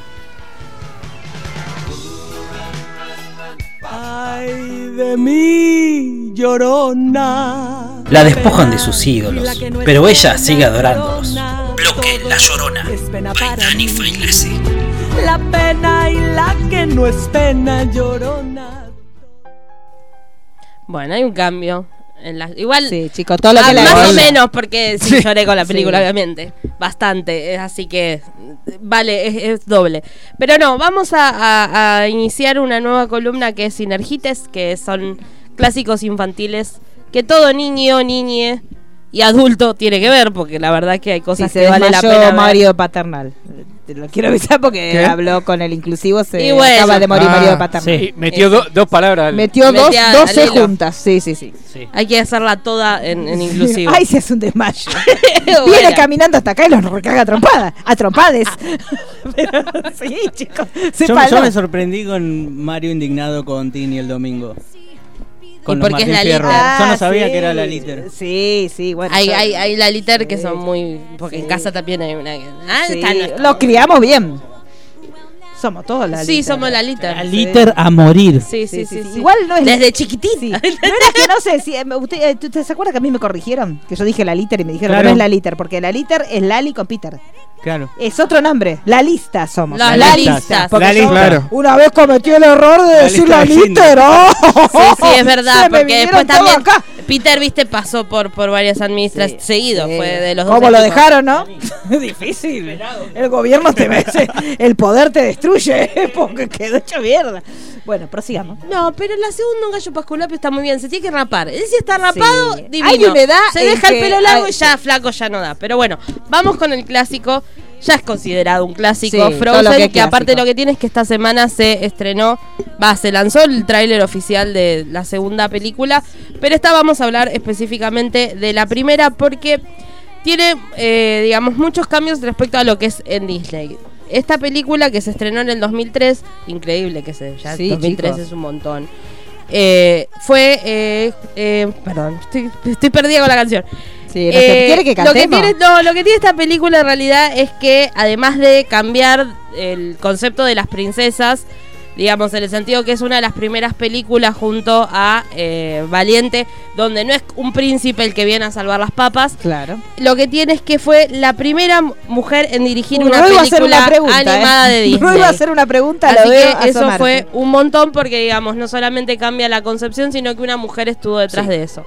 Speaker 13: Ay de mí, llorona.
Speaker 14: La despojan de sus ídolos, pero ella sigue adorándolos. Bloque La Llorona. Faitán y Failasi.
Speaker 8: La pena y la que no es pena llorona.
Speaker 5: Bueno, hay un cambio. en la- Igual,
Speaker 3: Sí, chicos, todo lo
Speaker 5: Ah,
Speaker 3: que la
Speaker 5: más o
Speaker 3: igual-
Speaker 5: menos, porque sí,
Speaker 6: Sí.
Speaker 5: lloré con la película,
Speaker 3: Sí.
Speaker 5: obviamente. Bastante, eh, así que eh, vale, es, es doble. Pero no, vamos a, a- a iniciar una nueva columna que es Sinergites, que son clásicos infantiles que todo niño, niñe y adulto tiene que ver, porque la verdad que hay
Speaker 3: Si
Speaker 5: cosas
Speaker 3: se
Speaker 5: que vale la
Speaker 3: desmayó
Speaker 5: pena. eh. ver.
Speaker 3: Mario Paternal. Te lo quiero avisar porque
Speaker 6: ¿Qué?
Speaker 3: habló con el inclusivo, se
Speaker 5: Y bueno.
Speaker 3: acaba de morir
Speaker 6: Ah,
Speaker 3: Mario Paternal.
Speaker 4: Y metió do- dos palabras. al-
Speaker 3: Metió dos,
Speaker 5: Metí a- al
Speaker 3: 12
Speaker 5: hilo.
Speaker 3: juntas, sí, sí, sí.
Speaker 5: Hay que hacerla toda en, en inclusivo.
Speaker 3: Ay, se hace un desmayo.
Speaker 5: Bueno.
Speaker 3: Viene caminando hasta acá y los recaga a trompadas. A trompades.
Speaker 5: Ah.
Speaker 3: Pero sí, chicos. Se
Speaker 13: Yo,
Speaker 3: paró.
Speaker 13: yo me sorprendí con Mario indignado con Tini el domingo.
Speaker 5: Y
Speaker 13: los
Speaker 5: porque es
Speaker 13: Martín
Speaker 5: la
Speaker 13: Fierro.
Speaker 5: líder.
Speaker 13: Yo no
Speaker 3: Ah,
Speaker 13: sabía
Speaker 3: sí.
Speaker 13: que era la líder.
Speaker 3: Sí, sí, bueno.
Speaker 5: Hay,
Speaker 3: yo-
Speaker 5: hay, hay la liter que
Speaker 3: Sí.
Speaker 5: son muy. Porque en casa también hay una. que- Ah,
Speaker 3: Sí,
Speaker 5: está nuestra.
Speaker 3: Los criamos bien. Somos todos la
Speaker 5: Sí,
Speaker 3: liter.
Speaker 5: somos la liter.
Speaker 13: La líder a morir.
Speaker 5: Sí, sí, sí.
Speaker 3: sí, sí.
Speaker 5: sí.
Speaker 3: Igual no es-
Speaker 5: Desde chiquitín.
Speaker 3: Sí. No era que no sé si. eh, Usted, eh, ¿tú- ¿Usted se acuerda que a mí me corrigieron? Que yo dije la liter y me dijeron
Speaker 13: Claro.
Speaker 3: que no es la liter, porque la liter es Lali con Peter.
Speaker 13: Claro.
Speaker 3: Es otro nombre. La lista somos.
Speaker 5: Los
Speaker 3: la
Speaker 5: lalistas.
Speaker 3: porque
Speaker 13: La
Speaker 3: yo
Speaker 13: lista.
Speaker 6: Claro.
Speaker 3: Una vez cometí el error de
Speaker 13: La
Speaker 3: decir
Speaker 13: lista
Speaker 3: la
Speaker 13: de
Speaker 3: liter. ¡Oh!
Speaker 5: Sí, sí, es verdad,
Speaker 3: Se me
Speaker 15: Oh,
Speaker 5: porque
Speaker 3: vinieron
Speaker 5: después también.
Speaker 3: todos acá.
Speaker 5: Peter, viste, pasó por, por varias administraciones seguido. Fue de los
Speaker 15: Eh, ¿Cómo
Speaker 5: dos
Speaker 15: lo
Speaker 5: equipos.
Speaker 15: dejaron, no? Difícil. El gobierno te vence, el poder te destruye, porque quedó hecho mierda. Bueno, prosigamos.
Speaker 5: No, pero la segunda, un gallo pasculapio está muy bien. Se tiene que rapar. Él sí está rapado,
Speaker 15: Sí.
Speaker 5: divino.
Speaker 15: Hay una edad
Speaker 5: Se
Speaker 15: en
Speaker 5: deja el
Speaker 15: que
Speaker 5: pelo largo
Speaker 15: hay-
Speaker 5: y ya flaco ya no da. Pero bueno, vamos con el clásico. Ya es considerado un clásico
Speaker 15: Sí, todo
Speaker 5: Frozen,
Speaker 15: lo que
Speaker 5: que,
Speaker 15: es
Speaker 5: aparte
Speaker 15: clásico.
Speaker 5: lo que tiene es que esta semana se estrenó, va, se lanzó el tráiler oficial de la segunda película, pero esta vamos a hablar específicamente de la primera porque tiene, eh, digamos, muchos cambios respecto a lo que es en Disney. Esta película que se estrenó en el 2003, increíble que se, ya
Speaker 15: Sí,
Speaker 5: 2003
Speaker 15: chicos.
Speaker 5: es un montón. Eh, fue, eh, eh, perdón, estoy, estoy perdida con la canción.
Speaker 15: no sé, ¿quiere Eh, que
Speaker 5: eh, lo que
Speaker 15: cantemos?
Speaker 5: tiene, no, lo que tiene esta película en realidad es que además de cambiar el concepto de las princesas, digamos, en el sentido que es una de las primeras películas junto a eh, Valiente, donde no es un príncipe el que viene a salvar las papas.
Speaker 15: Claro.
Speaker 5: Lo que tiene es que fue la primera mujer en dirigir
Speaker 15: Uy,
Speaker 5: una
Speaker 15: Roy va a hacer
Speaker 5: película
Speaker 15: una pregunta,
Speaker 5: animada
Speaker 15: eh.
Speaker 5: de Disney.
Speaker 15: Roy va a hacer una pregunta, lo
Speaker 5: Así
Speaker 15: veo
Speaker 5: que eso
Speaker 15: asomarse.
Speaker 5: fue un montón porque, digamos, no solamente cambia la concepción, sino que una mujer estuvo detrás
Speaker 15: Sí.
Speaker 5: de eso.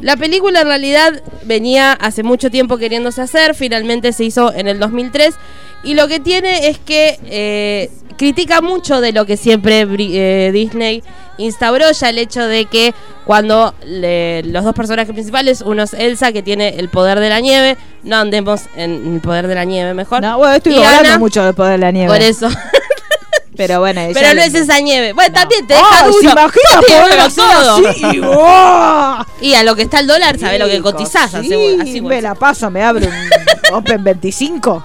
Speaker 5: La película en realidad venía hace mucho tiempo queriéndose hacer, finalmente se hizo en el 2003 y lo que tiene es que eh, critica mucho de lo que siempre bri- eh, Disney instauró, ya el hecho de que cuando le- los dos personajes principales, uno es Elsa que tiene el poder de la nieve, no andemos en el poder de la nieve mejor.
Speaker 15: No, bueno, estoy
Speaker 5: Y
Speaker 15: hablando
Speaker 5: Ana,
Speaker 15: mucho del poder de la nieve.
Speaker 5: Por eso.
Speaker 15: Pero bueno, ella
Speaker 5: Pero no
Speaker 15: le-
Speaker 5: es esa nieve. Bueno, también te
Speaker 15: Oh,
Speaker 5: deja
Speaker 15: ¿se
Speaker 5: duro.
Speaker 15: imagina
Speaker 5: Yo te
Speaker 15: poder
Speaker 5: devuelvo
Speaker 15: hacer así?
Speaker 5: todo. Y a lo que está el dólar, ¿sabes lo que
Speaker 15: Chicos,
Speaker 5: cotizás?
Speaker 15: sí,
Speaker 5: Así, bueno, así,
Speaker 15: me
Speaker 5: bueno.
Speaker 15: la paso, me abro un Open 25.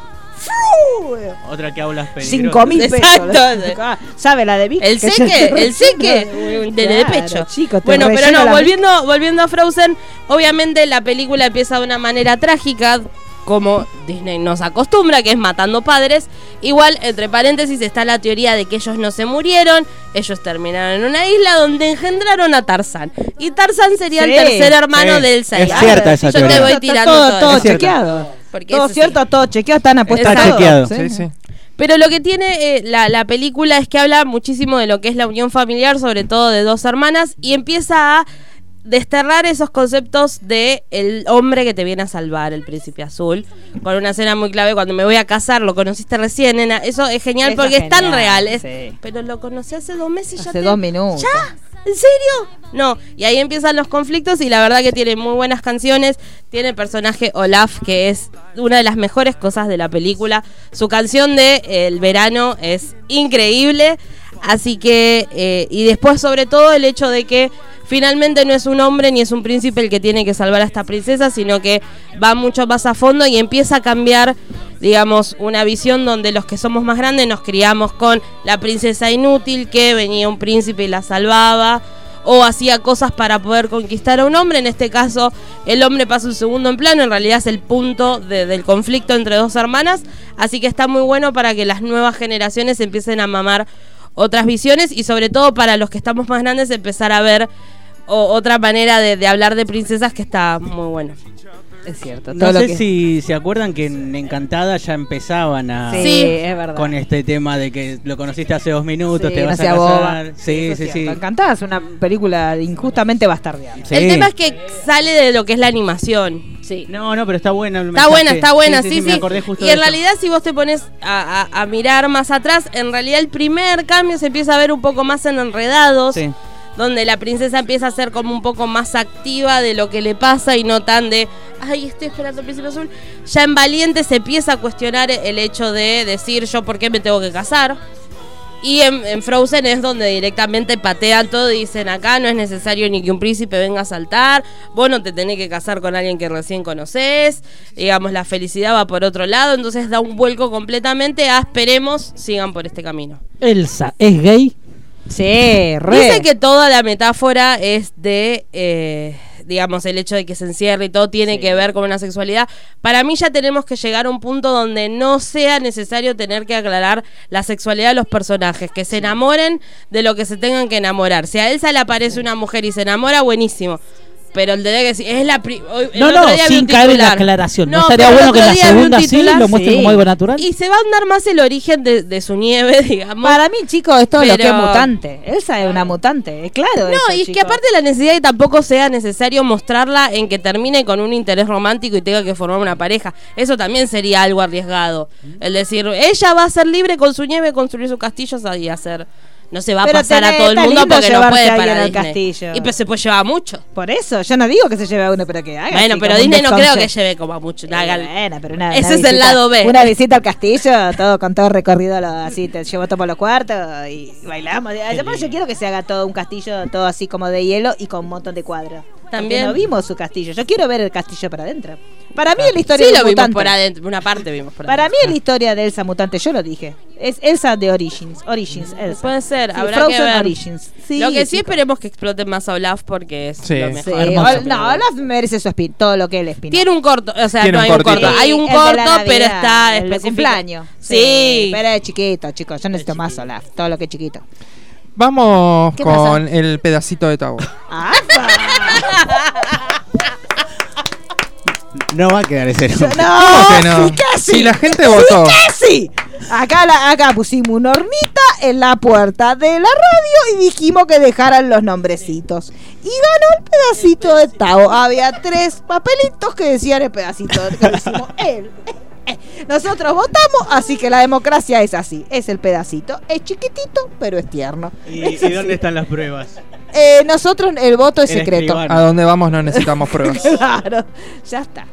Speaker 9: Otra que hablas peligroso.
Speaker 15: 5 mil pesos. Ah,
Speaker 5: Exacto.
Speaker 15: ¿Sabe la de Vic?
Speaker 5: El
Speaker 15: que se
Speaker 5: seque,
Speaker 15: te
Speaker 5: el seque
Speaker 15: rellena
Speaker 5: de, de
Speaker 15: Claro,
Speaker 5: pecho.
Speaker 15: chico, te
Speaker 5: bueno, pero
Speaker 15: rellena
Speaker 5: no,
Speaker 15: la
Speaker 5: volviendo, volviendo a Frozen, obviamente la película empieza de una manera trágica, como Disney nos acostumbra, que es matando padres. Igual, entre paréntesis, está la teoría de que ellos no se murieron, ellos terminaron en una isla donde engendraron a Tarzan. Y Tarzan sería el
Speaker 15: Sí,
Speaker 5: tercer hermano
Speaker 15: sí.
Speaker 5: de Elsa. y
Speaker 15: Es
Speaker 5: Anna.
Speaker 15: cierta esa
Speaker 5: Yo
Speaker 15: teoría.
Speaker 5: te voy
Speaker 15: Está
Speaker 5: tirando
Speaker 15: todo-
Speaker 5: todo,
Speaker 15: todo
Speaker 5: eso.
Speaker 15: chequeado.
Speaker 5: Porque
Speaker 15: Todo
Speaker 5: eso sí.
Speaker 15: cierto, todo chequeado, están apuestas
Speaker 5: Está
Speaker 15: todos,
Speaker 5: chequeado.
Speaker 15: ¿eh?
Speaker 6: sí.
Speaker 5: Pero lo que tiene eh, la, la película es que habla muchísimo de lo que es la unión familiar, sobre todo de dos hermanas, y empieza a desterrar esos conceptos de el hombre que te viene a salvar, el príncipe azul, con una escena muy clave cuando me voy a casar, lo conociste recién, nena, eso es genial
Speaker 15: Eso
Speaker 5: porque
Speaker 15: es
Speaker 5: es tan
Speaker 15: genial,
Speaker 5: real, es-
Speaker 15: sí.
Speaker 5: pero lo conocí hace dos meses y ya
Speaker 15: Hace
Speaker 5: te-
Speaker 15: dos minutos.
Speaker 5: ¿Ya? ¿En serio? No, y ahí empiezan los conflictos y la verdad que tiene muy buenas canciones. Tiene el personaje Olaf, que es una de las mejores cosas de la película. Su canción de eh, El verano es increíble. Así que, eh, y después sobre todo el hecho de que finalmente no es un hombre ni es un príncipe el que tiene que salvar a esta princesa, sino que va mucho más a fondo y empieza a cambiar, digamos, una visión donde los que somos más grandes nos criamos con la princesa inútil que venía un príncipe y la salvaba o hacía cosas para poder conquistar a un hombre. En este caso, el hombre pasa un segundo en plano, en realidad es el punto de- del conflicto entre dos hermanas, así que está muy bueno para que las nuevas generaciones empiecen a mamar otras visiones y sobre todo para los que estamos más grandes empezar a ver o- otra manera de, de hablar de princesas que está muy buena.
Speaker 15: Es cierto.
Speaker 12: No sé si se acuerdan que en Encantada ya empezaban a
Speaker 15: Sí, Sí. es verdad.
Speaker 12: con este tema de que lo conociste hace dos minutos,
Speaker 15: Sí,
Speaker 12: te
Speaker 15: no
Speaker 12: vas
Speaker 15: sea
Speaker 12: a
Speaker 15: boba.
Speaker 12: casar. Sí, sí, sí.
Speaker 15: Encantada, es una película injustamente bastardeada.
Speaker 12: Sí.
Speaker 5: El tema es que sale de lo que es la animación. Sí.
Speaker 12: No, no, pero está buena. el
Speaker 5: Está
Speaker 12: mensaje.
Speaker 5: buena, está buena, sí, sí.
Speaker 12: Me acordé justo
Speaker 5: y
Speaker 12: de
Speaker 5: en
Speaker 12: eso.
Speaker 5: realidad, si vos te pones a, a- a mirar más atrás, en realidad el primer cambio se empieza a ver un poco más en enredados.
Speaker 12: Sí.
Speaker 5: Donde la princesa empieza a ser como un poco más activa de lo que le pasa y no tan de, ay, estoy esperando al príncipe azul. Ya en Valiente se empieza a cuestionar el hecho de decir yo por qué me tengo que casar. Y en, en Frozen es donde directamente patean todo y dicen acá no es necesario ni que un príncipe venga a saltar, vos no te tenés que casar con alguien que recién conoces, digamos la felicidad va por otro lado, entonces da un vuelco completamente a esperemos sigan por este camino.
Speaker 13: Elsa es gay.
Speaker 15: Sí,
Speaker 5: Dice que toda la metáfora es de, eh, digamos, el hecho de que se encierre y todo tiene que ver con una sexualidad. Para mí ya tenemos que llegar a un punto donde no sea necesario tener que aclarar la sexualidad de los personajes, que se enamoren de lo que se tengan que enamorar. Si a Elsa le aparece una mujer y se enamora, buenísimo. Pero el de que sí, es la pri- hoy- el
Speaker 13: No,
Speaker 5: otro
Speaker 13: no,
Speaker 5: día vi
Speaker 13: sin
Speaker 5: un
Speaker 13: caer en la
Speaker 5: titular.
Speaker 13: aclaración. ¿No estaría
Speaker 5: pero el
Speaker 13: bueno que
Speaker 5: otro
Speaker 13: en la
Speaker 5: día vi un
Speaker 13: segunda sí
Speaker 5: titular,
Speaker 13: lo muestren como algo natural?
Speaker 5: Y se va a andar más el origen de, de su nieve, digamos.
Speaker 3: Para mí, chicos, esto es lo que es
Speaker 5: Pero-
Speaker 3: mutante. Elsa es una mutante, es claro.
Speaker 5: No, y es que aparte la necesidad de tampoco sea necesario mostrarla en que termine con un interés romántico y tenga que formar una pareja. Eso también sería algo arriesgado. El decir, ella va a ser libre con su nieve, construir su castillo y hacer. No se va a
Speaker 3: Pero
Speaker 5: pasar
Speaker 3: tenés-
Speaker 5: a todo el
Speaker 3: está
Speaker 5: mundo
Speaker 3: lindo
Speaker 5: porque no
Speaker 3: llevarse
Speaker 5: puede
Speaker 3: a alguien
Speaker 5: para
Speaker 3: al
Speaker 5: Disney.
Speaker 3: castillo.
Speaker 5: Y pues se puede llevar a mucho.
Speaker 3: Por eso, yo no digo que se lleve a uno, pero que haga.
Speaker 5: Bueno,
Speaker 3: así
Speaker 5: pero
Speaker 3: como un Eh,
Speaker 5: Disney no creo que
Speaker 3: desconche.
Speaker 5: lleve como a mucho. Haga-
Speaker 3: Una-
Speaker 5: Ese
Speaker 3: una
Speaker 5: es el
Speaker 3: visita-
Speaker 5: lado B.
Speaker 3: Una visita al castillo, todo con todo recorrido, lo- así te llevo todo por los cuartos y bailamos. Además, yo quiero que se haga todo un castillo, todo así como de hielo y con un montón de cuadros.
Speaker 5: También.
Speaker 3: También no vimos su castillo. Yo quiero ver el castillo para adentro. Para mí es la historia
Speaker 5: Sí,
Speaker 3: de
Speaker 5: lo
Speaker 3: un
Speaker 5: vimos
Speaker 3: mutante.
Speaker 5: por adentro. Una parte vimos por
Speaker 3: Para mí es la historia de Elsa mutante, yo lo dije. Es Elsa de Origins. Origins, Elsa.
Speaker 5: Mm, Puede ser,
Speaker 3: Sí,
Speaker 5: habrá
Speaker 3: Frozen
Speaker 5: que ver.
Speaker 3: Origins. Sí,
Speaker 5: lo que sí
Speaker 3: chicos.
Speaker 5: esperemos que explote más a Olaf porque es
Speaker 3: Sí.
Speaker 5: lo
Speaker 3: Sí,
Speaker 5: mejor.
Speaker 3: Ol- no, Olaf merece su spin, todo lo que él spin.
Speaker 5: Tiene un corto, o sea,
Speaker 3: Tiene
Speaker 5: no
Speaker 3: un
Speaker 5: hay un
Speaker 3: cortito.
Speaker 5: corto. Hay
Speaker 3: Sí,
Speaker 5: un
Speaker 3: el de la
Speaker 5: corto, pero
Speaker 3: Navidad,
Speaker 5: está
Speaker 3: el de
Speaker 5: específico.
Speaker 3: cumpleaños.
Speaker 5: Sí.
Speaker 3: Pero es chiquito, chicos. Yo necesito más Olaf, todo lo que es chiquito.
Speaker 6: Vamos
Speaker 3: ¿Qué
Speaker 6: con el pedacito de Tabo.
Speaker 12: No va a quedar ese nombre.
Speaker 6: ¿Cómo que no?
Speaker 3: sí, casi.
Speaker 6: Si la gente votó.
Speaker 3: Sí, casi. Acá, la- acá pusimos una hornita en la puerta de la radio y dijimos que dejaran los nombrecitos. Y ganó el pedacito de Tao. Había tres papelitos que decían el pedacito que decimos él. Nosotros votamos, así que la democracia es así. Es el pedacito. Es chiquitito, pero es tierno.
Speaker 12: ¿Y,
Speaker 3: Es
Speaker 12: y
Speaker 3: así.
Speaker 12: dónde están las pruebas?
Speaker 3: Eh, nosotros el voto es
Speaker 12: El
Speaker 3: secreto.
Speaker 12: escribano.
Speaker 6: A dónde vamos no necesitamos pruebas.
Speaker 3: Claro, ya está.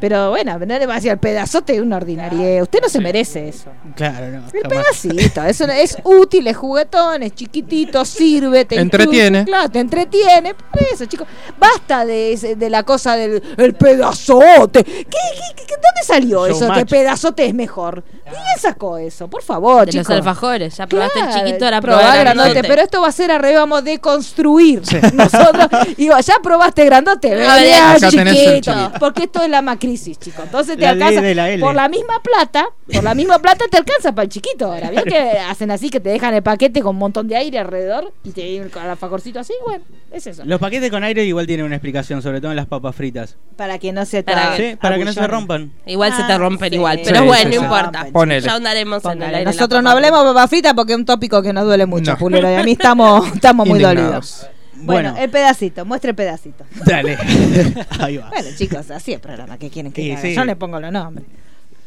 Speaker 3: Pero bueno, no le va a decir el pedazote de una ordinaria. Usted no se merece eso.
Speaker 12: Claro, no.
Speaker 3: El pedacito, eso no- es útil, es juguetón, es chiquitito, sirve, te
Speaker 6: Entretiene.
Speaker 3: instruye, claro, te entretiene, por eso, chicos. Basta de, ese- de la cosa del el pedazote. ¿Qué, qué- qué- qué- dónde salió
Speaker 5: Show
Speaker 3: eso?
Speaker 5: match.
Speaker 3: Que pedazote es mejor. ¿Quién sacó eso? Por favor,
Speaker 5: De
Speaker 3: chicos.
Speaker 5: los alfajores. Ya probaste el
Speaker 3: Claro,
Speaker 5: chiquito, ahora
Speaker 3: probá
Speaker 5: probá el
Speaker 3: grandote,
Speaker 5: grandote.
Speaker 3: Pero esto va a ser arriba, vamos a deconstruir. Nosotros, digo, ya probaste grandote,
Speaker 5: Ahora
Speaker 3: venías
Speaker 5: acá
Speaker 3: chiquito,
Speaker 5: tenés el chiquito.
Speaker 3: Porque esto es la macrisis, chicos. Entonces te
Speaker 5: La ley
Speaker 3: alcanza.
Speaker 5: de la L.
Speaker 3: por la misma plata, por la misma plata te alcanza para el chiquito ahora. ¿Vieron
Speaker 5: Claro.
Speaker 3: que hacen así que te dejan el paquete con un montón de aire alrededor y te vienen con el alfajorcito así? Bueno, es eso.
Speaker 12: Los paquetes con aire igual tienen una explicación, sobre todo en las papas fritas.
Speaker 3: Para que no se te
Speaker 12: Para que- Sí, para que no se
Speaker 3: abullone.
Speaker 12: rompan.
Speaker 5: Igual se te rompen
Speaker 3: Ah, sí.
Speaker 5: igual, pero
Speaker 12: Sí,
Speaker 5: bueno,
Speaker 12: sí,
Speaker 5: no
Speaker 12: sí.
Speaker 5: importa.
Speaker 12: Ponele.
Speaker 5: Ya andaremos en el
Speaker 3: Dale,
Speaker 5: aire.
Speaker 3: Nosotros no hablemos de papas fritas porque es un tópico que nos duele mucho,
Speaker 12: No.
Speaker 3: Pulero. Y a mí estamos, estamos muy
Speaker 12: Indignados.
Speaker 3: dolidos. Bueno,
Speaker 12: Bueno,
Speaker 5: eh.
Speaker 3: el pedacito, muestre el pedacito.
Speaker 12: dale. Ahí va.
Speaker 3: Bueno, chicos, así es el programa. ¿Qué quieren que
Speaker 12: Sí,
Speaker 3: haga?
Speaker 12: sí.
Speaker 3: Yo le pongo los nombres.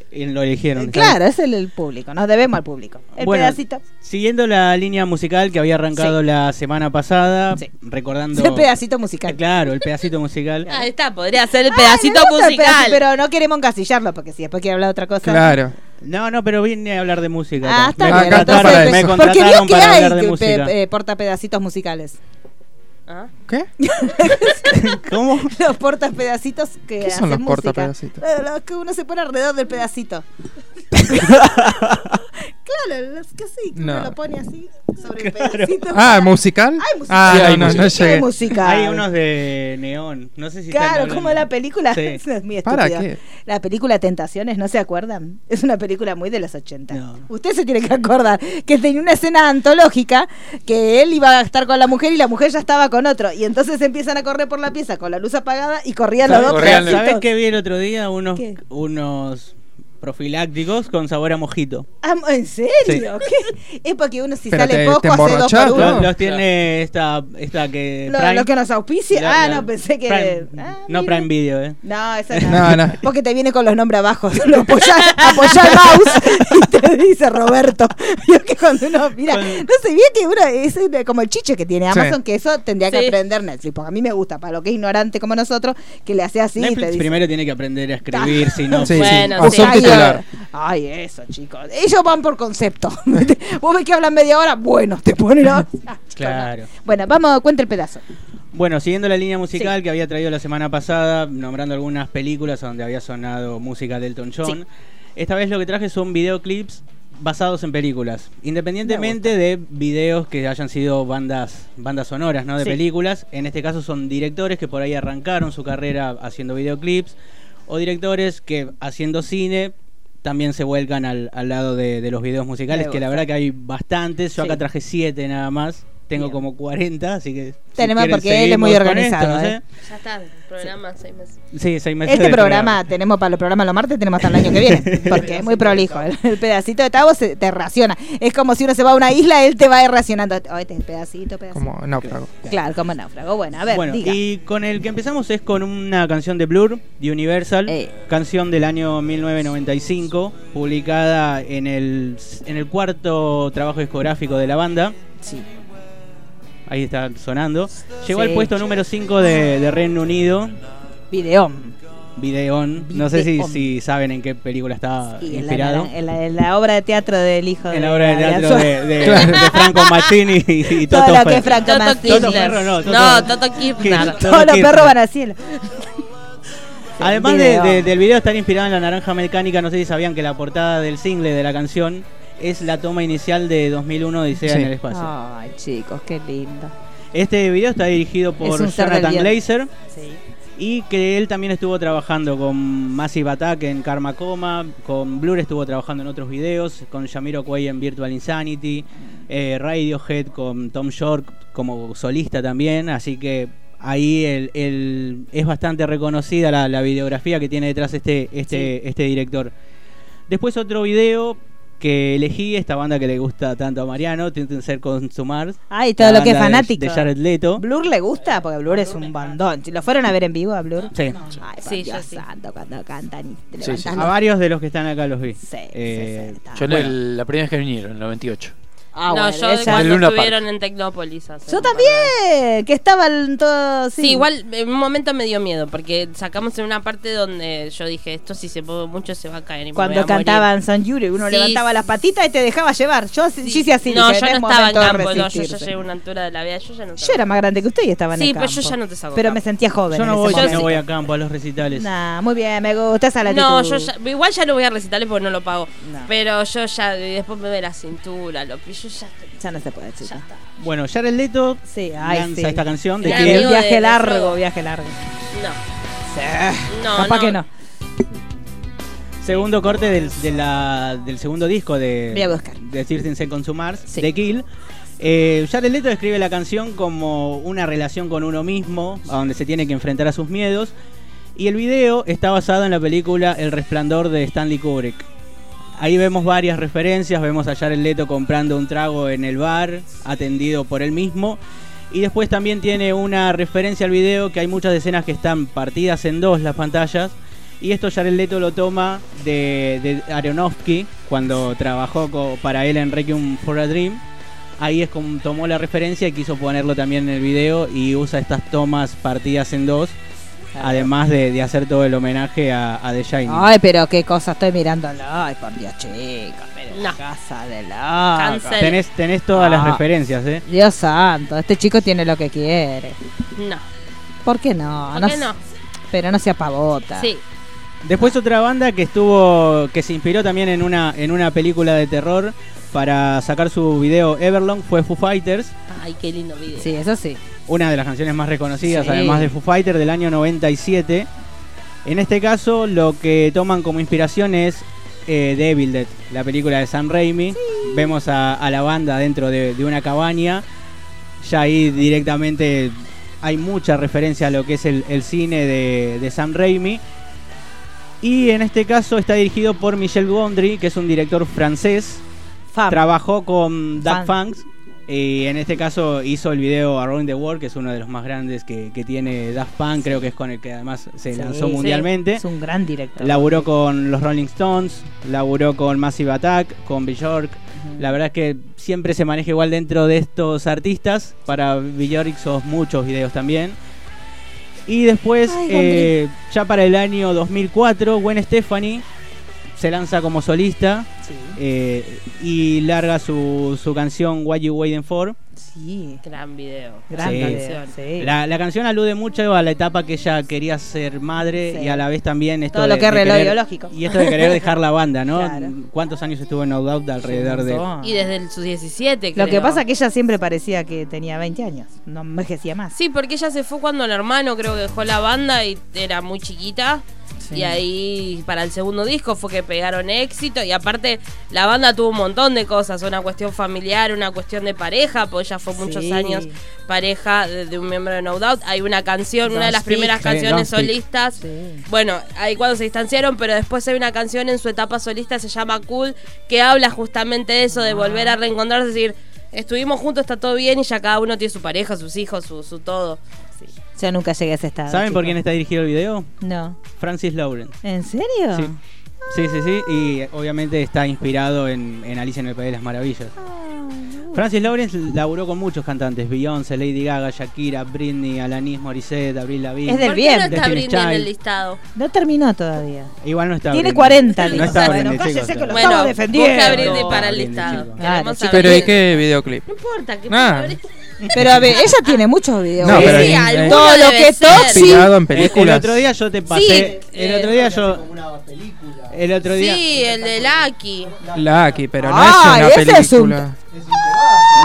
Speaker 12: Y Lo eligieron.
Speaker 5: Eh,
Speaker 12: ¿sabes?
Speaker 3: Claro, es el, el público. Nos debemos al público. El
Speaker 12: Bueno,
Speaker 3: pedacito.
Speaker 12: Siguiendo la línea musical que había arrancado la semana pasada, recordando.
Speaker 3: El pedacito musical.
Speaker 12: Claro, el pedacito musical.
Speaker 5: Ah, está, podría ser
Speaker 3: Ay,
Speaker 5: el
Speaker 3: me
Speaker 5: pedacito
Speaker 3: gusta el
Speaker 5: musical.
Speaker 3: pedazo, pero no queremos encasillarlo porque si después quiere hablar de otra cosa.
Speaker 12: No, no, pero vine a hablar de música.
Speaker 3: Ah,
Speaker 12: Me
Speaker 3: está bien.
Speaker 12: contrataron-
Speaker 3: entonces,
Speaker 12: me
Speaker 3: porque vio
Speaker 12: contrataron
Speaker 3: que
Speaker 12: para
Speaker 3: hay
Speaker 12: hablar de
Speaker 3: que, pe-
Speaker 12: música.
Speaker 3: eh, porta pedacitos musicales.
Speaker 5: Ah,
Speaker 6: ¿Qué?
Speaker 12: ¿Cómo?
Speaker 3: Los portas pedacitos que
Speaker 6: ¿Qué son
Speaker 3: hacen
Speaker 6: los
Speaker 3: música.
Speaker 6: portapedacitos?
Speaker 3: Eh, Los que uno se pone alrededor del pedacito. claro, los que sí, que uno
Speaker 6: No.
Speaker 3: lo pone así sobre el
Speaker 6: Claro.
Speaker 3: pedacito.
Speaker 6: Ah, ¿musical?
Speaker 3: Hay musical.
Speaker 6: Ah,
Speaker 3: Sí, hay
Speaker 6: no, no, no
Speaker 3: musical.
Speaker 6: llegué.
Speaker 3: Hay musical.
Speaker 12: Hay unos de neón. No sé si están
Speaker 3: Claro,
Speaker 12: hablando.
Speaker 3: como la película.
Speaker 12: Sí.
Speaker 3: Es muy
Speaker 12: ¿Para
Speaker 3: estúpida.
Speaker 12: qué?
Speaker 3: La película Tentaciones, ¿no se acuerdan? Es una película muy de los 80. Usted se tiene que acordar que tenía una escena antológica que él iba a estar con la mujer y la mujer ya estaba con otro. Y entonces empiezan a correr por la pieza con la luz apagada y corrían los dos.
Speaker 12: ¿Sabes
Speaker 3: pedacitos.
Speaker 12: ¿sabes qué vi el otro día? Unos,
Speaker 3: ¿Qué?
Speaker 12: unos profilácticos con sabor a mojito.
Speaker 3: Ah, ¿En serio? ¿Qué? Es porque uno si
Speaker 12: Pero
Speaker 3: sale
Speaker 12: te-
Speaker 3: poco
Speaker 12: te
Speaker 3: hace dos por
Speaker 12: Los,
Speaker 3: uno.
Speaker 12: los tiene esta, esta que.
Speaker 3: Uh. Lo,
Speaker 12: Prime-
Speaker 3: lo que nos auspicia.
Speaker 12: Lo-
Speaker 3: ah,
Speaker 12: lo-
Speaker 3: no, pensé que.
Speaker 12: Prime-
Speaker 3: Ah,
Speaker 12: no Prime Video, ¿eh?
Speaker 3: No, eso
Speaker 12: No,
Speaker 3: no.
Speaker 12: no.
Speaker 3: Porque te viene con los nombres abajo. Lo apoyás, apoyás el mouse y te dice Roberto. Y es que cuando uno mira, no sé bien que uno es eh, como el chiche que tiene
Speaker 15: Sí.
Speaker 3: Amazon, que eso tendría que
Speaker 15: Sí.
Speaker 3: aprender Netflix. Porque a mí me gusta, para lo que es ignorante como nosotros, que le hace así y te
Speaker 12: Netflix
Speaker 3: dice.
Speaker 12: primero tiene que aprender a escribir, si no.
Speaker 6: Sí, sí. Bueno, O sí. subtitular.
Speaker 3: Ay, eso, chicos. Ellos van por concepto. Vos ves que hablan media hora, bueno, te ponen a...
Speaker 12: Claro.
Speaker 3: Bueno, vamos, cuenta el pedazo.
Speaker 12: Bueno, siguiendo la línea musical que había traído la semana pasada, nombrando algunas películas donde había sonado música de Elton John, esta vez lo que traje son videoclips basados en películas, independientemente de videos que hayan sido bandas bandas sonoras, ¿no? De
Speaker 13: Sí.
Speaker 12: películas. En este caso son directores que por ahí arrancaron su carrera haciendo videoclips o directores que haciendo cine también se vuelcan al, al lado de, de los videos musicales,
Speaker 13: Me
Speaker 12: que la
Speaker 13: gusta.
Speaker 12: verdad que hay bastantes. Yo acá traje siete nada más. Tengo como 40, así que. si
Speaker 3: Tenemos
Speaker 12: quieren,
Speaker 3: porque él es muy
Speaker 12: seguimos con esto,
Speaker 3: organizado.
Speaker 12: no sé.
Speaker 3: ¿eh?
Speaker 5: Ya está, programa seis meses.
Speaker 12: Sí, seis meses
Speaker 3: Este
Speaker 12: de
Speaker 3: programa tenemos para el programa los martes, tenemos hasta el año que viene, porque es muy prolijo. El, el pedacito de Tavo se te raciona. Es como si uno se va a una isla, él te va a ir racionando. Oh, este es el pedacito, pedacito.
Speaker 6: Como náufrago.
Speaker 3: Claro, como náufrago. Bueno, a ver,
Speaker 12: bueno,
Speaker 3: diga.
Speaker 12: y con el que empezamos es con una canción de Blur, de Universal,
Speaker 3: Eh.
Speaker 12: canción del año 1995, publicada en el, en el cuarto trabajo discográfico de la banda.
Speaker 3: Sí.
Speaker 12: Ahí está sonando. Llegó
Speaker 3: Sí.
Speaker 12: al puesto número 5 de, de Reino Unido.
Speaker 3: Videón.
Speaker 12: Videón. No sé si,
Speaker 3: Videón.
Speaker 12: si saben en qué película está
Speaker 3: Y en la,
Speaker 12: Ah, inspirado.
Speaker 3: en la- en la obra de teatro del hijo de
Speaker 12: En la obra de teatro
Speaker 3: Azuela.
Speaker 12: de, de- de Franco Martini y, y
Speaker 3: Todo
Speaker 12: Toto
Speaker 3: lo que
Speaker 12: Ferro.
Speaker 3: es Franco Toto Martini.
Speaker 12: Toto
Speaker 3: Kirchner.
Speaker 12: Ferro, no. Toto-
Speaker 5: No, Toto Kirchner.
Speaker 12: Kirchner.
Speaker 3: Todos los
Speaker 12: Kirchner.
Speaker 3: perros van al cielo.
Speaker 12: Además de-
Speaker 3: Video.
Speaker 12: de- del video estar inspirado en la naranja mecánica, no sé si sabían que la portada del single de la canción es la toma inicial de 2001 de Odisea en el espacio.
Speaker 3: Ay, chicos, qué lindo.
Speaker 12: Este video está dirigido por
Speaker 3: un ser del
Speaker 12: Jonathan
Speaker 3: bien.
Speaker 12: Glazer y que él también estuvo trabajando con Massive Attack en Karma Coma, con Blur estuvo trabajando en otros videos, con Yamiro Quay en Virtual Insanity, eh, Radiohead con Tom York como solista también, así que ahí el, el- es bastante reconocida la, la videografía que tiene detrás este, este, este director. Después otro video que elegí, esta banda que le gusta tanto a Mariano, Intenten Ser Consumar.
Speaker 3: Ay, todo
Speaker 12: la
Speaker 3: lo que es
Speaker 12: banda de-
Speaker 3: fanático.
Speaker 12: De Jared Leto.
Speaker 3: Blur le gusta porque Blur es un bandón. Si lo fueron a ver en vivo a Blur.
Speaker 12: Sí.
Speaker 3: Ay, por
Speaker 5: Sí, yo
Speaker 3: Dios
Speaker 5: sí.
Speaker 3: santo, cuando cantan y te
Speaker 12: Sí, sí.
Speaker 3: levantan
Speaker 12: A
Speaker 3: los-
Speaker 12: varios de los que están acá los vi.
Speaker 3: Eh,
Speaker 4: Yo en
Speaker 12: bueno,
Speaker 4: el- la primera vez que vinieron, en el 98.
Speaker 3: Ah,
Speaker 5: no,
Speaker 3: bueno,
Speaker 5: yo
Speaker 3: esa-
Speaker 4: Del
Speaker 5: cuando
Speaker 4: Luna
Speaker 5: estuvieron en Tecnópolis. hace
Speaker 3: Yo
Speaker 5: un par de
Speaker 3: también, que estaban todos.
Speaker 5: Sí, igual en un momento me dio miedo porque sacamos en una parte donde yo dije, esto si se mueve mucho se va a caer. y me voy
Speaker 3: Cuando
Speaker 5: a morir".
Speaker 3: cantaban San Yuri, uno
Speaker 5: Sí,
Speaker 3: levantaba las patitas y te dejaba llevar. Yo, sí- yo hice así.
Speaker 5: No,
Speaker 3: dije,
Speaker 5: yo
Speaker 3: "Es
Speaker 5: no estaba en
Speaker 3: momento de
Speaker 5: campo, no, yo ya
Speaker 3: resistirse".
Speaker 5: llegué a una altura de la vida, yo ya no
Speaker 3: Yo era más grande que usted y estaba en
Speaker 5: Sí,
Speaker 3: el campo.
Speaker 5: pues yo ya no te saco
Speaker 3: Pero
Speaker 5: campo.
Speaker 3: me sentía joven.
Speaker 12: yo no
Speaker 3: en
Speaker 12: voy,
Speaker 3: ese
Speaker 12: yo no
Speaker 3: momento.
Speaker 12: voy a campo a los recitales.
Speaker 3: Nah, muy bien, me gusta esa latitud.
Speaker 5: No, yo ya- igual ya no voy a recitarle porque no lo pago.
Speaker 3: No.
Speaker 5: Pero yo ya, y después me ve la cintura, lo pillo, ya estoy-
Speaker 3: Ya no se puede, chica.
Speaker 12: Bueno, Jared Leto
Speaker 3: Sí, ay,
Speaker 12: lanza
Speaker 3: sí.
Speaker 12: esta canción de
Speaker 3: Gran
Speaker 12: que
Speaker 3: amigo Viaje
Speaker 5: de-
Speaker 3: largo, viaje largo.
Speaker 5: No,
Speaker 3: Capaz
Speaker 5: no.
Speaker 3: que no.
Speaker 12: segundo corte del, de la- del segundo disco de
Speaker 3: Voy a buscar.
Speaker 12: de Thirteen Seconds to Mars, de Kill. Eh, Jared Leto describe la canción como una relación con uno mismo, a donde se tiene que enfrentar a sus miedos. Y el video está basado en la película El Resplandor de Stanley Kubrick. Ahí vemos varias referencias, vemos a Jared Leto comprando un trago en el bar, atendido por él mismo. Y después también tiene una referencia al video que hay muchas escenas que están partidas en dos las pantallas. Y esto Jared Leto lo toma de, de Aronofsky cuando trabajó co- para él en Requiem for a Dream. Ahí es como tomó la referencia y quiso ponerlo también en el video y usa estas tomas partidas en dos. Además de, de hacer todo el homenaje a, a The Shining.
Speaker 3: Ay, pero qué cosa estoy mirándolo. Ay, por Dios, chicos. Pero la
Speaker 5: No.
Speaker 3: casa de
Speaker 5: Cancel.
Speaker 3: la.
Speaker 12: tenés, tenés todas las
Speaker 3: Ah.
Speaker 12: referencias, ¿eh?
Speaker 3: Dios santo, este chico tiene lo que quiere.
Speaker 5: No.
Speaker 3: ¿Por qué Ah, no?
Speaker 5: ¿Por qué
Speaker 3: s-
Speaker 5: no?
Speaker 3: Pero no sea pavota.
Speaker 5: Sí.
Speaker 12: Después otra banda que estuvo que se inspiró también en una en una película de terror para sacar su video Everlong fue Foo Fighters,
Speaker 5: Ay, qué lindo video.
Speaker 3: Sí, eso sí.
Speaker 12: una de las canciones más reconocidas
Speaker 5: Sí.
Speaker 12: además de Foo Fighters del año 97. En este caso lo que toman como inspiración es eh, Devil Dead, la película de Sam Raimi. Vemos a, a la banda dentro de, de una cabaña. Ya ahí directamente hay mucha referencia a lo que es el, el cine de, de Sam Raimi. Y en este caso está dirigido por Michel Gondry, que es un director francés. Trabajó con Daft Punk y en este caso hizo el video Around the World, que es uno de los más grandes que, que tiene Daft Punk, creo que es con el que además se lanzó
Speaker 3: Sí,
Speaker 12: mundialmente.
Speaker 3: Es un gran director.
Speaker 12: Laburó con los Rolling Stones, laburó con Massive Attack, con Bjork. La verdad es que siempre se maneja igual dentro de estos artistas. Para Bjork hizo muchos videos también. Y después,
Speaker 6: Ay,
Speaker 12: eh, ya para el año 2004, Gwen Stefani se lanza como solista eh, y larga su, su canción What You Waiting For.
Speaker 3: Sí.
Speaker 5: Gran video.
Speaker 3: Gran
Speaker 12: Sí.
Speaker 3: video, sí.
Speaker 12: La, la canción alude mucho a la etapa que ella quería ser madre
Speaker 3: Sí.
Speaker 12: y a la vez también esto
Speaker 3: Todo lo
Speaker 12: de-
Speaker 3: que es
Speaker 12: de
Speaker 3: reloj
Speaker 12: querer-
Speaker 3: biológico.
Speaker 12: Y esto de querer dejar la banda, ¿no?
Speaker 3: Claro.
Speaker 12: ¿Cuántos años estuvo en No Doubt alrededor de...?
Speaker 5: Y desde el- sus 17,
Speaker 3: Lo que
Speaker 5: creo.
Speaker 3: pasa es que ella siempre parecía que tenía 20 años. No envejecía más.
Speaker 5: Sí, porque ella se fue cuando el hermano creo que dejó la banda y era muy chiquita.
Speaker 3: sí.
Speaker 5: Y ahí para el segundo disco fue que pegaron éxito. Y aparte, la banda tuvo un montón de cosas: una cuestión familiar, una cuestión de pareja, porque ella fue muchos
Speaker 15: Sí.
Speaker 5: años pareja de, de un miembro de No Doubt. Hay una canción, una de
Speaker 15: Don't
Speaker 5: las
Speaker 15: Speak.
Speaker 5: primeras
Speaker 15: Sí,
Speaker 5: canciones
Speaker 15: Don't Speak.
Speaker 5: solistas. Bueno, ahí cuando se distanciaron, pero después hay una canción en su etapa solista, se llama Cool, que habla justamente de eso, de volver a reencontrarse, es decir, estuvimos juntos, está todo bien y ya cada uno tiene su pareja, sus hijos, su, su todo.
Speaker 3: Yo nunca llegué a ese estado.
Speaker 12: ¿Saben por
Speaker 3: chicos.
Speaker 12: quién está dirigido el video?
Speaker 3: No.
Speaker 12: Francis Lawrence.
Speaker 3: ¿En serio?
Speaker 12: Sí. Sí, sí, sí, y obviamente está inspirado en, en Alicia en el País de las Maravillas.
Speaker 3: Ah,
Speaker 12: Francis Lawrence laburó con muchos cantantes, Beyoncé, Lady Gaga, Shakira, Britney, Alanis Morissette, Avril Lavigne.
Speaker 3: Es del
Speaker 5: ¿Por qué
Speaker 3: bien.
Speaker 5: no está
Speaker 12: Destiny's
Speaker 5: Britney en el
Speaker 12: Child.
Speaker 5: listado?
Speaker 3: No terminó todavía.
Speaker 12: Igual no está
Speaker 3: Tiene
Speaker 12: Britney.
Speaker 3: 40
Speaker 12: No
Speaker 3: listas.
Speaker 12: está
Speaker 3: Bueno,
Speaker 12: Britney,
Speaker 3: cállese
Speaker 12: chicos.
Speaker 3: que lo
Speaker 12: Bueno,
Speaker 3: estaba
Speaker 5: busca a
Speaker 3: defendiendo.
Speaker 5: Britney para el
Speaker 12: Britney,
Speaker 5: listado.
Speaker 3: Claro,
Speaker 5: Queremos
Speaker 3: chicos.
Speaker 5: saber
Speaker 6: Pero ¿y qué videoclip? Ah.
Speaker 5: No importa, ¿qué
Speaker 6: Nada.
Speaker 5: pasa?
Speaker 3: Pero a ver, ella tiene muchos videos.
Speaker 6: No, pero
Speaker 12: Sí, en- alguno
Speaker 3: todo lo
Speaker 5: debe
Speaker 3: que es
Speaker 5: ser.
Speaker 3: Toxi.
Speaker 6: Inspirado en
Speaker 12: El
Speaker 6: películas.
Speaker 12: otro día yo te pasé. el otro día yo. El otro día.
Speaker 5: Sí, el de Lucky.
Speaker 6: La Aki, pero no
Speaker 12: Ah,
Speaker 6: es una
Speaker 12: ese es un-
Speaker 6: película.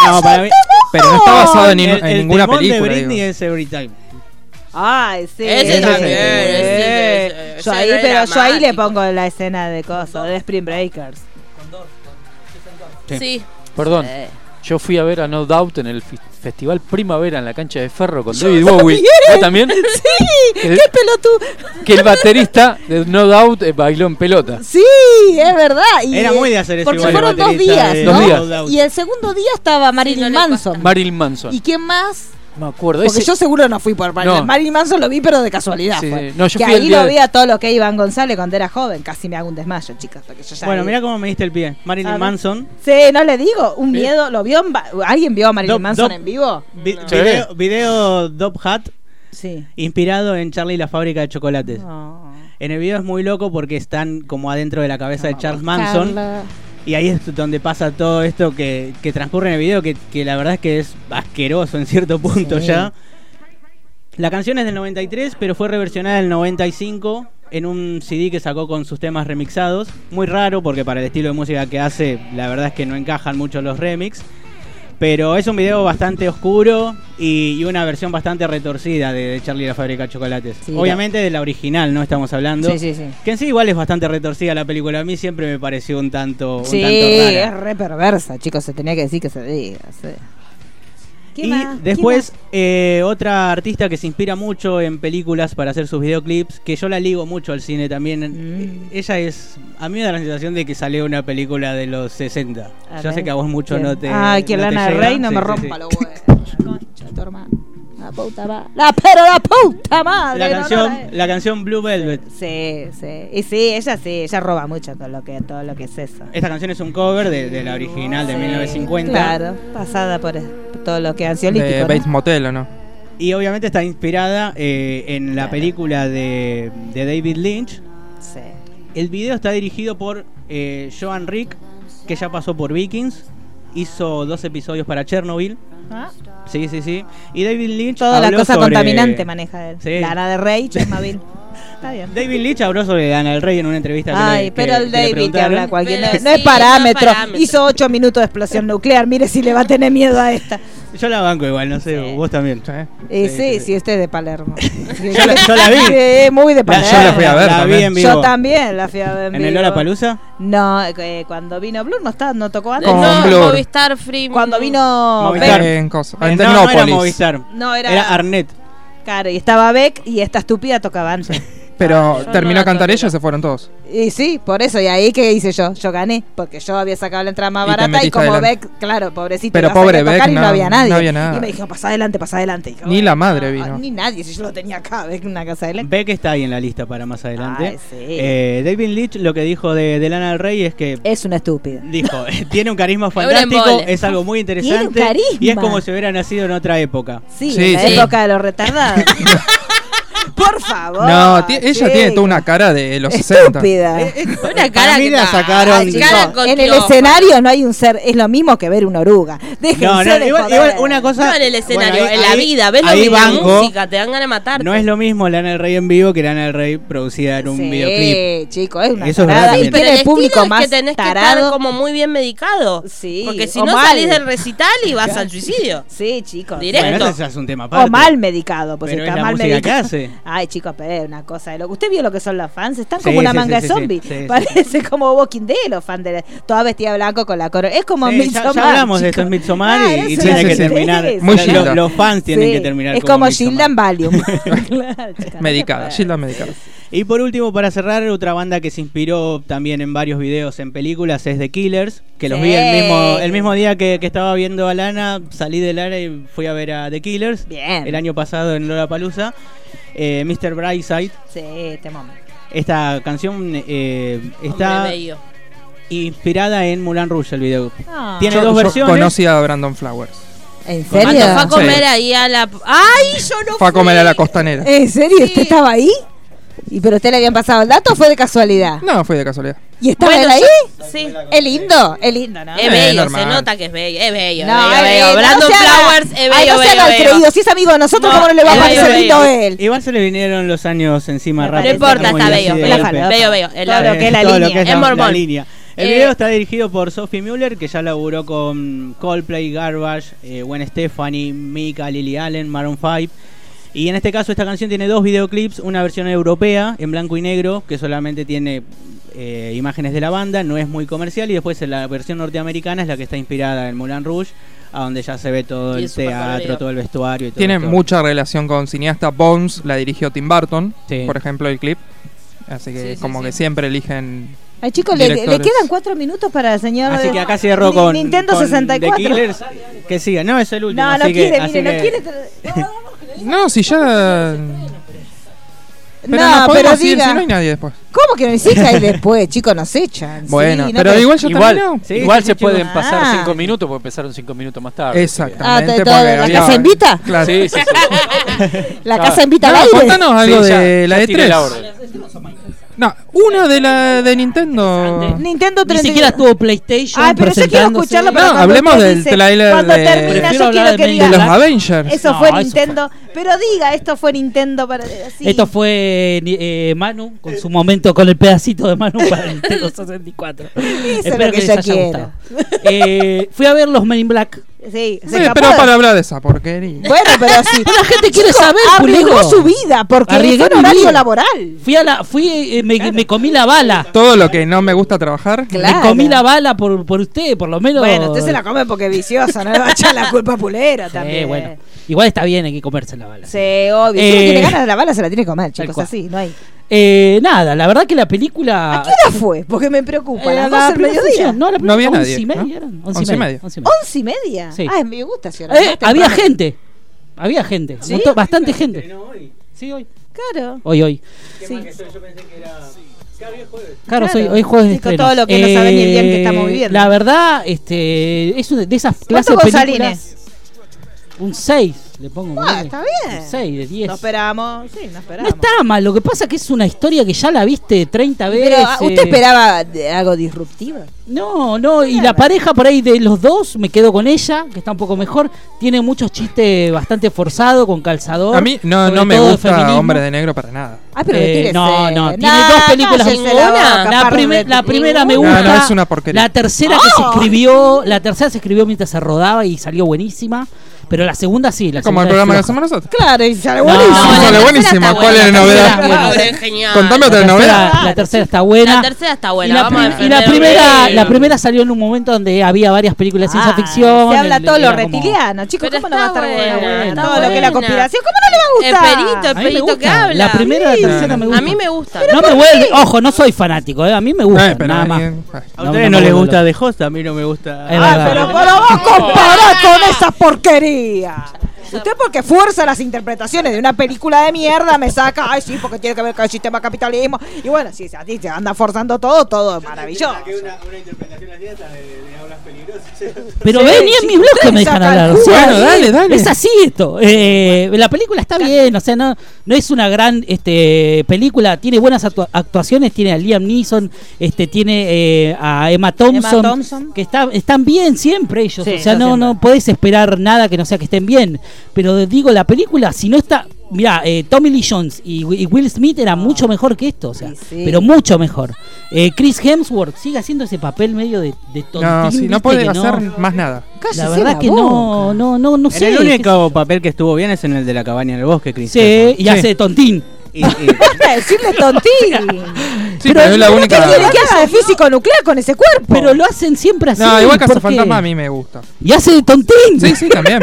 Speaker 6: No, para mí. Pero no está basado en,
Speaker 12: El-
Speaker 6: en
Speaker 12: el
Speaker 6: ninguna
Speaker 12: temón de
Speaker 6: película.
Speaker 12: Britney
Speaker 6: digo.
Speaker 12: es Everytime.
Speaker 3: Ay, sí.
Speaker 5: Ese también,
Speaker 3: Eh,
Speaker 5: ese, ese,
Speaker 3: Yo
Speaker 5: ese
Speaker 3: ahí,
Speaker 5: era
Speaker 3: pero yo ahí le
Speaker 5: dramático.
Speaker 3: pongo la escena de coso, de Spring Breakers.
Speaker 5: Sí.
Speaker 4: Perdón.
Speaker 3: Eh.
Speaker 5: Sí.
Speaker 4: Yo fui a ver a No Doubt en el fi- Festival Primavera en la cancha de ferro con
Speaker 3: Yo
Speaker 4: David Bowie. ¿Vos también?
Speaker 3: Sí,
Speaker 4: Que-
Speaker 3: qué pelotudo.
Speaker 4: Que el baterista de No Doubt eh, bailó en pelota.
Speaker 3: Sí, es verdad. Y,
Speaker 4: Era muy de
Speaker 3: eh,
Speaker 4: hacer eso
Speaker 3: Porque
Speaker 4: igual el
Speaker 3: fueron dos
Speaker 4: baterista
Speaker 3: días,
Speaker 4: de-
Speaker 3: ¿no?
Speaker 4: Dos días.
Speaker 3: Y el segundo día estaba Marilyn Manson.
Speaker 4: Marilyn Manson.
Speaker 3: ¿Y quién más?
Speaker 4: Me acuerdo.
Speaker 3: Porque
Speaker 4: ese-
Speaker 3: yo seguro no fui por Marilyn.
Speaker 4: No.
Speaker 3: Marilyn Manson lo vi, pero de casualidad.
Speaker 4: Sí,
Speaker 3: fue.
Speaker 4: sí. No, yo
Speaker 3: que
Speaker 4: fui el
Speaker 3: ahí
Speaker 4: día
Speaker 3: lo
Speaker 4: de-
Speaker 3: vi a todo lo que Iván González cuando era joven. Casi me hago un desmayo, chicas. porque yo ya
Speaker 12: Bueno,
Speaker 3: vi-
Speaker 12: mira cómo me diste el pie.
Speaker 3: A
Speaker 12: Marilyn
Speaker 3: ver.
Speaker 12: Manson.
Speaker 3: Sí, no le digo. Un miedo. ¿Lo vio? en ba- ¿Alguien vio a Marilyn
Speaker 12: Dop-
Speaker 3: Manson
Speaker 12: dop-
Speaker 3: en vivo?
Speaker 12: vi-
Speaker 3: No.
Speaker 12: video, video Dope Hat.
Speaker 3: Sí.
Speaker 12: Inspirado en Charlie y la fábrica de chocolates.
Speaker 3: Ah.
Speaker 12: En el video es muy loco porque están como adentro de la cabeza
Speaker 3: Ah,
Speaker 12: de Charles Manson. Y ahí es donde pasa todo esto que, que transcurre en el video, que, que la verdad es que es asqueroso en cierto punto
Speaker 13: Sí.
Speaker 12: ya. La canción es del 93, pero fue reversionada en el 95 en un CD que sacó con sus temas remixados. Muy raro porque para el estilo de música que hace, la verdad es que no encajan mucho los remix. Pero es un video bastante oscuro y, y una versión bastante retorcida de, de Charlie y la fábrica de chocolates.
Speaker 13: Sí,
Speaker 12: Obviamente de la original, no estamos hablando.
Speaker 3: Sí, sí, sí.
Speaker 12: Que en sí igual es bastante retorcida la película. A mí siempre me pareció un tanto, un
Speaker 3: Sí,
Speaker 12: tanto rara.
Speaker 3: es re perversa, chicos. Se tenía que decir que se diga. sí. ¿Qué
Speaker 12: Y
Speaker 3: más? ¿Qué
Speaker 12: después, eh, otra artista que se inspira mucho en películas para hacer sus videoclips, que yo la ligo mucho al
Speaker 3: Mm.
Speaker 12: cine también. eh, Ella es. A mí me da la sensación de que salió una película de los 60.
Speaker 3: A
Speaker 12: yo sé
Speaker 3: ver,
Speaker 12: que a vos mucho
Speaker 3: ¿quién?
Speaker 12: no te.
Speaker 3: Ay, que
Speaker 12: no te
Speaker 3: Lana del
Speaker 12: llega.
Speaker 3: Rey no
Speaker 12: Sí,
Speaker 3: me
Speaker 12: sí,
Speaker 3: rompa
Speaker 12: sí.
Speaker 3: los huevos. Concha, de tu hermana. La puta madre. La, pero la puta madre.
Speaker 12: La
Speaker 3: no, no,
Speaker 12: canción,
Speaker 3: la-
Speaker 12: la canción Blue Velvet.
Speaker 3: Sí, sí. Y sí, ella sí, ella roba mucho todo lo que, todo lo que es eso.
Speaker 12: Esta canción es un cover de, de la original de 1950.
Speaker 3: Claro, pasada por todo lo que es ansiolítico.
Speaker 12: De
Speaker 3: ¿no?
Speaker 12: Bates Motel, ¿o no? Y obviamente está inspirada eh, en la película de, de David Lynch.
Speaker 3: Sí.
Speaker 12: El video está dirigido por eh, Joan Rick, que ya pasó por Vikings. Hizo dos episodios para Chernobyl.
Speaker 3: Ah.
Speaker 12: Sí, sí, sí. Y David Lynch.
Speaker 3: Toda la
Speaker 12: habló
Speaker 3: cosa
Speaker 12: sobre-
Speaker 3: contaminante maneja él.
Speaker 12: Sí.
Speaker 3: Lana de Rey, Chernobyl. Está bien.
Speaker 12: David Lynch habló sobre Lana del Rey en una entrevista. que
Speaker 3: Ay,
Speaker 12: le- que-
Speaker 3: pero el
Speaker 12: que le
Speaker 3: David te habla
Speaker 12: preguntaron.
Speaker 3: cualquier. No, no es parámetro. Hizo 8 minutos de explosión nuclear. Mire si le va a tener miedo a esta.
Speaker 12: Yo la banco igual, no sé, vos también.
Speaker 3: Eh, sí, sí, usted es de Palermo.
Speaker 12: Yo la- yo la vi.
Speaker 3: Sí, muy de
Speaker 12: La- yo
Speaker 3: Palermo.
Speaker 12: la fui a ver
Speaker 3: La vi
Speaker 12: también.
Speaker 3: en vivo. Yo también la fui a ver.
Speaker 12: ¿En el Lola Palusa?
Speaker 3: No, eh, cuando vino Blur no está, no tocó antes.
Speaker 12: Con No, Blur.
Speaker 5: Movistar Free.
Speaker 3: Cuando vino
Speaker 12: Movistar.
Speaker 3: Beck.
Speaker 6: En cosa-
Speaker 12: Eh,
Speaker 6: en
Speaker 12: no, no era
Speaker 6: Tecnópolis.
Speaker 12: Movistar.
Speaker 3: No, era-
Speaker 12: Arnet.
Speaker 3: Claro, y estaba Beck y esta estúpida tocaba antes.
Speaker 6: Pero
Speaker 3: yo no
Speaker 6: terminó
Speaker 3: la
Speaker 6: a cantar ella y se fueron todos.
Speaker 3: Y sí, por eso, y ahí que hice yo, yo gané, porque yo había sacado la entrada más
Speaker 6: Y te
Speaker 3: barata y
Speaker 6: metiste
Speaker 3: como
Speaker 6: adelante.
Speaker 3: Beck, claro, pobrecito,
Speaker 6: Pero
Speaker 3: iba a salir
Speaker 6: pobre
Speaker 3: a tocar
Speaker 6: Beck,
Speaker 3: y no,
Speaker 6: no-
Speaker 3: había nadie.
Speaker 6: no había nada.
Speaker 3: Y me dijo, pasa adelante, pasa adelante. Y dije,
Speaker 6: Ni la madre
Speaker 3: "Ah,
Speaker 6: vino.
Speaker 3: Ni nadie, si yo lo tenía acá, Beck, una casa de Beck.
Speaker 12: Beck está ahí en la lista para más adelante.
Speaker 3: Ay, sí.
Speaker 12: Eh, David Lynch lo que dijo de, de Lana del Rey es que
Speaker 3: Es una estúpida.
Speaker 12: dijo, tiene un carisma
Speaker 3: un
Speaker 12: fantástico,
Speaker 3: embole.
Speaker 12: es algo muy interesante
Speaker 3: carisma.
Speaker 12: y es como si hubiera nacido en otra época.
Speaker 3: Sí, en la época de los retardados. por favor.
Speaker 6: No, ti- ella tiene toda una cara de los 60.
Speaker 3: Ah, Estúpida.
Speaker 5: Una
Speaker 12: cara que la
Speaker 6: sacaron-
Speaker 5: cara con
Speaker 3: en el
Speaker 5: quirófano.
Speaker 3: escenario no hay un ser, es lo mismo que ver una oruga. Déjense
Speaker 12: No, no,
Speaker 3: de
Speaker 12: igual-
Speaker 3: joder.
Speaker 12: igual una cosa-
Speaker 5: No en el escenario,
Speaker 12: Bueno, ahí-
Speaker 5: en la
Speaker 12: ahí-
Speaker 5: vida. Ves lo
Speaker 12: ahí
Speaker 5: que es la
Speaker 12: banco.
Speaker 5: música, te dan ganas de matarte.
Speaker 12: No es lo mismo Lana del Rey en vivo que Lana del Rey producida en un
Speaker 5: Sí.
Speaker 12: videoclip.
Speaker 3: Eh, chico, es una
Speaker 12: Eso es
Speaker 3: tarada. y
Speaker 12: verdad también.
Speaker 5: Pero
Speaker 3: tiene
Speaker 5: el
Speaker 3: el público
Speaker 5: estilo
Speaker 3: más
Speaker 5: es que tenés que estar
Speaker 3: tarado.
Speaker 5: como muy bien medicado. Sí. Porque si
Speaker 3: o
Speaker 5: no
Speaker 3: mal.
Speaker 5: salís del recital y vas al suicidio.
Speaker 3: Sí, chicos.
Speaker 5: Directo.
Speaker 12: Bueno, ese es un tema aparte.
Speaker 3: O mal medicado, pues
Speaker 12: Pero
Speaker 3: está
Speaker 12: es la
Speaker 3: mal
Speaker 12: música que
Speaker 3: medicado.
Speaker 12: hace.
Speaker 3: Ay, chicos, pero es una cosa de loco. ¿Usted vio lo que son los fans? Están
Speaker 16: Sí,
Speaker 3: como una
Speaker 16: sí,
Speaker 3: manga
Speaker 16: sí,
Speaker 3: de
Speaker 16: sí,
Speaker 3: zombie.
Speaker 16: sí, sí, sí.
Speaker 3: Parece como Walking Dead los fans de la- toda vestida de blanco con la corona. Es como
Speaker 10: Sí, ya,
Speaker 3: Midsommar,
Speaker 10: ya hablamos de esto en
Speaker 3: chicos.
Speaker 10: Midsommar
Speaker 5: Ah,
Speaker 3: Claro,
Speaker 10: y, y
Speaker 3: eso
Speaker 10: tiene
Speaker 3: es-
Speaker 10: que
Speaker 3: es
Speaker 10: terminar.
Speaker 3: eso.
Speaker 10: Muy
Speaker 3: Lo-
Speaker 10: Gilda. los fans tienen que terminar
Speaker 3: Es
Speaker 10: como
Speaker 3: como
Speaker 10: Midsommar.
Speaker 3: Gildan Valium.
Speaker 6: Medicada, Gilda medicada.
Speaker 10: Y por último, para cerrar, otra banda que se inspiró también en varios videos, en películas, es The Killers, que los vi el mismo, el mismo día que, que estaba viendo a Lana, salí de Lana y fui a ver a The Killers
Speaker 3: Bien.
Speaker 10: el año pasado en Lola Palusa, Mr. Brightside.
Speaker 3: Sí, este momento.
Speaker 10: Esta canción eh, está
Speaker 5: Hombre medio.
Speaker 10: inspirada en Mulan Rouge, el video.
Speaker 5: Ah.
Speaker 10: Tiene
Speaker 6: Yo-
Speaker 10: dos
Speaker 6: yo
Speaker 10: versiones.
Speaker 6: conocí a Brandon Flowers.
Speaker 3: ¿En
Speaker 5: Cuando fue a
Speaker 6: Sí.
Speaker 5: comer ahí a la. ¡Ay! Yo no
Speaker 6: Fue a
Speaker 5: fui!
Speaker 6: comer a la costanera.
Speaker 3: ¿En serio? ¿Usted estaba ahí? ¿Y pero usted le habían pasado el dato o fue de casualidad?
Speaker 6: No, fui de casualidad.
Speaker 3: ¿Y estaba
Speaker 5: Bueno,
Speaker 3: él ahí?
Speaker 5: yo- sí.
Speaker 3: Es lindo, Ah, es lindo, ¿no?
Speaker 5: Es
Speaker 6: Eh,
Speaker 5: bello, se
Speaker 6: normal.
Speaker 5: nota que es bello. Es bello,
Speaker 3: No,
Speaker 5: bello,
Speaker 3: es
Speaker 5: bello.
Speaker 3: bello,
Speaker 5: Brandon
Speaker 3: no se haga-
Speaker 5: Flowers es
Speaker 3: Ay,
Speaker 5: bello,
Speaker 3: no se
Speaker 5: bello,
Speaker 3: haga el
Speaker 5: bello.
Speaker 3: creído. Si es amigo de nosotros, ¿cómo no le va a
Speaker 5: es
Speaker 3: parecer
Speaker 5: bello,
Speaker 3: lindo
Speaker 5: bello.
Speaker 3: él?
Speaker 10: Igual se le vinieron los años encima rápido.
Speaker 5: No importa,
Speaker 10: muy
Speaker 5: está
Speaker 10: bien,
Speaker 5: bello.
Speaker 10: así de
Speaker 5: Bello,
Speaker 10: golpe.
Speaker 5: bello, bello. Es
Speaker 3: Todo
Speaker 5: la-
Speaker 3: lo que es la
Speaker 10: todo
Speaker 3: línea.
Speaker 10: lo que es,
Speaker 5: Es
Speaker 10: la,
Speaker 5: mormón.
Speaker 10: la línea. El
Speaker 5: Eh,
Speaker 10: video está dirigido por Sophie Mueller, que ya laburó con Coldplay, Garbage, eh, Gwen Stefani, Mika, Lily Allen, Maroon 5. Y en este caso esta canción tiene dos videoclips, una versión europea en blanco y negro, que solamente tiene eh, imágenes de la banda, no es muy comercial, y después la versión norteamericana es la que está inspirada en Moulin Rouge, a donde ya se ve todo
Speaker 6: Y
Speaker 10: el
Speaker 6: es súper
Speaker 10: teatro,
Speaker 6: colorido.
Speaker 10: todo el vestuario. Y todo
Speaker 6: Tiene
Speaker 10: esto.
Speaker 6: mucha relación con cineasta Bones, la dirigió Tim Burton, por ejemplo, el clip. Así que como que siempre eligen...
Speaker 3: Ay, chicos, le, le
Speaker 6: directores.
Speaker 3: quedan cuatro minutos para el señor. ah,
Speaker 10: Así que acá
Speaker 3: Ni-
Speaker 10: cierro con
Speaker 3: Nintendo
Speaker 10: con The
Speaker 3: 64.
Speaker 10: Killers. Que siga, no es el último.
Speaker 3: No, no
Speaker 10: así que-
Speaker 3: quiere,
Speaker 10: así
Speaker 3: mire, no
Speaker 10: que-
Speaker 3: quiere.
Speaker 6: No, si ya... Pero
Speaker 3: No,
Speaker 6: no, podemos
Speaker 3: pero
Speaker 6: ir,
Speaker 3: diga.
Speaker 6: si no hay nadie después.
Speaker 3: ¿Cómo que nos echan y después, chicos? Nos echan.
Speaker 6: Bueno,
Speaker 3: sí, no
Speaker 6: pero
Speaker 3: te-
Speaker 6: igual yo
Speaker 4: Igual,
Speaker 6: termino. Sí,
Speaker 4: igual
Speaker 6: sí,
Speaker 4: se
Speaker 6: sí,
Speaker 4: pueden
Speaker 6: chicos.
Speaker 4: pasar
Speaker 3: Ah.
Speaker 4: cinco minutos porque empezaron cinco minutos más tarde.
Speaker 6: Exactamente,
Speaker 3: Ah, todo- porque ¿la había- casa invita?
Speaker 6: Claro.
Speaker 4: Sí, sí, sí.
Speaker 3: La
Speaker 4: Ya.
Speaker 3: casa invita al
Speaker 6: No,
Speaker 3: aire.
Speaker 6: contanos algo
Speaker 4: Sí, ya-
Speaker 6: de la
Speaker 4: ya tiré
Speaker 6: E3.
Speaker 4: la orden.
Speaker 6: No, una de la de Nintendo.
Speaker 3: Nintendo 32.
Speaker 12: Ni siquiera tuvo PlayStation.
Speaker 3: Ay, pero yo quiero
Speaker 12: presentándose.
Speaker 3: escucharlo para
Speaker 6: No,
Speaker 3: cuando
Speaker 6: hablemos
Speaker 3: usted
Speaker 6: del
Speaker 3: dice-
Speaker 6: tráiler
Speaker 3: Cuando
Speaker 6: de-
Speaker 3: termina,
Speaker 12: Prefiero
Speaker 3: yo
Speaker 12: hablar
Speaker 3: quiero
Speaker 12: de
Speaker 3: que diga.
Speaker 12: Media
Speaker 6: de los
Speaker 12: Black.
Speaker 6: Avengers.
Speaker 3: Eso
Speaker 12: No,
Speaker 3: fue
Speaker 12: eso
Speaker 3: Nintendo. Pero diga, esto fue Nintendo para. sí.
Speaker 12: Esto fue ni- eh, Manu con su momento con el pedacito de Manu para el Nintendo 64.
Speaker 3: es lo que yo quiero.
Speaker 12: Eh, fui a ver los Men in Black.
Speaker 3: Sí, se
Speaker 6: Bueno,
Speaker 3: escapó.
Speaker 6: Eh, pero para hablar de esa porquería.
Speaker 3: Bueno, pero sí.
Speaker 12: Pero la gente quiere
Speaker 3: Chicos,
Speaker 12: saber,
Speaker 3: Arriesgó
Speaker 12: culero.
Speaker 3: su vida porque
Speaker 12: Arriesgué
Speaker 3: fue en
Speaker 12: mi
Speaker 3: horario
Speaker 12: vida.
Speaker 3: laboral.
Speaker 12: Fui a la, fui, eh, me, me comí la bala.
Speaker 6: Todo lo que no me gusta trabajar.
Speaker 3: Claro.
Speaker 12: Me comí la bala por, por usted, por lo menos.
Speaker 3: Bueno, usted se la come porque es viciosa, no le va a echar la culpa a Pulero
Speaker 12: Eh,
Speaker 3: también.
Speaker 12: bueno. Igual está bien, hay que comerse la bala.
Speaker 3: Sí, obvio. Si
Speaker 12: Eh,
Speaker 3: uno tiene ganas de la bala, se la tiene que comer,
Speaker 12: tal
Speaker 3: chicos.
Speaker 12: cual.
Speaker 3: Así, no hay.
Speaker 12: Eh, nada, la verdad que la película.
Speaker 3: ¿Qué hora fue? Porque me preocupa.
Speaker 12: Eh,
Speaker 3: ¿Las
Speaker 12: la
Speaker 3: 12 del
Speaker 12: primera
Speaker 3: mediodía? Oh,
Speaker 12: función, no, la
Speaker 6: No había
Speaker 12: primera,
Speaker 6: nadie.
Speaker 12: once y
Speaker 6: ¿no?
Speaker 12: media eran, once y media, once y media.
Speaker 3: ¿Once y media?
Speaker 12: Sí.
Speaker 3: Ah, me gusta, si ahora
Speaker 12: Eh,
Speaker 3: más temprano.
Speaker 12: había gente. Había gente.
Speaker 3: ¿Sí?
Speaker 12: un montón- bastante gente. Sí, hoy.
Speaker 3: Claro.
Speaker 12: Hoy, hoy.
Speaker 3: Sí.
Speaker 12: Claro,
Speaker 3: Claro.
Speaker 12: soy- hoy jueves de
Speaker 3: Sí, con
Speaker 12: estrenos.
Speaker 3: todo lo que no saben ni el bien que estamos
Speaker 12: Eh,
Speaker 3: viviendo.
Speaker 12: La verdad, este, es una de esas clases
Speaker 3: ¿Cuántos
Speaker 12: de
Speaker 3: Gonzalines?
Speaker 12: películas. Un 6, le pongo.
Speaker 3: Ah,
Speaker 12: ponele.
Speaker 3: está
Speaker 12: Un
Speaker 3: bien.
Speaker 12: 6 de 10.
Speaker 3: No esperamos. Sí, no
Speaker 12: No
Speaker 3: esperamos.
Speaker 12: está mal, lo que pasa es que es una historia que ya la viste 30 veces.
Speaker 3: Pero, ah, ¿usted esperaba de- algo disruptivo?
Speaker 12: No, no, y la pareja por ahí de los dos, me quedo con ella, que está un poco mejor. Tiene muchos chistes bastante forzados, con calzador.
Speaker 6: A mí no,
Speaker 12: sobre
Speaker 6: no me
Speaker 12: todo de
Speaker 6: gusta
Speaker 12: feminismo.
Speaker 6: Hombre de Negro para nada.
Speaker 3: Ah, pero
Speaker 12: Eh,
Speaker 3: retírese.
Speaker 12: no, no, tiene
Speaker 3: No,
Speaker 12: dos películas.
Speaker 3: cállese la boca,
Speaker 12: la,
Speaker 3: pardo
Speaker 12: primer-
Speaker 3: de-
Speaker 12: la primera me
Speaker 6: No,
Speaker 12: gusta.
Speaker 6: no, es una porquería.
Speaker 12: La tercera que se escribió, la tercera se escribió mientras se rodaba y salió buenísima. Pero la segunda sí, la
Speaker 6: Como el
Speaker 12: segunda
Speaker 6: programa que
Speaker 12: es
Speaker 6: hacemos nosotros.
Speaker 3: Claro, y sale
Speaker 12: No,
Speaker 3: buenísimo.
Speaker 12: no,
Speaker 6: Sale
Speaker 12: la
Speaker 6: buenísimo.
Speaker 12: tercera
Speaker 6: ¿Cuál es la
Speaker 12: está buena, la
Speaker 6: novedad?
Speaker 12: tercera.
Speaker 5: Genial.
Speaker 6: Contame otra
Speaker 12: La
Speaker 6: novela.
Speaker 12: tercera- La tercera está buena.
Speaker 5: La tercera está buena,
Speaker 12: Y la,
Speaker 5: vamos a
Speaker 12: prim- y la
Speaker 5: defender.
Speaker 12: primera,
Speaker 5: Sí.
Speaker 12: la primera salió en un momento donde había varias películas de ciencia ficción.
Speaker 3: Ah, Se habla
Speaker 12: el-
Speaker 3: todo lo
Speaker 12: era como-
Speaker 3: reptiliano, chicos. ¿Cómo no va a estar buena?
Speaker 5: está
Speaker 3: todo lo que es
Speaker 5: buena.
Speaker 3: la conspiración. ¿Cómo no le va a
Speaker 5: El
Speaker 3: gustar?
Speaker 5: perito, el
Speaker 12: A mí me
Speaker 5: perito que
Speaker 12: gusta.
Speaker 5: habla.
Speaker 12: La primera, la tercera me gusta.
Speaker 5: A mí me gusta.
Speaker 12: No me vuelve, ojo, no soy fanático, eh, a mí me gusta, nada más.
Speaker 10: A ustedes no, les gusta The Host, a mí no me gusta.
Speaker 12: Es verdad.
Speaker 3: Ah, Pero para vos comparar con esa porquería. Usted porque fuerza las interpretaciones de una película de mierda me saca, ay sí, porque tiene que ver con el sistema capitalismo. Y bueno, sí, a ti se anda forzando todo, todo es maravilloso.
Speaker 12: Pero
Speaker 3: Sí,
Speaker 12: ven, ni en
Speaker 3: sí,
Speaker 12: mi blog que
Speaker 3: ustedes
Speaker 12: me dejan
Speaker 3: sacan
Speaker 12: hablar.
Speaker 3: jugo
Speaker 6: Bueno, dale, dale.
Speaker 12: Es así esto. Eh, la película está bien, o sea, no, no es una gran este, película. Tiene buenas actua- actuaciones, tiene a Liam Neeson, este, tiene eh, a Emma Thompson,
Speaker 3: Emma Thompson.
Speaker 12: que está, están bien siempre ellos.
Speaker 3: Sí,
Speaker 12: o sea,
Speaker 3: eso
Speaker 12: no,
Speaker 3: siempre.
Speaker 12: no podés esperar nada que no sea que estén bien. Pero digo, la película, si no está. Mirá, eh, Tommy Lee Jones y, Wi- y Will Smith era mucho mejor que esto, o sea,
Speaker 3: sí.
Speaker 12: pero mucho mejor. Eh, Chris Hemsworth sigue haciendo ese papel medio de, de tontín,
Speaker 6: No, si no
Speaker 12: viste,
Speaker 6: puede
Speaker 12: que no-
Speaker 6: hacer más nada.
Speaker 3: Ah,
Speaker 12: la verdad que no, no, no, no
Speaker 10: En
Speaker 12: sé.
Speaker 10: el único papel que estuvo bien es en el de la cabaña en el bosque, Chris.
Speaker 12: Sí, y hace de tontín.
Speaker 10: y- y-
Speaker 3: Basta de decirle tontín.
Speaker 10: Sí, pero es la
Speaker 3: ¿qué
Speaker 10: única-
Speaker 3: quiere que haga de físico nuclear con ese cuerpo?
Speaker 12: Pero lo hacen siempre así.
Speaker 6: No, igual
Speaker 12: ¿por qué?
Speaker 6: Cazafantasma a mí me gusta.
Speaker 12: Y hace de tontín.
Speaker 6: Sí, sí, también.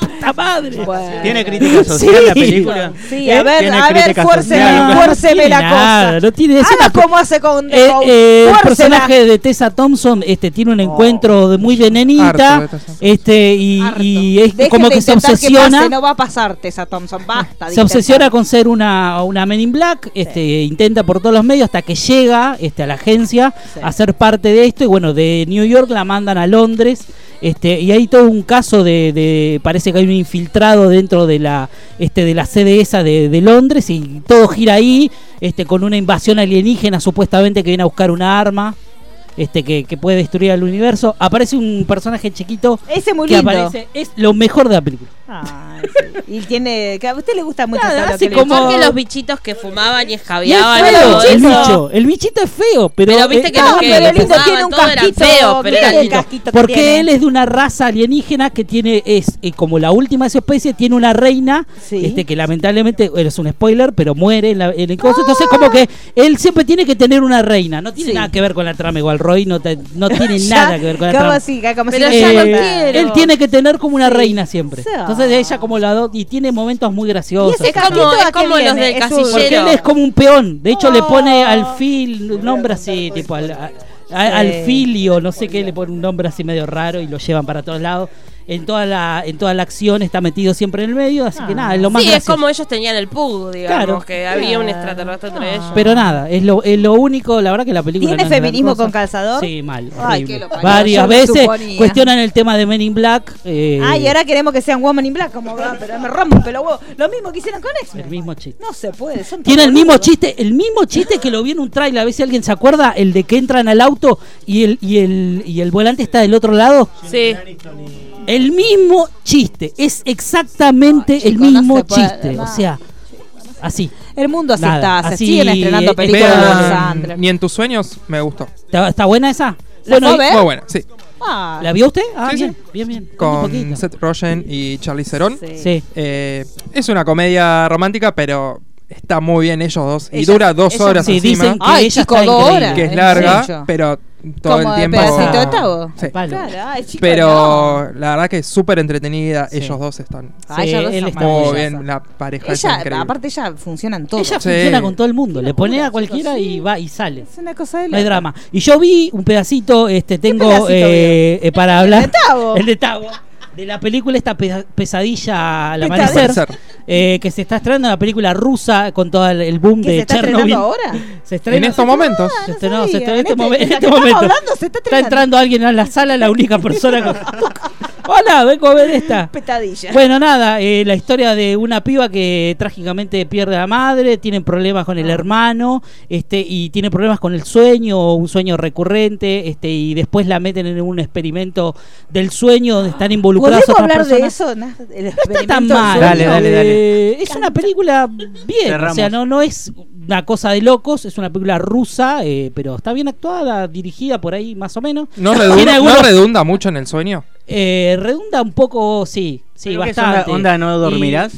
Speaker 12: Puta madre.
Speaker 10: ¿Tiene crítica social la película?
Speaker 3: Sí, a
Speaker 10: ¿Eh?
Speaker 3: ver,
Speaker 10: Tiene
Speaker 3: a ver,
Speaker 10: crítica
Speaker 3: fuérceme,
Speaker 10: social.
Speaker 12: No, no
Speaker 3: fuérceme
Speaker 12: tiene
Speaker 3: la
Speaker 12: nada,
Speaker 3: cosa.
Speaker 12: no tiene- es
Speaker 3: Haga
Speaker 12: una-
Speaker 3: como hace con
Speaker 12: Eh,
Speaker 3: con-
Speaker 12: eh, el
Speaker 3: fuércela.
Speaker 12: personaje de Tessa Thompson este, tiene
Speaker 3: Oh.
Speaker 12: un encuentro de muy de
Speaker 3: Harto
Speaker 12: nenita
Speaker 3: de Tessa.
Speaker 12: este, y, y es
Speaker 3: Dejen
Speaker 12: como
Speaker 3: de
Speaker 12: que se
Speaker 3: intentar
Speaker 12: obsesiona.
Speaker 3: pase, no va a pasarte esa Thompson, basta. de
Speaker 12: se obsesiona
Speaker 3: intentar.
Speaker 12: con ser una, una Men in Black, este, intenta por todos los medios hasta que llega este, a la agencia a ser parte de esto y bueno, de New York la mandan a Londres este, y hay todo un caso de, de- parece que hay un infiltrado dentro de la este, de la sede esa de, de Londres y todo gira ahí este, con una invasión alienígena supuestamente que viene a buscar una arma. Este, que, que puede destruir al universo. Aparece un personaje chiquito
Speaker 3: Ese muy
Speaker 12: que
Speaker 3: lindo.
Speaker 12: aparece. Es lo mejor de la película.
Speaker 3: Ay, sí. Y tiene. que A usted le gusta mucho
Speaker 5: Nada,
Speaker 3: todo lo
Speaker 5: hace
Speaker 3: que le-
Speaker 5: como- Mejor que los bichitos que fumaban y
Speaker 12: Y es
Speaker 5: escabiaban.
Speaker 12: feo
Speaker 5: todo
Speaker 12: el
Speaker 5: eso.
Speaker 12: bicho. El bichito es feo, pero.
Speaker 5: Pero viste que
Speaker 12: eh,
Speaker 5: los
Speaker 3: Ah,
Speaker 12: no,
Speaker 5: que
Speaker 12: pero lindo,
Speaker 5: fumaban
Speaker 12: tiene un
Speaker 5: todo eran
Speaker 12: casquito,
Speaker 5: feos, pero
Speaker 12: mira
Speaker 5: eran
Speaker 12: el
Speaker 5: lindos.
Speaker 12: casquito que Porque tiene. él es de una raza alienígena que tiene. Es eh, como la última de su especie, tiene una reina. Este que lamentablemente eh, es un spoiler, pero muere en, la- en el coso. Entonces, como que él siempre tiene que tener una reina. No tiene
Speaker 3: Sí.
Speaker 12: nada que ver con la trama, igual Roy no, te- no tiene
Speaker 3: Ya,
Speaker 12: nada que ver con la
Speaker 3: como
Speaker 12: trama.
Speaker 3: si- como si
Speaker 12: Pero
Speaker 3: no
Speaker 12: eh,
Speaker 3: ya lo quiero.
Speaker 12: Él tiene que tener como una
Speaker 3: Sí.
Speaker 12: reina siempre.
Speaker 3: Sí.
Speaker 12: Entonces, ella como la do- Y tiene momentos muy graciosos.
Speaker 5: Es como, es como los del
Speaker 12: Porque
Speaker 5: casillero.
Speaker 12: él es como un peón. De hecho, le pone
Speaker 3: Oh.
Speaker 12: alfil, un nombre así, tipo al, a- a-
Speaker 5: Sí.
Speaker 12: alfilio, no sé qué, le pone un nombre así medio raro y lo llevan para todos lados. En toda la, en toda la acción está metido siempre en el medio, así
Speaker 3: Ah.
Speaker 12: que nada, es lo más
Speaker 5: sí,
Speaker 12: gracioso.
Speaker 5: es como ellos tenían el pug, digamos,
Speaker 12: Claro.
Speaker 5: que había un extraterrestre entre ellos.
Speaker 12: Pero nada, es lo, es lo único, la verdad que la película.
Speaker 3: ¿Tiene
Speaker 12: no es gran
Speaker 3: feminismo
Speaker 12: cosa.
Speaker 3: con calzador?
Speaker 12: Sí, mal.
Speaker 3: Ay,
Speaker 12: horrible.
Speaker 3: que lo parió, yo
Speaker 12: Varias
Speaker 3: lo
Speaker 12: veces
Speaker 3: suponía.
Speaker 12: cuestionan el tema de Men in Black. eh,
Speaker 3: Ay, ahora queremos que sean Woman in Black, como va, pero me rompe los huevos. Lo mismo que hicieron con X-Men.
Speaker 12: El mismo chiste.
Speaker 3: No se puede, son
Speaker 12: Tiene el
Speaker 3: todos
Speaker 12: mismo
Speaker 3: boludos.
Speaker 12: chiste, el mismo chiste que lo vi en un trailer, a ver si alguien se acuerda, el de que entran al auto y el, y el, y el volante está del otro lado.
Speaker 5: Sí.
Speaker 12: El mismo chiste, es exactamente el mismo
Speaker 3: se puede,
Speaker 12: chiste.
Speaker 3: Ah, no.
Speaker 12: O sea, así.
Speaker 3: El mundo así
Speaker 12: Nada,
Speaker 3: está, se
Speaker 12: así
Speaker 3: siguen estrenando
Speaker 12: es-
Speaker 3: películas
Speaker 12: vean-
Speaker 3: de Sandra.
Speaker 6: Ni en tus sueños me gustó.
Speaker 12: ¿Está, está buena esa?
Speaker 3: ¿La fue a ver?
Speaker 6: Muy buena, sí.
Speaker 3: Ah.
Speaker 12: ¿La vio usted? Ah,
Speaker 6: Sí,
Speaker 12: bien,
Speaker 6: sí.
Speaker 12: bien, bien.
Speaker 6: Con Seth Rogen y Charlie Theron.
Speaker 12: Sí. Sí.
Speaker 6: Eh, es una comedia romántica, pero está muy bien ellos dos. Y
Speaker 12: Ella-
Speaker 6: dura dos
Speaker 12: ella-
Speaker 6: horas
Speaker 12: Sí,
Speaker 6: encima.
Speaker 12: dicen que Ay, ella chico, está dos increíble. horas,
Speaker 6: Que es
Speaker 12: ¿eh?
Speaker 6: larga,
Speaker 12: Sí.
Speaker 6: pero todo
Speaker 3: Como
Speaker 6: el
Speaker 3: de
Speaker 6: tiempo...
Speaker 3: pedacito de tavo.
Speaker 6: Sí.
Speaker 12: Palo.
Speaker 3: Claro, ay, chico,
Speaker 6: Pero la verdad que es súper entretenida. Ellos dos están
Speaker 3: Ah, ellos dos Sí, son él está
Speaker 6: muy
Speaker 3: maravilloso.
Speaker 6: bien. La pareja es
Speaker 3: Ella,
Speaker 6: increíble.
Speaker 3: aparte ella funciona en todo.
Speaker 12: Ella
Speaker 6: Sí.
Speaker 12: funciona con todo el mundo, le pone a cualquiera y va y sale.
Speaker 3: Es una cosa de
Speaker 12: No hay
Speaker 3: loco.
Speaker 12: drama. Y yo vi un pedacito, este, tengo
Speaker 3: pedacito
Speaker 12: eh, eh, para hablar.
Speaker 3: de Tabo.
Speaker 12: El de Tabo. De la película esta pesa- pesadilla al
Speaker 3: Pesadilla.
Speaker 12: amanecer.
Speaker 6: Amanecer.
Speaker 12: eh, que se está estrenando la película rusa con todo el, el boom
Speaker 3: ¿Que se
Speaker 12: de
Speaker 3: está
Speaker 12: Chernobyl.
Speaker 3: estrenando ahora?
Speaker 12: Se estrena-
Speaker 6: En estos momentos.
Speaker 12: Se estrenó, se
Speaker 3: sabía.
Speaker 12: estrenó
Speaker 3: En
Speaker 12: en este,
Speaker 3: este-
Speaker 12: momen-
Speaker 3: en
Speaker 12: en
Speaker 3: la
Speaker 12: este
Speaker 3: que estamos
Speaker 12: momento.
Speaker 3: hablando, se está estrenando.
Speaker 12: entrando alguien a la sala, la única persona con. Hola, vengo a ver esta.
Speaker 3: Petadilla.
Speaker 12: Bueno, nada, eh, la historia de una piba que trágicamente pierde a la madre, tiene problemas con
Speaker 3: Ah.
Speaker 12: el hermano, este, y tiene problemas con el sueño, un sueño recurrente, este, y después la meten en un experimento del sueño donde están involucradas
Speaker 3: ¿Podemos
Speaker 12: otras
Speaker 3: hablar
Speaker 12: personas.
Speaker 3: de eso? Na- el
Speaker 12: No está
Speaker 3: experimento
Speaker 12: tan
Speaker 3: del
Speaker 12: mal.
Speaker 3: sueño.
Speaker 12: Eh, Es una película bien, o
Speaker 10: Cerramos.
Speaker 12: sea, no, no es una cosa de locos, es una película rusa, eh, pero está bien actuada, dirigida por ahí más o menos.
Speaker 6: No
Speaker 12: Tiene
Speaker 6: redunda, no
Speaker 12: algunos-
Speaker 6: redunda mucho en el sueño.
Speaker 12: eh, redunda un poco, sí, sí,
Speaker 10: Creo que es
Speaker 12: bastante.
Speaker 10: onda, onda no
Speaker 12: Y-
Speaker 10: dormirás.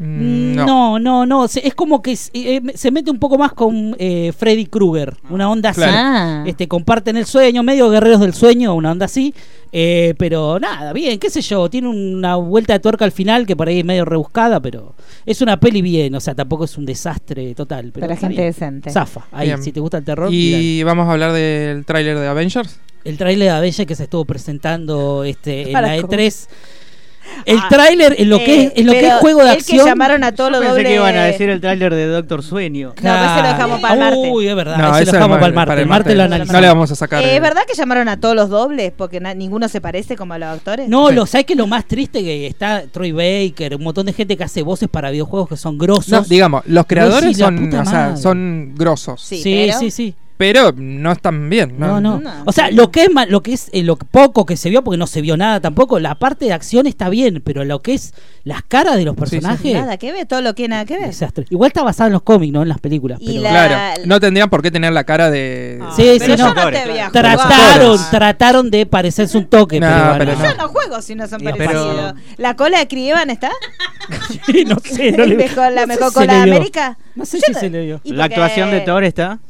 Speaker 6: Mm, no.
Speaker 12: no, no, no, se- es como que es- eh, eh, se mete un poco más con eh, Freddy Krueger, una onda así.
Speaker 6: Claro.
Speaker 3: Ah.
Speaker 12: Este, comparten el sueño, medio guerreros del sueño, una onda así. Eh, pero nada, bien, qué sé yo, tiene una vuelta de tuerca al final que por ahí es medio rebuscada, pero es una peli bien, o sea, tampoco es un desastre total. Pero
Speaker 3: Para
Speaker 12: está
Speaker 3: gente
Speaker 12: bien.
Speaker 3: decente.
Speaker 12: Zafa, ahí,
Speaker 6: Bien.
Speaker 12: si te gusta el terror. mirá.
Speaker 6: Y vamos a hablar del tráiler de Avengers.
Speaker 12: El tráiler de Abella que se estuvo presentando este, en
Speaker 3: Para
Speaker 12: la
Speaker 3: con-
Speaker 12: E3. El
Speaker 3: Ah,
Speaker 12: tráiler en lo que
Speaker 3: eh,
Speaker 12: es, en lo que es
Speaker 3: pero
Speaker 12: juego de
Speaker 3: el que
Speaker 12: acción.
Speaker 3: llamaron a todos
Speaker 10: Yo
Speaker 3: los
Speaker 10: pensé
Speaker 3: dobles.
Speaker 10: que iban a decir el tráiler de Doctor Sueño.
Speaker 3: No, pues se lo dejamos para el martes.
Speaker 12: Uy, es verdad,
Speaker 6: No,
Speaker 12: ese
Speaker 6: ese
Speaker 12: lo
Speaker 6: es
Speaker 12: dejamos
Speaker 6: mal-
Speaker 12: para el martes.
Speaker 6: para
Speaker 12: El
Speaker 6: el
Speaker 12: martes lo
Speaker 6: martes.
Speaker 12: analizamos.
Speaker 6: No le vamos a sacar.
Speaker 3: Eh,
Speaker 6: el-
Speaker 3: ¿Es verdad que llamaron a todos los dobles porque na- ninguno se parece como a los actores?
Speaker 12: No, lo sabes que lo más triste que está Troy Baker, un montón de gente que hace voces para videojuegos que son grosos.
Speaker 6: No, digamos, los creadores
Speaker 12: Decís, la
Speaker 6: son,
Speaker 12: puta
Speaker 6: o sea,
Speaker 12: madre.
Speaker 6: son grosos.
Speaker 12: Sí,
Speaker 3: pero-
Speaker 12: sí, sí.
Speaker 6: Pero no están bien.
Speaker 12: No,
Speaker 6: No,
Speaker 12: no. O sea, lo que es ma- lo que es eh, lo que- poco que se vio porque no se vio nada tampoco, la parte de acción está bien, pero lo que es las caras de los personajes
Speaker 3: Nada que ver, todo lo que nada que ver.
Speaker 12: desastre. Igual está basado en los cómics, no en las películas,
Speaker 3: Y
Speaker 12: pero
Speaker 3: la-
Speaker 6: Claro, no tendrían por qué tener la cara de.
Speaker 12: Sí, sí,
Speaker 3: Ah, Pero yo
Speaker 12: no.
Speaker 3: no te voy a
Speaker 12: Trataron,
Speaker 3: jugar.
Speaker 12: trataron de parecerse un toque,
Speaker 6: No,
Speaker 12: pero, bueno.
Speaker 6: pero
Speaker 3: Yo no juego si no son
Speaker 10: Pero-
Speaker 3: parecidos. ¿La cola de Crievan está?
Speaker 12: Sí, no sé. No
Speaker 3: El
Speaker 12: le-
Speaker 3: mejor- la
Speaker 12: no sé
Speaker 3: mejor
Speaker 12: si
Speaker 3: cola
Speaker 12: le
Speaker 3: de
Speaker 12: dio.
Speaker 3: América.
Speaker 12: No sé
Speaker 3: Yo
Speaker 12: si
Speaker 3: no-
Speaker 12: se le dio.
Speaker 3: Y
Speaker 10: La
Speaker 3: porque-
Speaker 10: actuación de Thor está.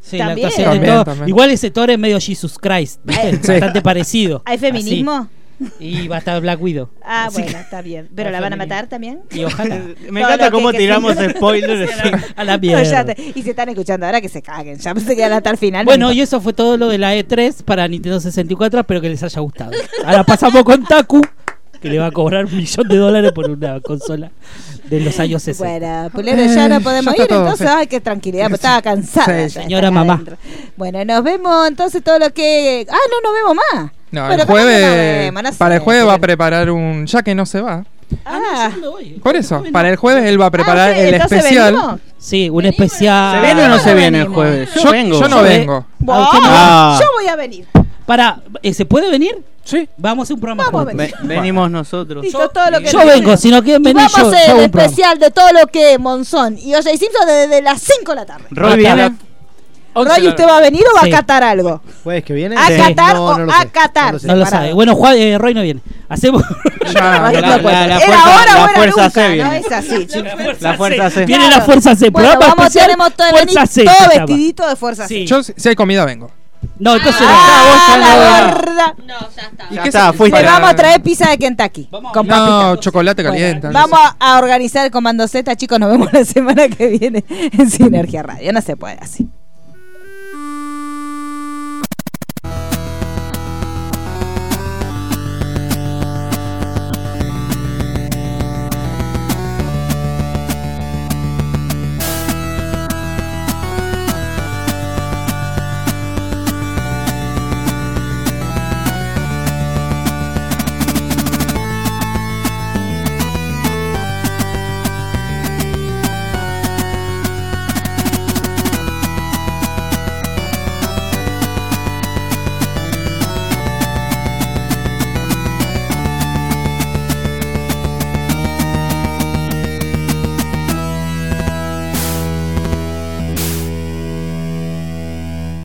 Speaker 12: Sí, la
Speaker 3: También.
Speaker 12: actuación de
Speaker 10: También,
Speaker 12: Thor.
Speaker 10: también.
Speaker 12: Igual ese Thor es medio Jesus Christ, ¿viste?
Speaker 3: Sí.
Speaker 12: bastante parecido.
Speaker 3: ¿Hay feminismo?
Speaker 12: Así. Y va a estar Black Widow.
Speaker 3: Ah,
Speaker 12: Así
Speaker 3: bueno, está bien. ¿Pero
Speaker 12: Al
Speaker 3: la van a
Speaker 12: feminismo.
Speaker 3: matar también?
Speaker 12: Y ojalá.
Speaker 3: Me encanta Todo lo cómo que- que tiramos sí.
Speaker 12: spoilers a la
Speaker 3: No, ya
Speaker 12: mierda.
Speaker 3: te- y si están escuchando ahora que se caguen. Ya pensé que iban hasta el final.
Speaker 12: Bueno, y eso fue todo lo de la E3 para Nintendo 64. Espero que les haya gustado. Ahora pasamos con Taku, que le va a cobrar un millón de dólares por una consola de los años 60.
Speaker 3: Bueno, Pulero, ya no
Speaker 12: Eh,
Speaker 3: podemos
Speaker 12: ya está
Speaker 3: ir,
Speaker 12: todo,
Speaker 3: entonces,
Speaker 12: sí.
Speaker 3: ay, qué tranquilidad, porque estaba cansada.
Speaker 12: Sí,
Speaker 3: ya de
Speaker 12: señora
Speaker 3: estar
Speaker 12: mamá.
Speaker 3: adentro. Bueno, nos vemos entonces todo lo que... Ah, no nos vemos más.
Speaker 6: No,
Speaker 3: Bueno,
Speaker 6: el
Speaker 3: capaz que
Speaker 6: jueves,
Speaker 3: nos vemos, no sé,
Speaker 6: para el jueves va a
Speaker 3: pero-
Speaker 6: preparar un. Ya que no se va.
Speaker 3: Ah,
Speaker 6: Por eso, para el jueves él va a preparar
Speaker 3: ok,
Speaker 6: el
Speaker 3: entonces
Speaker 6: especial.
Speaker 3: venimos.
Speaker 12: Sí, un especial.
Speaker 6: ¿Se viene o no se
Speaker 10: viene el jueves? Yo vengo.
Speaker 6: Yo no
Speaker 10: Yo
Speaker 6: vengo.
Speaker 3: Ah,
Speaker 12: usted no
Speaker 10: Ah.
Speaker 12: va.
Speaker 3: Yo voy a venir.
Speaker 12: Para, eh, ¿se puede venir? Sí. Vamos a hacer un programa. juntos.
Speaker 10: Ve- venimos nosotros.
Speaker 3: Listo, todo lo que
Speaker 12: Yo vengo, si no quieren
Speaker 3: Y
Speaker 12: venir,
Speaker 3: vamos
Speaker 12: yo,
Speaker 3: a hacer
Speaker 12: yo hago
Speaker 3: el
Speaker 12: un programa.
Speaker 3: especial de todo lo que es Monzón y OJ Simpson desde las 5 de la tarde.
Speaker 10: Roy viene.
Speaker 3: Roy, ¿usted va a venir o va a catar algo?
Speaker 17: ¿Jueves que viene?
Speaker 3: ¿A
Speaker 12: Sí.
Speaker 3: catar
Speaker 12: No,
Speaker 3: o
Speaker 12: no lo
Speaker 3: a
Speaker 12: sé.
Speaker 3: catar?
Speaker 12: No lo sabe. Bueno, Juan, eh, Roy no viene. Hacemos.
Speaker 6: Ah,
Speaker 10: Ya,
Speaker 3: la- la-
Speaker 10: la
Speaker 3: Era
Speaker 10: fuerza-
Speaker 3: ahora
Speaker 10: la
Speaker 3: o era Ah,
Speaker 10: fuerza
Speaker 3: nunca,
Speaker 10: C
Speaker 3: ¿no?
Speaker 10: viene.
Speaker 3: Es así, chicos.
Speaker 10: La fuerza C.
Speaker 12: Viene la fuerza C.
Speaker 3: Bueno,
Speaker 12: Programa
Speaker 3: vamos,
Speaker 12: especial,
Speaker 3: tenemos todo, el
Speaker 12: fuerza
Speaker 3: anís,
Speaker 12: C.
Speaker 3: todo
Speaker 12: se llama.
Speaker 3: vestidito de fuerza C.
Speaker 6: Yo, si si hay comida, vengo.
Speaker 12: No, entonces.
Speaker 3: Ah, la gorda.
Speaker 6: ¿Y
Speaker 10: Ya
Speaker 6: qué
Speaker 10: está,
Speaker 6: se-
Speaker 10: fuiste.
Speaker 3: Le
Speaker 6: para-
Speaker 3: vamos a traer pizza de Kentucky. Con papitas.
Speaker 6: No, chocolate caliente. no sé.
Speaker 3: Vamos a organizar el Comando Z, chicos. Nos vemos la semana que viene en Sinergia Radio. No se puede así.